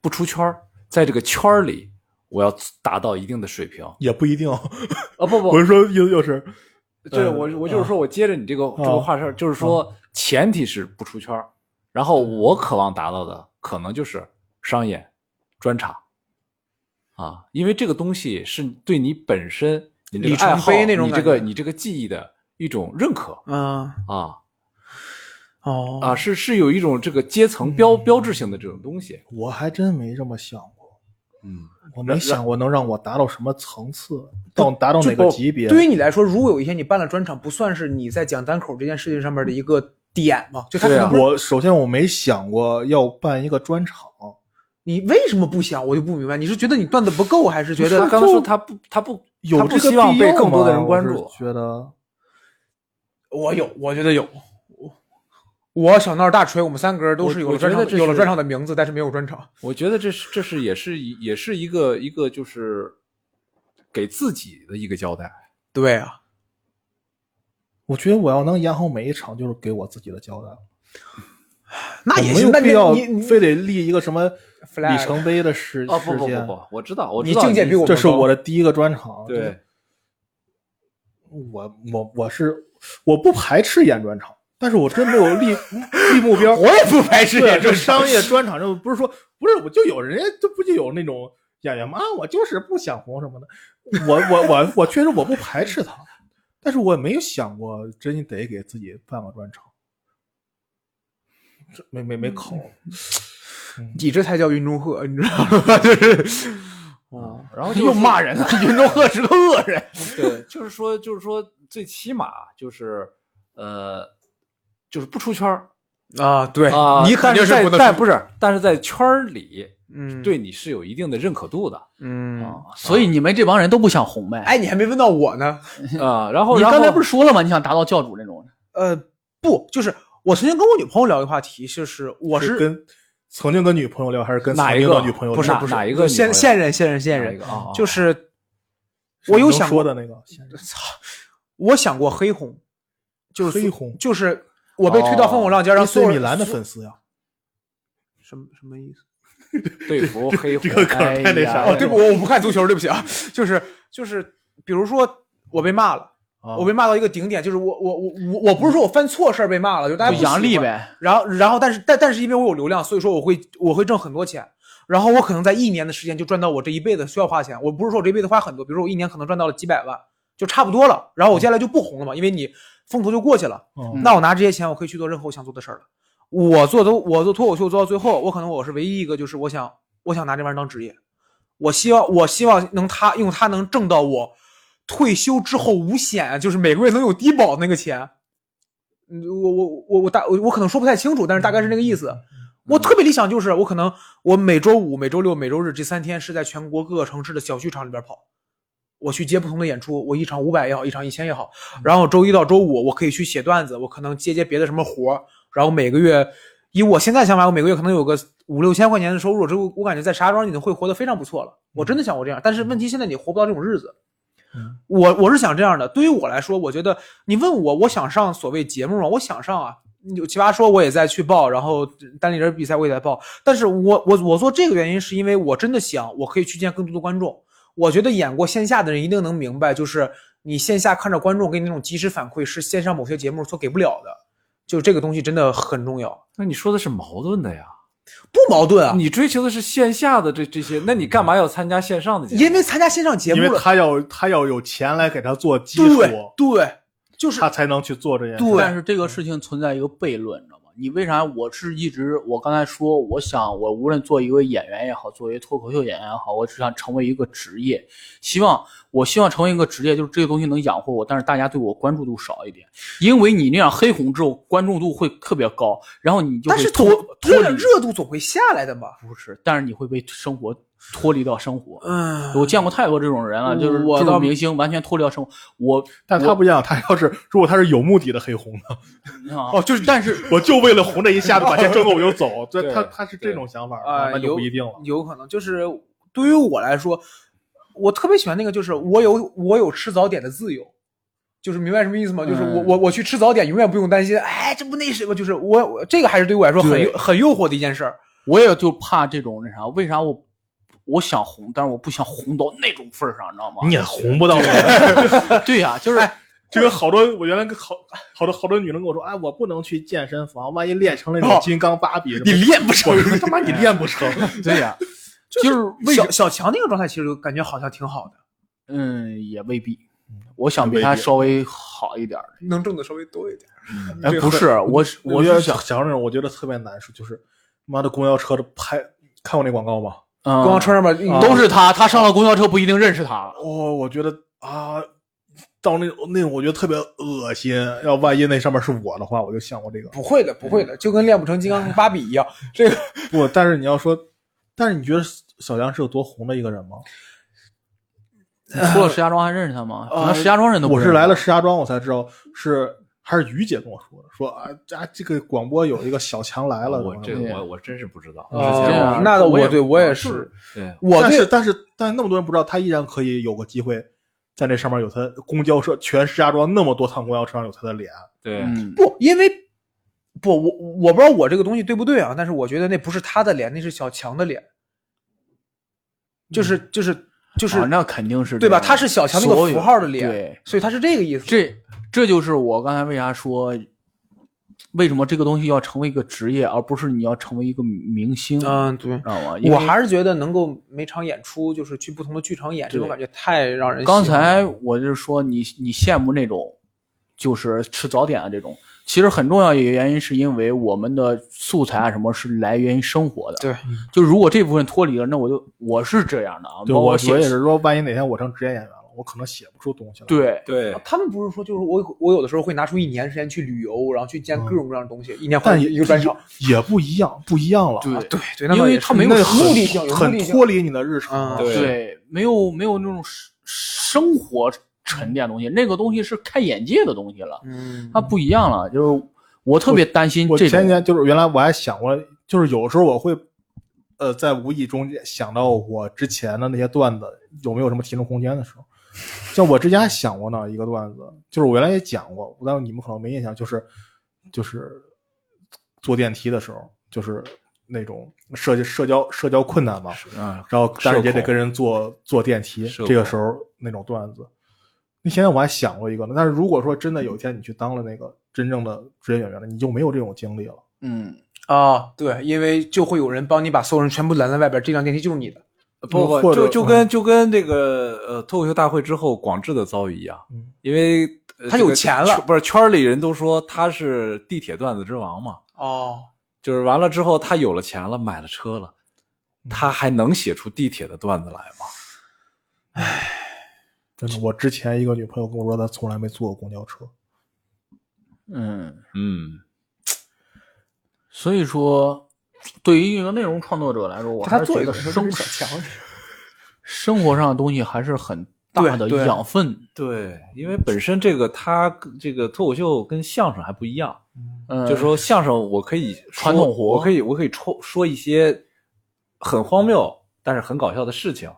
[SPEAKER 6] 不出圈儿，在这个圈儿里我要达到一定的水平啊、
[SPEAKER 1] 也不一定。
[SPEAKER 6] 哦不不
[SPEAKER 1] 我，是说，又又是
[SPEAKER 6] 对
[SPEAKER 1] 呃
[SPEAKER 6] 我我就是说我接着你这个、这个
[SPEAKER 1] 啊
[SPEAKER 6] 话事儿，就是说前提是不出圈儿，然后我渴望达到的可能就是商演、专场啊，因为这个东西是对你本身你这
[SPEAKER 4] 里
[SPEAKER 6] 个
[SPEAKER 4] 程
[SPEAKER 6] 爱好、
[SPEAKER 4] 碑那种
[SPEAKER 6] 你
[SPEAKER 4] 感
[SPEAKER 6] 这个
[SPEAKER 4] 觉
[SPEAKER 6] 你这个技艺的一种认可
[SPEAKER 4] 嗯
[SPEAKER 6] 啊
[SPEAKER 4] 哦
[SPEAKER 6] 啊，是是有一种这个阶层标、标志性的这种东西，
[SPEAKER 1] 我还真没这么想过，
[SPEAKER 6] 嗯，
[SPEAKER 1] 我没想过能让我达到什么层次，到达到哪个级别。
[SPEAKER 4] 对于你来说，如果有一天你办了专场，不算是你在讲单口这件事情上面的一个点吗？就他可
[SPEAKER 6] 对
[SPEAKER 4] 能
[SPEAKER 6] 啊
[SPEAKER 4] 不是
[SPEAKER 1] 我首先我没想过要办一个专场，
[SPEAKER 4] 你为什么不想，我就不明白。你是觉得你段子不够，还是觉得
[SPEAKER 6] 他刚才说他不他不
[SPEAKER 1] 有
[SPEAKER 6] 他
[SPEAKER 1] 这
[SPEAKER 6] 不
[SPEAKER 1] 个
[SPEAKER 6] 希望
[SPEAKER 1] 必要
[SPEAKER 6] 被更多的
[SPEAKER 1] 吗
[SPEAKER 6] 人关
[SPEAKER 1] 我是
[SPEAKER 6] 注，
[SPEAKER 1] 觉得
[SPEAKER 4] 我有，我觉得有。我我小闹大锤，我们三个人都是有
[SPEAKER 6] 我
[SPEAKER 4] 了专场
[SPEAKER 6] 我
[SPEAKER 4] 的，
[SPEAKER 6] 觉得这是
[SPEAKER 4] 有了专场的名字，但是没有专场。
[SPEAKER 6] 我觉得这是这是也是一也是一个一个就是给自己的一个交代。
[SPEAKER 4] 对啊，
[SPEAKER 1] 我觉得我要能演好每一场，就是给我自己的交代。
[SPEAKER 4] 那
[SPEAKER 1] 我
[SPEAKER 4] 也
[SPEAKER 1] 没
[SPEAKER 4] 行
[SPEAKER 1] 有。
[SPEAKER 4] 那
[SPEAKER 1] 必要
[SPEAKER 4] 你你
[SPEAKER 1] 非得立一个什么
[SPEAKER 4] flag
[SPEAKER 1] 里程碑的时
[SPEAKER 6] 哦不
[SPEAKER 1] 时
[SPEAKER 6] 不不
[SPEAKER 1] 间。
[SPEAKER 6] 不，我知道，我
[SPEAKER 4] 你
[SPEAKER 6] 知道
[SPEAKER 4] 境界比我
[SPEAKER 1] 这
[SPEAKER 4] 们
[SPEAKER 1] 是
[SPEAKER 4] 高
[SPEAKER 1] 我的第一个专场。
[SPEAKER 6] 对，
[SPEAKER 1] 我我我是我不排斥演专场，但是我真没有立立目 标。
[SPEAKER 3] 我也不排斥
[SPEAKER 1] 对，
[SPEAKER 3] 演
[SPEAKER 1] 这
[SPEAKER 3] 出，
[SPEAKER 1] 商业专场就不是说不是，我就有人家就不就有那种演员吗？啊，我就是不想红什么的。我我我我确实我不排斥他，但是我也没有想过真得给自己办个专场，这没没
[SPEAKER 6] 嗯
[SPEAKER 1] 没考。
[SPEAKER 4] 你这才叫云中鹤，你知道吗？ 就是
[SPEAKER 6] 啊，然后
[SPEAKER 5] 又骂人了， 云中鹤是个恶人。
[SPEAKER 6] 对，就是说，就是说，最起码就是，呃，就是不出圈儿
[SPEAKER 4] 啊，对
[SPEAKER 6] 啊、
[SPEAKER 4] 你肯
[SPEAKER 6] 但
[SPEAKER 4] 定
[SPEAKER 6] 是在
[SPEAKER 4] 不能
[SPEAKER 6] 但不是，但是在圈儿里
[SPEAKER 4] 嗯，
[SPEAKER 6] 对，你是有一定的认可度的
[SPEAKER 4] 嗯，
[SPEAKER 5] 啊所以你们这帮人都不想红呗？
[SPEAKER 4] 哎，你还没问到我呢，
[SPEAKER 6] 啊。然后，
[SPEAKER 5] 你
[SPEAKER 6] 然
[SPEAKER 5] 刚才
[SPEAKER 6] 后
[SPEAKER 5] 不是说了吗？你想达到教主那种，
[SPEAKER 4] 呃，不，就是我曾经跟我女朋友聊一个话题，就是我是
[SPEAKER 1] 跟曾经的女朋友聊，还是跟
[SPEAKER 6] 哪
[SPEAKER 1] 曾
[SPEAKER 6] 一
[SPEAKER 1] 经
[SPEAKER 6] 个
[SPEAKER 1] 的女朋友聊？
[SPEAKER 6] 不是
[SPEAKER 4] 啊
[SPEAKER 1] 哪
[SPEAKER 6] 不是哪一个
[SPEAKER 4] 现现任现任现
[SPEAKER 6] 哪一
[SPEAKER 4] 任
[SPEAKER 6] 个，啊？啊
[SPEAKER 4] 就是
[SPEAKER 1] 哦是
[SPEAKER 4] 我有
[SPEAKER 1] 你能
[SPEAKER 4] 想
[SPEAKER 1] 说
[SPEAKER 4] 过，
[SPEAKER 1] 的那个，
[SPEAKER 4] 我想过黑红，就是
[SPEAKER 1] 黑红
[SPEAKER 4] 就是我被推到风口浪尖，让
[SPEAKER 1] 哦一
[SPEAKER 4] 所有
[SPEAKER 1] 岁
[SPEAKER 4] 人
[SPEAKER 1] 米兰的粉丝呀，
[SPEAKER 4] 什么什么意思？
[SPEAKER 6] 对付黑
[SPEAKER 1] 这
[SPEAKER 6] 红
[SPEAKER 1] 个梗
[SPEAKER 5] 哎
[SPEAKER 1] 太那
[SPEAKER 5] 呀
[SPEAKER 1] 啥
[SPEAKER 4] 哦，
[SPEAKER 1] 了。
[SPEAKER 4] 对不，我我不看足球，对不起啊， 就是就是，比如说我被骂了。
[SPEAKER 1] 啊
[SPEAKER 4] 我被骂到一个顶点，就是我我我我我不是说我犯错事儿被骂了，就是大家
[SPEAKER 5] 就
[SPEAKER 4] 不喜
[SPEAKER 5] 杨
[SPEAKER 4] 欢
[SPEAKER 5] 笠。呗。
[SPEAKER 4] 然后然后但是但但是因为我有流量，所以说我会我会挣很多钱。然后我可能在一年的时间就赚到我这一辈子需要花钱。我不是说我这辈子花很多，比如说我一年可能赚到了几百万，就差不多了。然后我接下来就不红了嘛，因为你风头就过去了。
[SPEAKER 1] 嗯
[SPEAKER 4] 那我拿这些钱，我可以去做任何我想做的事儿了。我做都我做脱口秀做到最后，我可能我是唯一一个，就是我想我想拿这玩意儿当职业，我希望我希望能他用它能挣到我退休之后五险，就是每个月能有低保那个钱。嗯，我我我我大我我可能说不太清楚，但是大概是那个意思。我特别理想就是我可能我每周五、每周六、每周日这三天是在全国各个城市的小剧场里边跑，我去接不同的演出，我一场五百也好，一场一千也好，然后周一到周五我可以去写段子，我可能接接别的什么活儿，然后每个月以我现在想法，我每个月可能有个五六千块钱的收入，这我我感觉在石家庄你都会活得非常不错了。我真的想过这样，但是问题现在你活不到这种日子。我我是想这样的，对于我来说，我觉得你问我，我想上所谓节目吗？我想上啊。有奇葩说我也在去报，然后单立人比赛我也在报，但是我我我做这个原因是因为我真的想我可以去见更多的观众，我觉得演过线下的人一定能明白，就是你线下看着观众给你那种及时反馈，是线上某些节目所给不了的。就这个东西真的很重要，
[SPEAKER 6] 那你说的是矛盾的呀？
[SPEAKER 4] 不矛盾啊。
[SPEAKER 6] 你追求的是线下的这这些，那你干嘛要参加线上的节目？
[SPEAKER 4] 因为参加线上节
[SPEAKER 1] 因为
[SPEAKER 4] 目了，
[SPEAKER 1] 他要他要有钱来给他做基础，
[SPEAKER 4] 对对，就是
[SPEAKER 1] 他才能去做这件事。
[SPEAKER 4] 对
[SPEAKER 5] 但是这个事情存在一个悖论，你知道吗？你为啥我是一直我刚才说，我想我无论做一个演员也好，作为脱口秀演员也好，我只想成为一个职业，希望我希望成为一个职业，就是这个东西能养活我，但是大家对我关注度少一点，因为你那样黑红之后，关注度会特别高，然后你就会
[SPEAKER 4] 但是
[SPEAKER 5] 脱
[SPEAKER 4] 总
[SPEAKER 5] 脱
[SPEAKER 4] 热
[SPEAKER 5] 离
[SPEAKER 4] 热度总会下来的嘛。
[SPEAKER 5] 不是，但是你会被生活脱离到生活。
[SPEAKER 4] 嗯，
[SPEAKER 5] 我见过太多这种人了，就是
[SPEAKER 4] 我
[SPEAKER 5] 这
[SPEAKER 4] 倒
[SPEAKER 5] 种明星完全脱离到生活。我
[SPEAKER 1] 但他不一样，他要是如果他是有目的的黑红呢，
[SPEAKER 4] 啊
[SPEAKER 5] 哦，就是但是
[SPEAKER 1] 我就为了红这一下子把钱挣够我就 走，对他他是这种想法，
[SPEAKER 4] 啊、
[SPEAKER 1] 那那就不一定了。
[SPEAKER 4] 有。有可能就是对于我来说，我特别喜欢那个，就是我有我有吃早点的自由，就是明白什么意思吗？就是我
[SPEAKER 5] 嗯
[SPEAKER 4] 我我去吃早点，永远不用担心，哎，这不那什么，就是我我这个还是对我来说很
[SPEAKER 5] 对
[SPEAKER 4] 诱很诱惑的一件事儿。
[SPEAKER 5] 我也就怕这种那啥，为啥我我想红，但是我不想红到那种份儿上，你知道吗？
[SPEAKER 1] 你也红不到 我，
[SPEAKER 5] 对呀、就是、
[SPEAKER 4] 哎
[SPEAKER 1] 就跟好多我原来跟好好多好多女人跟我说，哎，我不能去健身房，万一练成了那种金刚芭比什么的，
[SPEAKER 4] 练不
[SPEAKER 1] 我说他妈你练不 成，哎
[SPEAKER 5] 对呀、就是为什
[SPEAKER 4] 小小强那个状态，其实感觉好像挺好的，
[SPEAKER 5] 嗯也未必，我想比
[SPEAKER 1] 未
[SPEAKER 5] 他
[SPEAKER 1] 必
[SPEAKER 5] 稍微好一点儿。
[SPEAKER 4] 能挣的稍微多一点。
[SPEAKER 1] 哎
[SPEAKER 5] 不是，我是我
[SPEAKER 1] 觉
[SPEAKER 5] 是
[SPEAKER 1] 得
[SPEAKER 5] 想，
[SPEAKER 1] 想那种我觉得特别难受，就是妈的公交车的拍，看过那广告吗？
[SPEAKER 5] 嗯，
[SPEAKER 4] 刚刚车上面
[SPEAKER 1] 啊
[SPEAKER 5] 都是他，他上了公交车不一定认识他。
[SPEAKER 1] 哦，我觉得啊，到那种那种我觉得特别恶心。要万一那上面是我的话，我就想过这个。
[SPEAKER 4] 不会的，不会的，就跟练不成金刚芭比一样。这个
[SPEAKER 1] 不，但是你要说，但是你觉得小杨是有多红的一个人吗？
[SPEAKER 5] 你出了石家庄还认识他吗？
[SPEAKER 4] 呃
[SPEAKER 5] 可能石家庄人都不
[SPEAKER 1] 我
[SPEAKER 5] 认
[SPEAKER 1] 是
[SPEAKER 5] 识
[SPEAKER 1] 来了石家庄，我才知道是还是于姐跟我说的，说啊啊，这个广播有一个小强来了。
[SPEAKER 6] 我这
[SPEAKER 1] 个，
[SPEAKER 6] 个
[SPEAKER 5] 对
[SPEAKER 6] 我我真是不知道。
[SPEAKER 4] 哦
[SPEAKER 6] 之前啊我
[SPEAKER 4] 那我
[SPEAKER 6] 也啊
[SPEAKER 4] 对我也是
[SPEAKER 6] 就是对，
[SPEAKER 4] 我
[SPEAKER 1] 但
[SPEAKER 4] 对
[SPEAKER 1] 是但是但是那么多人不知道，他依然可以有个机会。在那上面有他公交车，全石家庄那么多趟公交车上有他的脸，
[SPEAKER 6] 对，
[SPEAKER 5] 嗯，
[SPEAKER 4] 不，因为不，我我不知道我这个东西对不对啊，但是我觉得那不是他的脸，那是小强的脸，就是就是就是、
[SPEAKER 5] 啊那肯定是
[SPEAKER 4] 对吧？
[SPEAKER 5] 这样
[SPEAKER 4] 他是小强那个
[SPEAKER 5] 所有
[SPEAKER 4] 符号的脸，
[SPEAKER 5] 对，
[SPEAKER 4] 所以他是这个意思。
[SPEAKER 5] 这这就是我刚才为啥说为什么这个东西要成为一个职业，而不是你要成为一个明星，
[SPEAKER 4] 嗯，对
[SPEAKER 5] 知。道吗？因为
[SPEAKER 4] 我还是觉得能够每场演出就是去不同的剧场演，这种
[SPEAKER 5] 对
[SPEAKER 4] 感觉太让人
[SPEAKER 5] 刚
[SPEAKER 4] 喜欢
[SPEAKER 5] 才
[SPEAKER 4] 了
[SPEAKER 5] 我就是说你你羡慕那种，就是吃早点的这种。其实很重要一个原因是因为我们的素材啊什么是来源于生活的。
[SPEAKER 4] 对，
[SPEAKER 5] 就如果这部分脱离了，那我就我是这样的啊，
[SPEAKER 1] 对
[SPEAKER 5] 包括
[SPEAKER 1] 我
[SPEAKER 5] 写
[SPEAKER 1] 我也是说，万一哪天我成职业演员了，我可能写不出东西来。，
[SPEAKER 5] 对
[SPEAKER 6] 对
[SPEAKER 4] 啊，他们不是说就是我我有的时候会拿出一年时间去旅游，然后去见
[SPEAKER 5] 嗯
[SPEAKER 4] 各种各样的东西，一年换
[SPEAKER 1] 但
[SPEAKER 4] 一
[SPEAKER 1] 也
[SPEAKER 4] 一个专场。
[SPEAKER 1] 也不一样，不一样了。
[SPEAKER 5] 对
[SPEAKER 4] 对对，那
[SPEAKER 5] 因
[SPEAKER 4] 倒
[SPEAKER 5] 为
[SPEAKER 4] 也是
[SPEAKER 5] 他没有
[SPEAKER 1] 那
[SPEAKER 5] 生
[SPEAKER 1] 很
[SPEAKER 4] 目的性有目
[SPEAKER 1] 很
[SPEAKER 4] 的性
[SPEAKER 1] 脱离你的日常。
[SPEAKER 4] 嗯
[SPEAKER 6] 对
[SPEAKER 5] 对，没有没有那种生生活沉淀的东西，那个东西是开眼界的东西了，
[SPEAKER 4] 嗯，
[SPEAKER 5] 它不一样了。就是我特别担心
[SPEAKER 1] 我
[SPEAKER 5] 这
[SPEAKER 1] 前几
[SPEAKER 5] 种，
[SPEAKER 1] 天就是原来我还想过，就是有时候我会，呃，在无意中想到我之前的那些段子有没有什么提升空间的时候，像我之前还想过呢一个段子，就是我原来也讲过，但是你们可能没印象，就是就是坐电梯的时候，就是那种社交社交社交困难嘛，
[SPEAKER 6] 嗯，
[SPEAKER 1] 然后但是也
[SPEAKER 6] 社
[SPEAKER 1] 得
[SPEAKER 6] 恐
[SPEAKER 1] 跟人坐坐电梯，
[SPEAKER 6] 社
[SPEAKER 1] 这个
[SPEAKER 6] 恐
[SPEAKER 1] 时候那种段子。那现在我还想过一个呢，但是如果说真的有一天你去当了那个真正的职业演员了，你就没有这种经历了。
[SPEAKER 5] 嗯，
[SPEAKER 4] 啊，对，因为就会有人帮你把所有人全部拦在外边，这辆电梯就是你的。
[SPEAKER 6] 不不，
[SPEAKER 1] 或者
[SPEAKER 6] 就就跟
[SPEAKER 4] 嗯
[SPEAKER 6] 就跟这个呃脱口秀大会之后广志的遭遇一样
[SPEAKER 1] 嗯，
[SPEAKER 6] 因为呃
[SPEAKER 4] 他
[SPEAKER 6] 这个
[SPEAKER 4] 有钱了
[SPEAKER 6] 圈不是圈里人都说他是地铁段子之王嘛，
[SPEAKER 4] 哦，
[SPEAKER 6] 就是完了之后他有了钱了，买了车了，
[SPEAKER 4] 嗯
[SPEAKER 6] 他还能写出地铁的段子来吗？
[SPEAKER 1] 真的，我之前一个女朋友跟我说，她从来没坐过公交车。
[SPEAKER 5] 嗯，
[SPEAKER 6] 嗯，
[SPEAKER 5] 所以说，对于一个内容创作者来 说，我还
[SPEAKER 4] 他
[SPEAKER 5] 是
[SPEAKER 4] 做
[SPEAKER 5] 觉
[SPEAKER 4] 一个
[SPEAKER 5] 得
[SPEAKER 4] 生
[SPEAKER 5] 生
[SPEAKER 4] 小强，
[SPEAKER 5] 生活上的东西还是很大的
[SPEAKER 4] 对对
[SPEAKER 5] 养分。
[SPEAKER 6] 对，因为本身这个他这个脱口秀跟相声还不一样，
[SPEAKER 5] 嗯，
[SPEAKER 6] 就是说相声我可以说
[SPEAKER 5] 传统活
[SPEAKER 6] 我可以我可以说说一些很荒谬但是很搞笑的事情，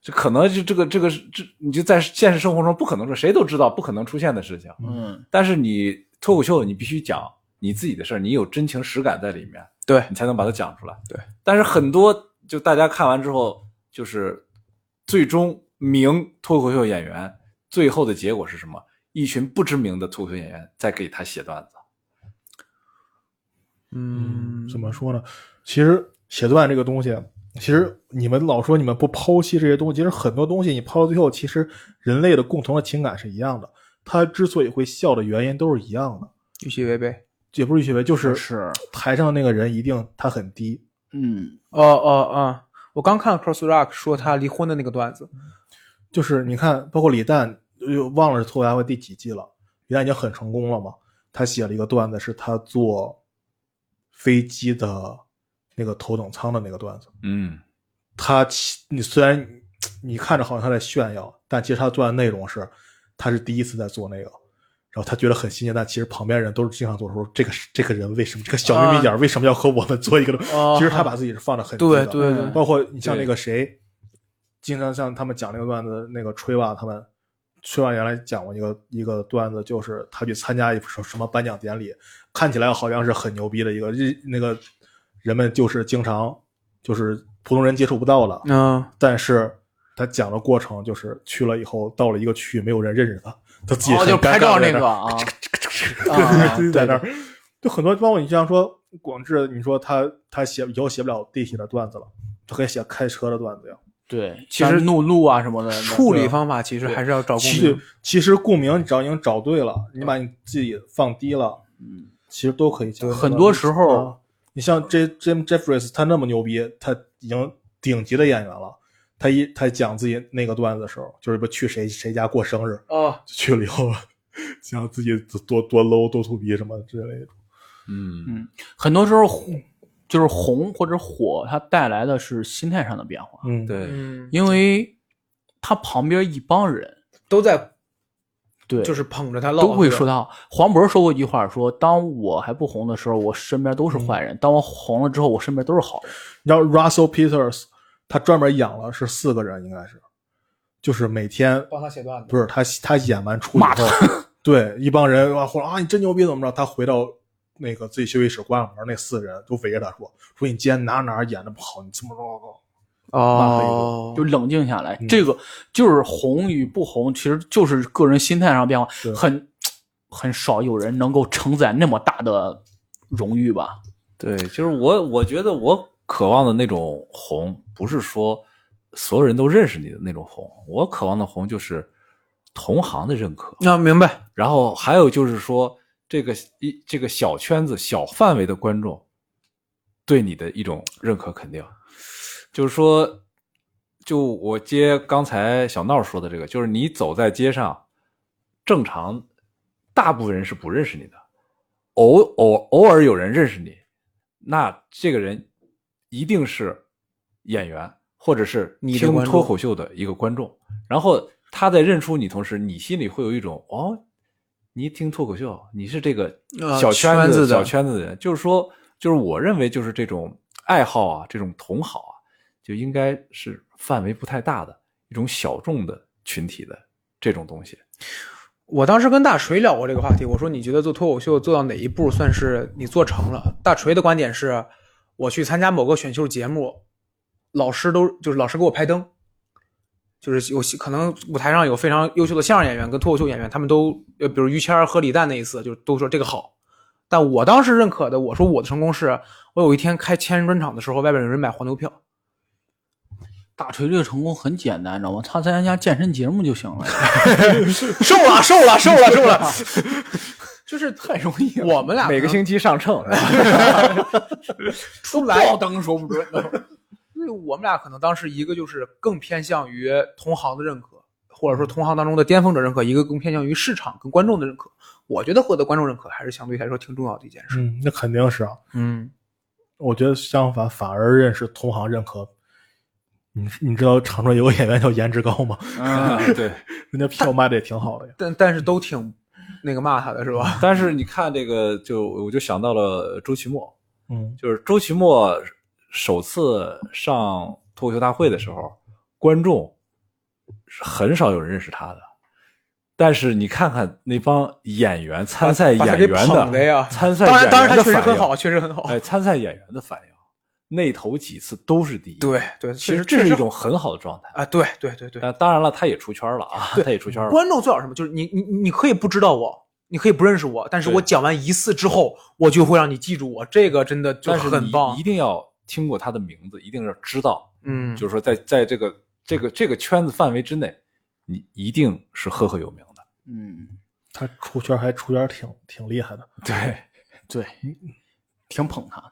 [SPEAKER 6] 这可能就这个这个这你就在现实生活中不可能说谁都知道不可能出现的事情，
[SPEAKER 5] 嗯，
[SPEAKER 6] 但是你脱口秀你必须讲你自己的事儿，你有真情实感在里面，
[SPEAKER 4] 对
[SPEAKER 6] 你才能把它讲出来。
[SPEAKER 4] 对，
[SPEAKER 6] 但是很多就大家看完之后，就是最终名脱口秀演员最后的结果是什么？一群不知名的脱口秀演员在给他写段子。
[SPEAKER 4] 嗯，
[SPEAKER 1] 怎么说呢？其实写段这个东西，其实你们老说你们不剖析这些东西，其实很多东西你抛到最后，其实人类的共同的情感是一样的。他之所以会笑的原因都是一样的，
[SPEAKER 4] 预期违背？
[SPEAKER 1] 也不是预期为，就是
[SPEAKER 5] 是，
[SPEAKER 1] 台上那个人一定他很低，
[SPEAKER 5] 嗯，
[SPEAKER 4] 哦哦哦，我刚看 Cross Rock 说他离婚的那个段子，
[SPEAKER 1] 就是你看，包括李诞，又忘了是脱口秀大会第几季了，李诞已经很成功了嘛。他写了一个段子，是他坐飞机的那个头等舱的那个段子。
[SPEAKER 6] 嗯，
[SPEAKER 1] 他其你虽然你看着好像他在炫耀，但其实他段的内容是他是第一次在做那个，然后他觉得很新鲜，但其实旁边人都是经常做说这个这个人为什么这个小眯眯眼儿为什么要和我们做一个东西？
[SPEAKER 4] 哦
[SPEAKER 1] 其实他把自己是放得很低
[SPEAKER 4] 啊对
[SPEAKER 1] 的，
[SPEAKER 4] 对
[SPEAKER 5] 嗯
[SPEAKER 4] 对，
[SPEAKER 1] 包括你像那个谁，经常像他们讲那个段子，那个吹吧他们，吹吧原来讲过一个一个段子，就是他去参加一什什么颁奖典礼，看起来好像是很牛逼的一个日那个人们就是经常就是普通人接触不到的，
[SPEAKER 4] 嗯，
[SPEAKER 1] 但是他讲的过程就是去了以后到了一个区域没有人认识他，他自己
[SPEAKER 5] 哦，
[SPEAKER 1] 很
[SPEAKER 5] 就
[SPEAKER 1] 尴尬
[SPEAKER 5] 拍照
[SPEAKER 1] 在
[SPEAKER 5] 那
[SPEAKER 1] 儿
[SPEAKER 5] 个啊，
[SPEAKER 1] 对
[SPEAKER 5] 啊
[SPEAKER 1] 在那儿，就很多，包括你像说广志，你说他他写以后写不了地铁的段子了，他可以写开车的段子呀。
[SPEAKER 5] 对，其实怒路啊什么的，
[SPEAKER 4] 处理方法其实还是要找共
[SPEAKER 1] 其
[SPEAKER 4] 鸣
[SPEAKER 1] 实。其实共鸣你只要已经找对了，你把你自己放低了，
[SPEAKER 5] 嗯，
[SPEAKER 1] 其实都可以讲。
[SPEAKER 5] 很多时候
[SPEAKER 1] 啊你像 J Jim Jeffries，他那么牛逼，他已经顶级的演员了。他一他讲自己那个段子的时候，就是不去谁谁家过生日，
[SPEAKER 4] 哦，
[SPEAKER 1] 去了以后讲自己多多 low 多土逼什么之类的。
[SPEAKER 6] 嗯
[SPEAKER 5] 很多时候红就是红或者火，它带来的是心态上的变化，
[SPEAKER 1] 嗯，
[SPEAKER 6] 对，
[SPEAKER 4] 嗯，
[SPEAKER 5] 因为他旁边一帮人，
[SPEAKER 4] 都在
[SPEAKER 5] 对，
[SPEAKER 4] 就是捧着他唠，
[SPEAKER 5] 都会
[SPEAKER 4] 是吧
[SPEAKER 5] 说到黄渤说过一句话说，当我还不红的时候，我身边都是坏
[SPEAKER 4] 嗯
[SPEAKER 5] 人；当我红了之后，我身边都是好人。
[SPEAKER 1] 你知道 Russell Peters，他专门养了是四个人，应该是，就是每天
[SPEAKER 4] 帮他写段子，
[SPEAKER 1] 不是他他演完出以后， 对一帮人啊或者啊你真牛逼怎么着？他回到那个自己休息室关了门，那四个人都围着他说说你今天哪哪儿演的不好，你这么着，
[SPEAKER 4] 哦
[SPEAKER 5] 就冷静下来。这个就是红与不红，其实就是个人心态上变化
[SPEAKER 1] 对，
[SPEAKER 5] 很很少有人能够承载那么大的荣誉吧。
[SPEAKER 6] 对，就是我，我觉得我渴望的那种红，不是说所有人都认识你的那种红，我渴望的红就是同行的认可。
[SPEAKER 4] 那、明白，
[SPEAKER 6] 然后还有就是说，这个一这个小圈子、小范围的观众对你的一种认可肯定，就是说，就我接刚才小闹说的这个，就是你走在街上，正常大部分人是不认识你的，偶偶偶尔有人认识你，那这个人一定是演员或者是
[SPEAKER 4] 你的
[SPEAKER 6] 听
[SPEAKER 4] 观众
[SPEAKER 6] 脱口秀的一个观众。然后他在认出你同时，你心里会有一种哦，你一听脱口秀，你是这个
[SPEAKER 4] 啊
[SPEAKER 6] 小
[SPEAKER 4] 圈
[SPEAKER 6] 子、
[SPEAKER 4] 子的
[SPEAKER 6] 小圈子的人，就是说，就是我认为就是这种爱好啊，这种同好啊，就应该是范围不太大的一种小众的群体的这种东西。
[SPEAKER 4] 我当时跟大锤聊过这个话题，我说你觉得做脱口秀做到哪一步算是你做成了？大锤的观点是，我去参加某个选秀节目，老师都就是老师给我拍灯，就是有可能舞台上有非常优秀的相声演员跟脱口秀演员，他们都呃，比如于谦儿和李诞那一次，就都说这个好。但我当时认可的，我说我的成功是，我有一天开千人专场的时候，外边有人买黄牛票，
[SPEAKER 5] 大锤这个成功很简单，你知道吗？他参加健身节目就行了，
[SPEAKER 4] 瘦了，瘦了，瘦了，瘦 了，就是太容易我们俩
[SPEAKER 3] 每个
[SPEAKER 4] 可能
[SPEAKER 3] 星期上秤，
[SPEAKER 4] 出来
[SPEAKER 3] 灯说 不准。
[SPEAKER 4] 对我们俩可能当时一个就是更偏向于同行的认可，或者说同行当中的巅峰者认可；一个更偏向于市场跟观众的认可。我觉得获得观众认可还是相对来说挺重要的一件事。
[SPEAKER 1] 嗯，那肯定是啊。
[SPEAKER 4] 嗯，
[SPEAKER 1] 我觉得相反，反而认识同行认可。你你知道长春有个演员叫颜值高吗？
[SPEAKER 6] 啊，对。
[SPEAKER 1] 人家票卖的也挺好的呀。
[SPEAKER 4] 但但是都挺那个骂他的是吧？
[SPEAKER 6] 但是你看这个，就我就想到了周奇墨，
[SPEAKER 1] 嗯，
[SPEAKER 6] 就是周奇墨首次上脱口秀大会的时候，观众是很少有人认识他的。但是你看看那帮演员参赛
[SPEAKER 4] 把
[SPEAKER 6] 演
[SPEAKER 4] 他
[SPEAKER 6] 员
[SPEAKER 4] 给捧的呀
[SPEAKER 6] 参赛
[SPEAKER 4] 当然，当然他
[SPEAKER 6] 演员的
[SPEAKER 4] 确实
[SPEAKER 6] 反
[SPEAKER 4] 很
[SPEAKER 6] 应
[SPEAKER 4] 好，，确实很好。
[SPEAKER 6] 哎，参赛演员的反应，那头几次都是第一。
[SPEAKER 4] 对，对，
[SPEAKER 6] 其
[SPEAKER 4] 确
[SPEAKER 6] 实
[SPEAKER 4] 实
[SPEAKER 6] 这是
[SPEAKER 4] 确
[SPEAKER 6] 一
[SPEAKER 4] 好
[SPEAKER 6] 种呃很好的状态。
[SPEAKER 4] 啊，对对对对。
[SPEAKER 6] 但当然了，他也出圈了啊，他也出圈了。
[SPEAKER 4] 观众最好是什么？就是你你你可以不知道我，你可以不认识我，但是
[SPEAKER 6] 对
[SPEAKER 4] 我讲完一次之后，我就会让你记住我。这个真的就
[SPEAKER 6] 但是
[SPEAKER 4] 很
[SPEAKER 6] 你
[SPEAKER 4] 棒
[SPEAKER 6] 一。定要听过他的名字，一定要知道
[SPEAKER 4] 嗯，
[SPEAKER 6] 就是说在在这个这个这个圈子范围之内，你一定是赫赫有名的。
[SPEAKER 5] 嗯，
[SPEAKER 1] 他出圈还出圈挺挺厉害的。
[SPEAKER 6] 对，
[SPEAKER 5] 对，挺捧他的。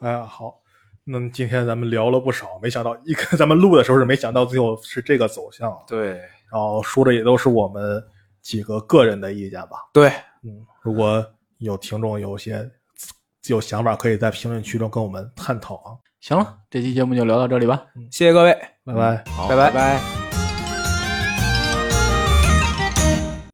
[SPEAKER 1] 哎呀，好，那么今天咱们聊了不少，没想到一个咱们录的时候是没想到最后是这个走向，啊
[SPEAKER 6] 对，
[SPEAKER 1] 然后说的也都是我们几个个人的意见吧。
[SPEAKER 4] 对，
[SPEAKER 1] 嗯，如果有听众有些有想法，可以在评论区中跟我们探讨啊。
[SPEAKER 5] 行了，这期节目就聊到这里吧。
[SPEAKER 4] 谢谢各位，
[SPEAKER 1] 拜拜。
[SPEAKER 6] 好，
[SPEAKER 4] 拜
[SPEAKER 6] 拜拜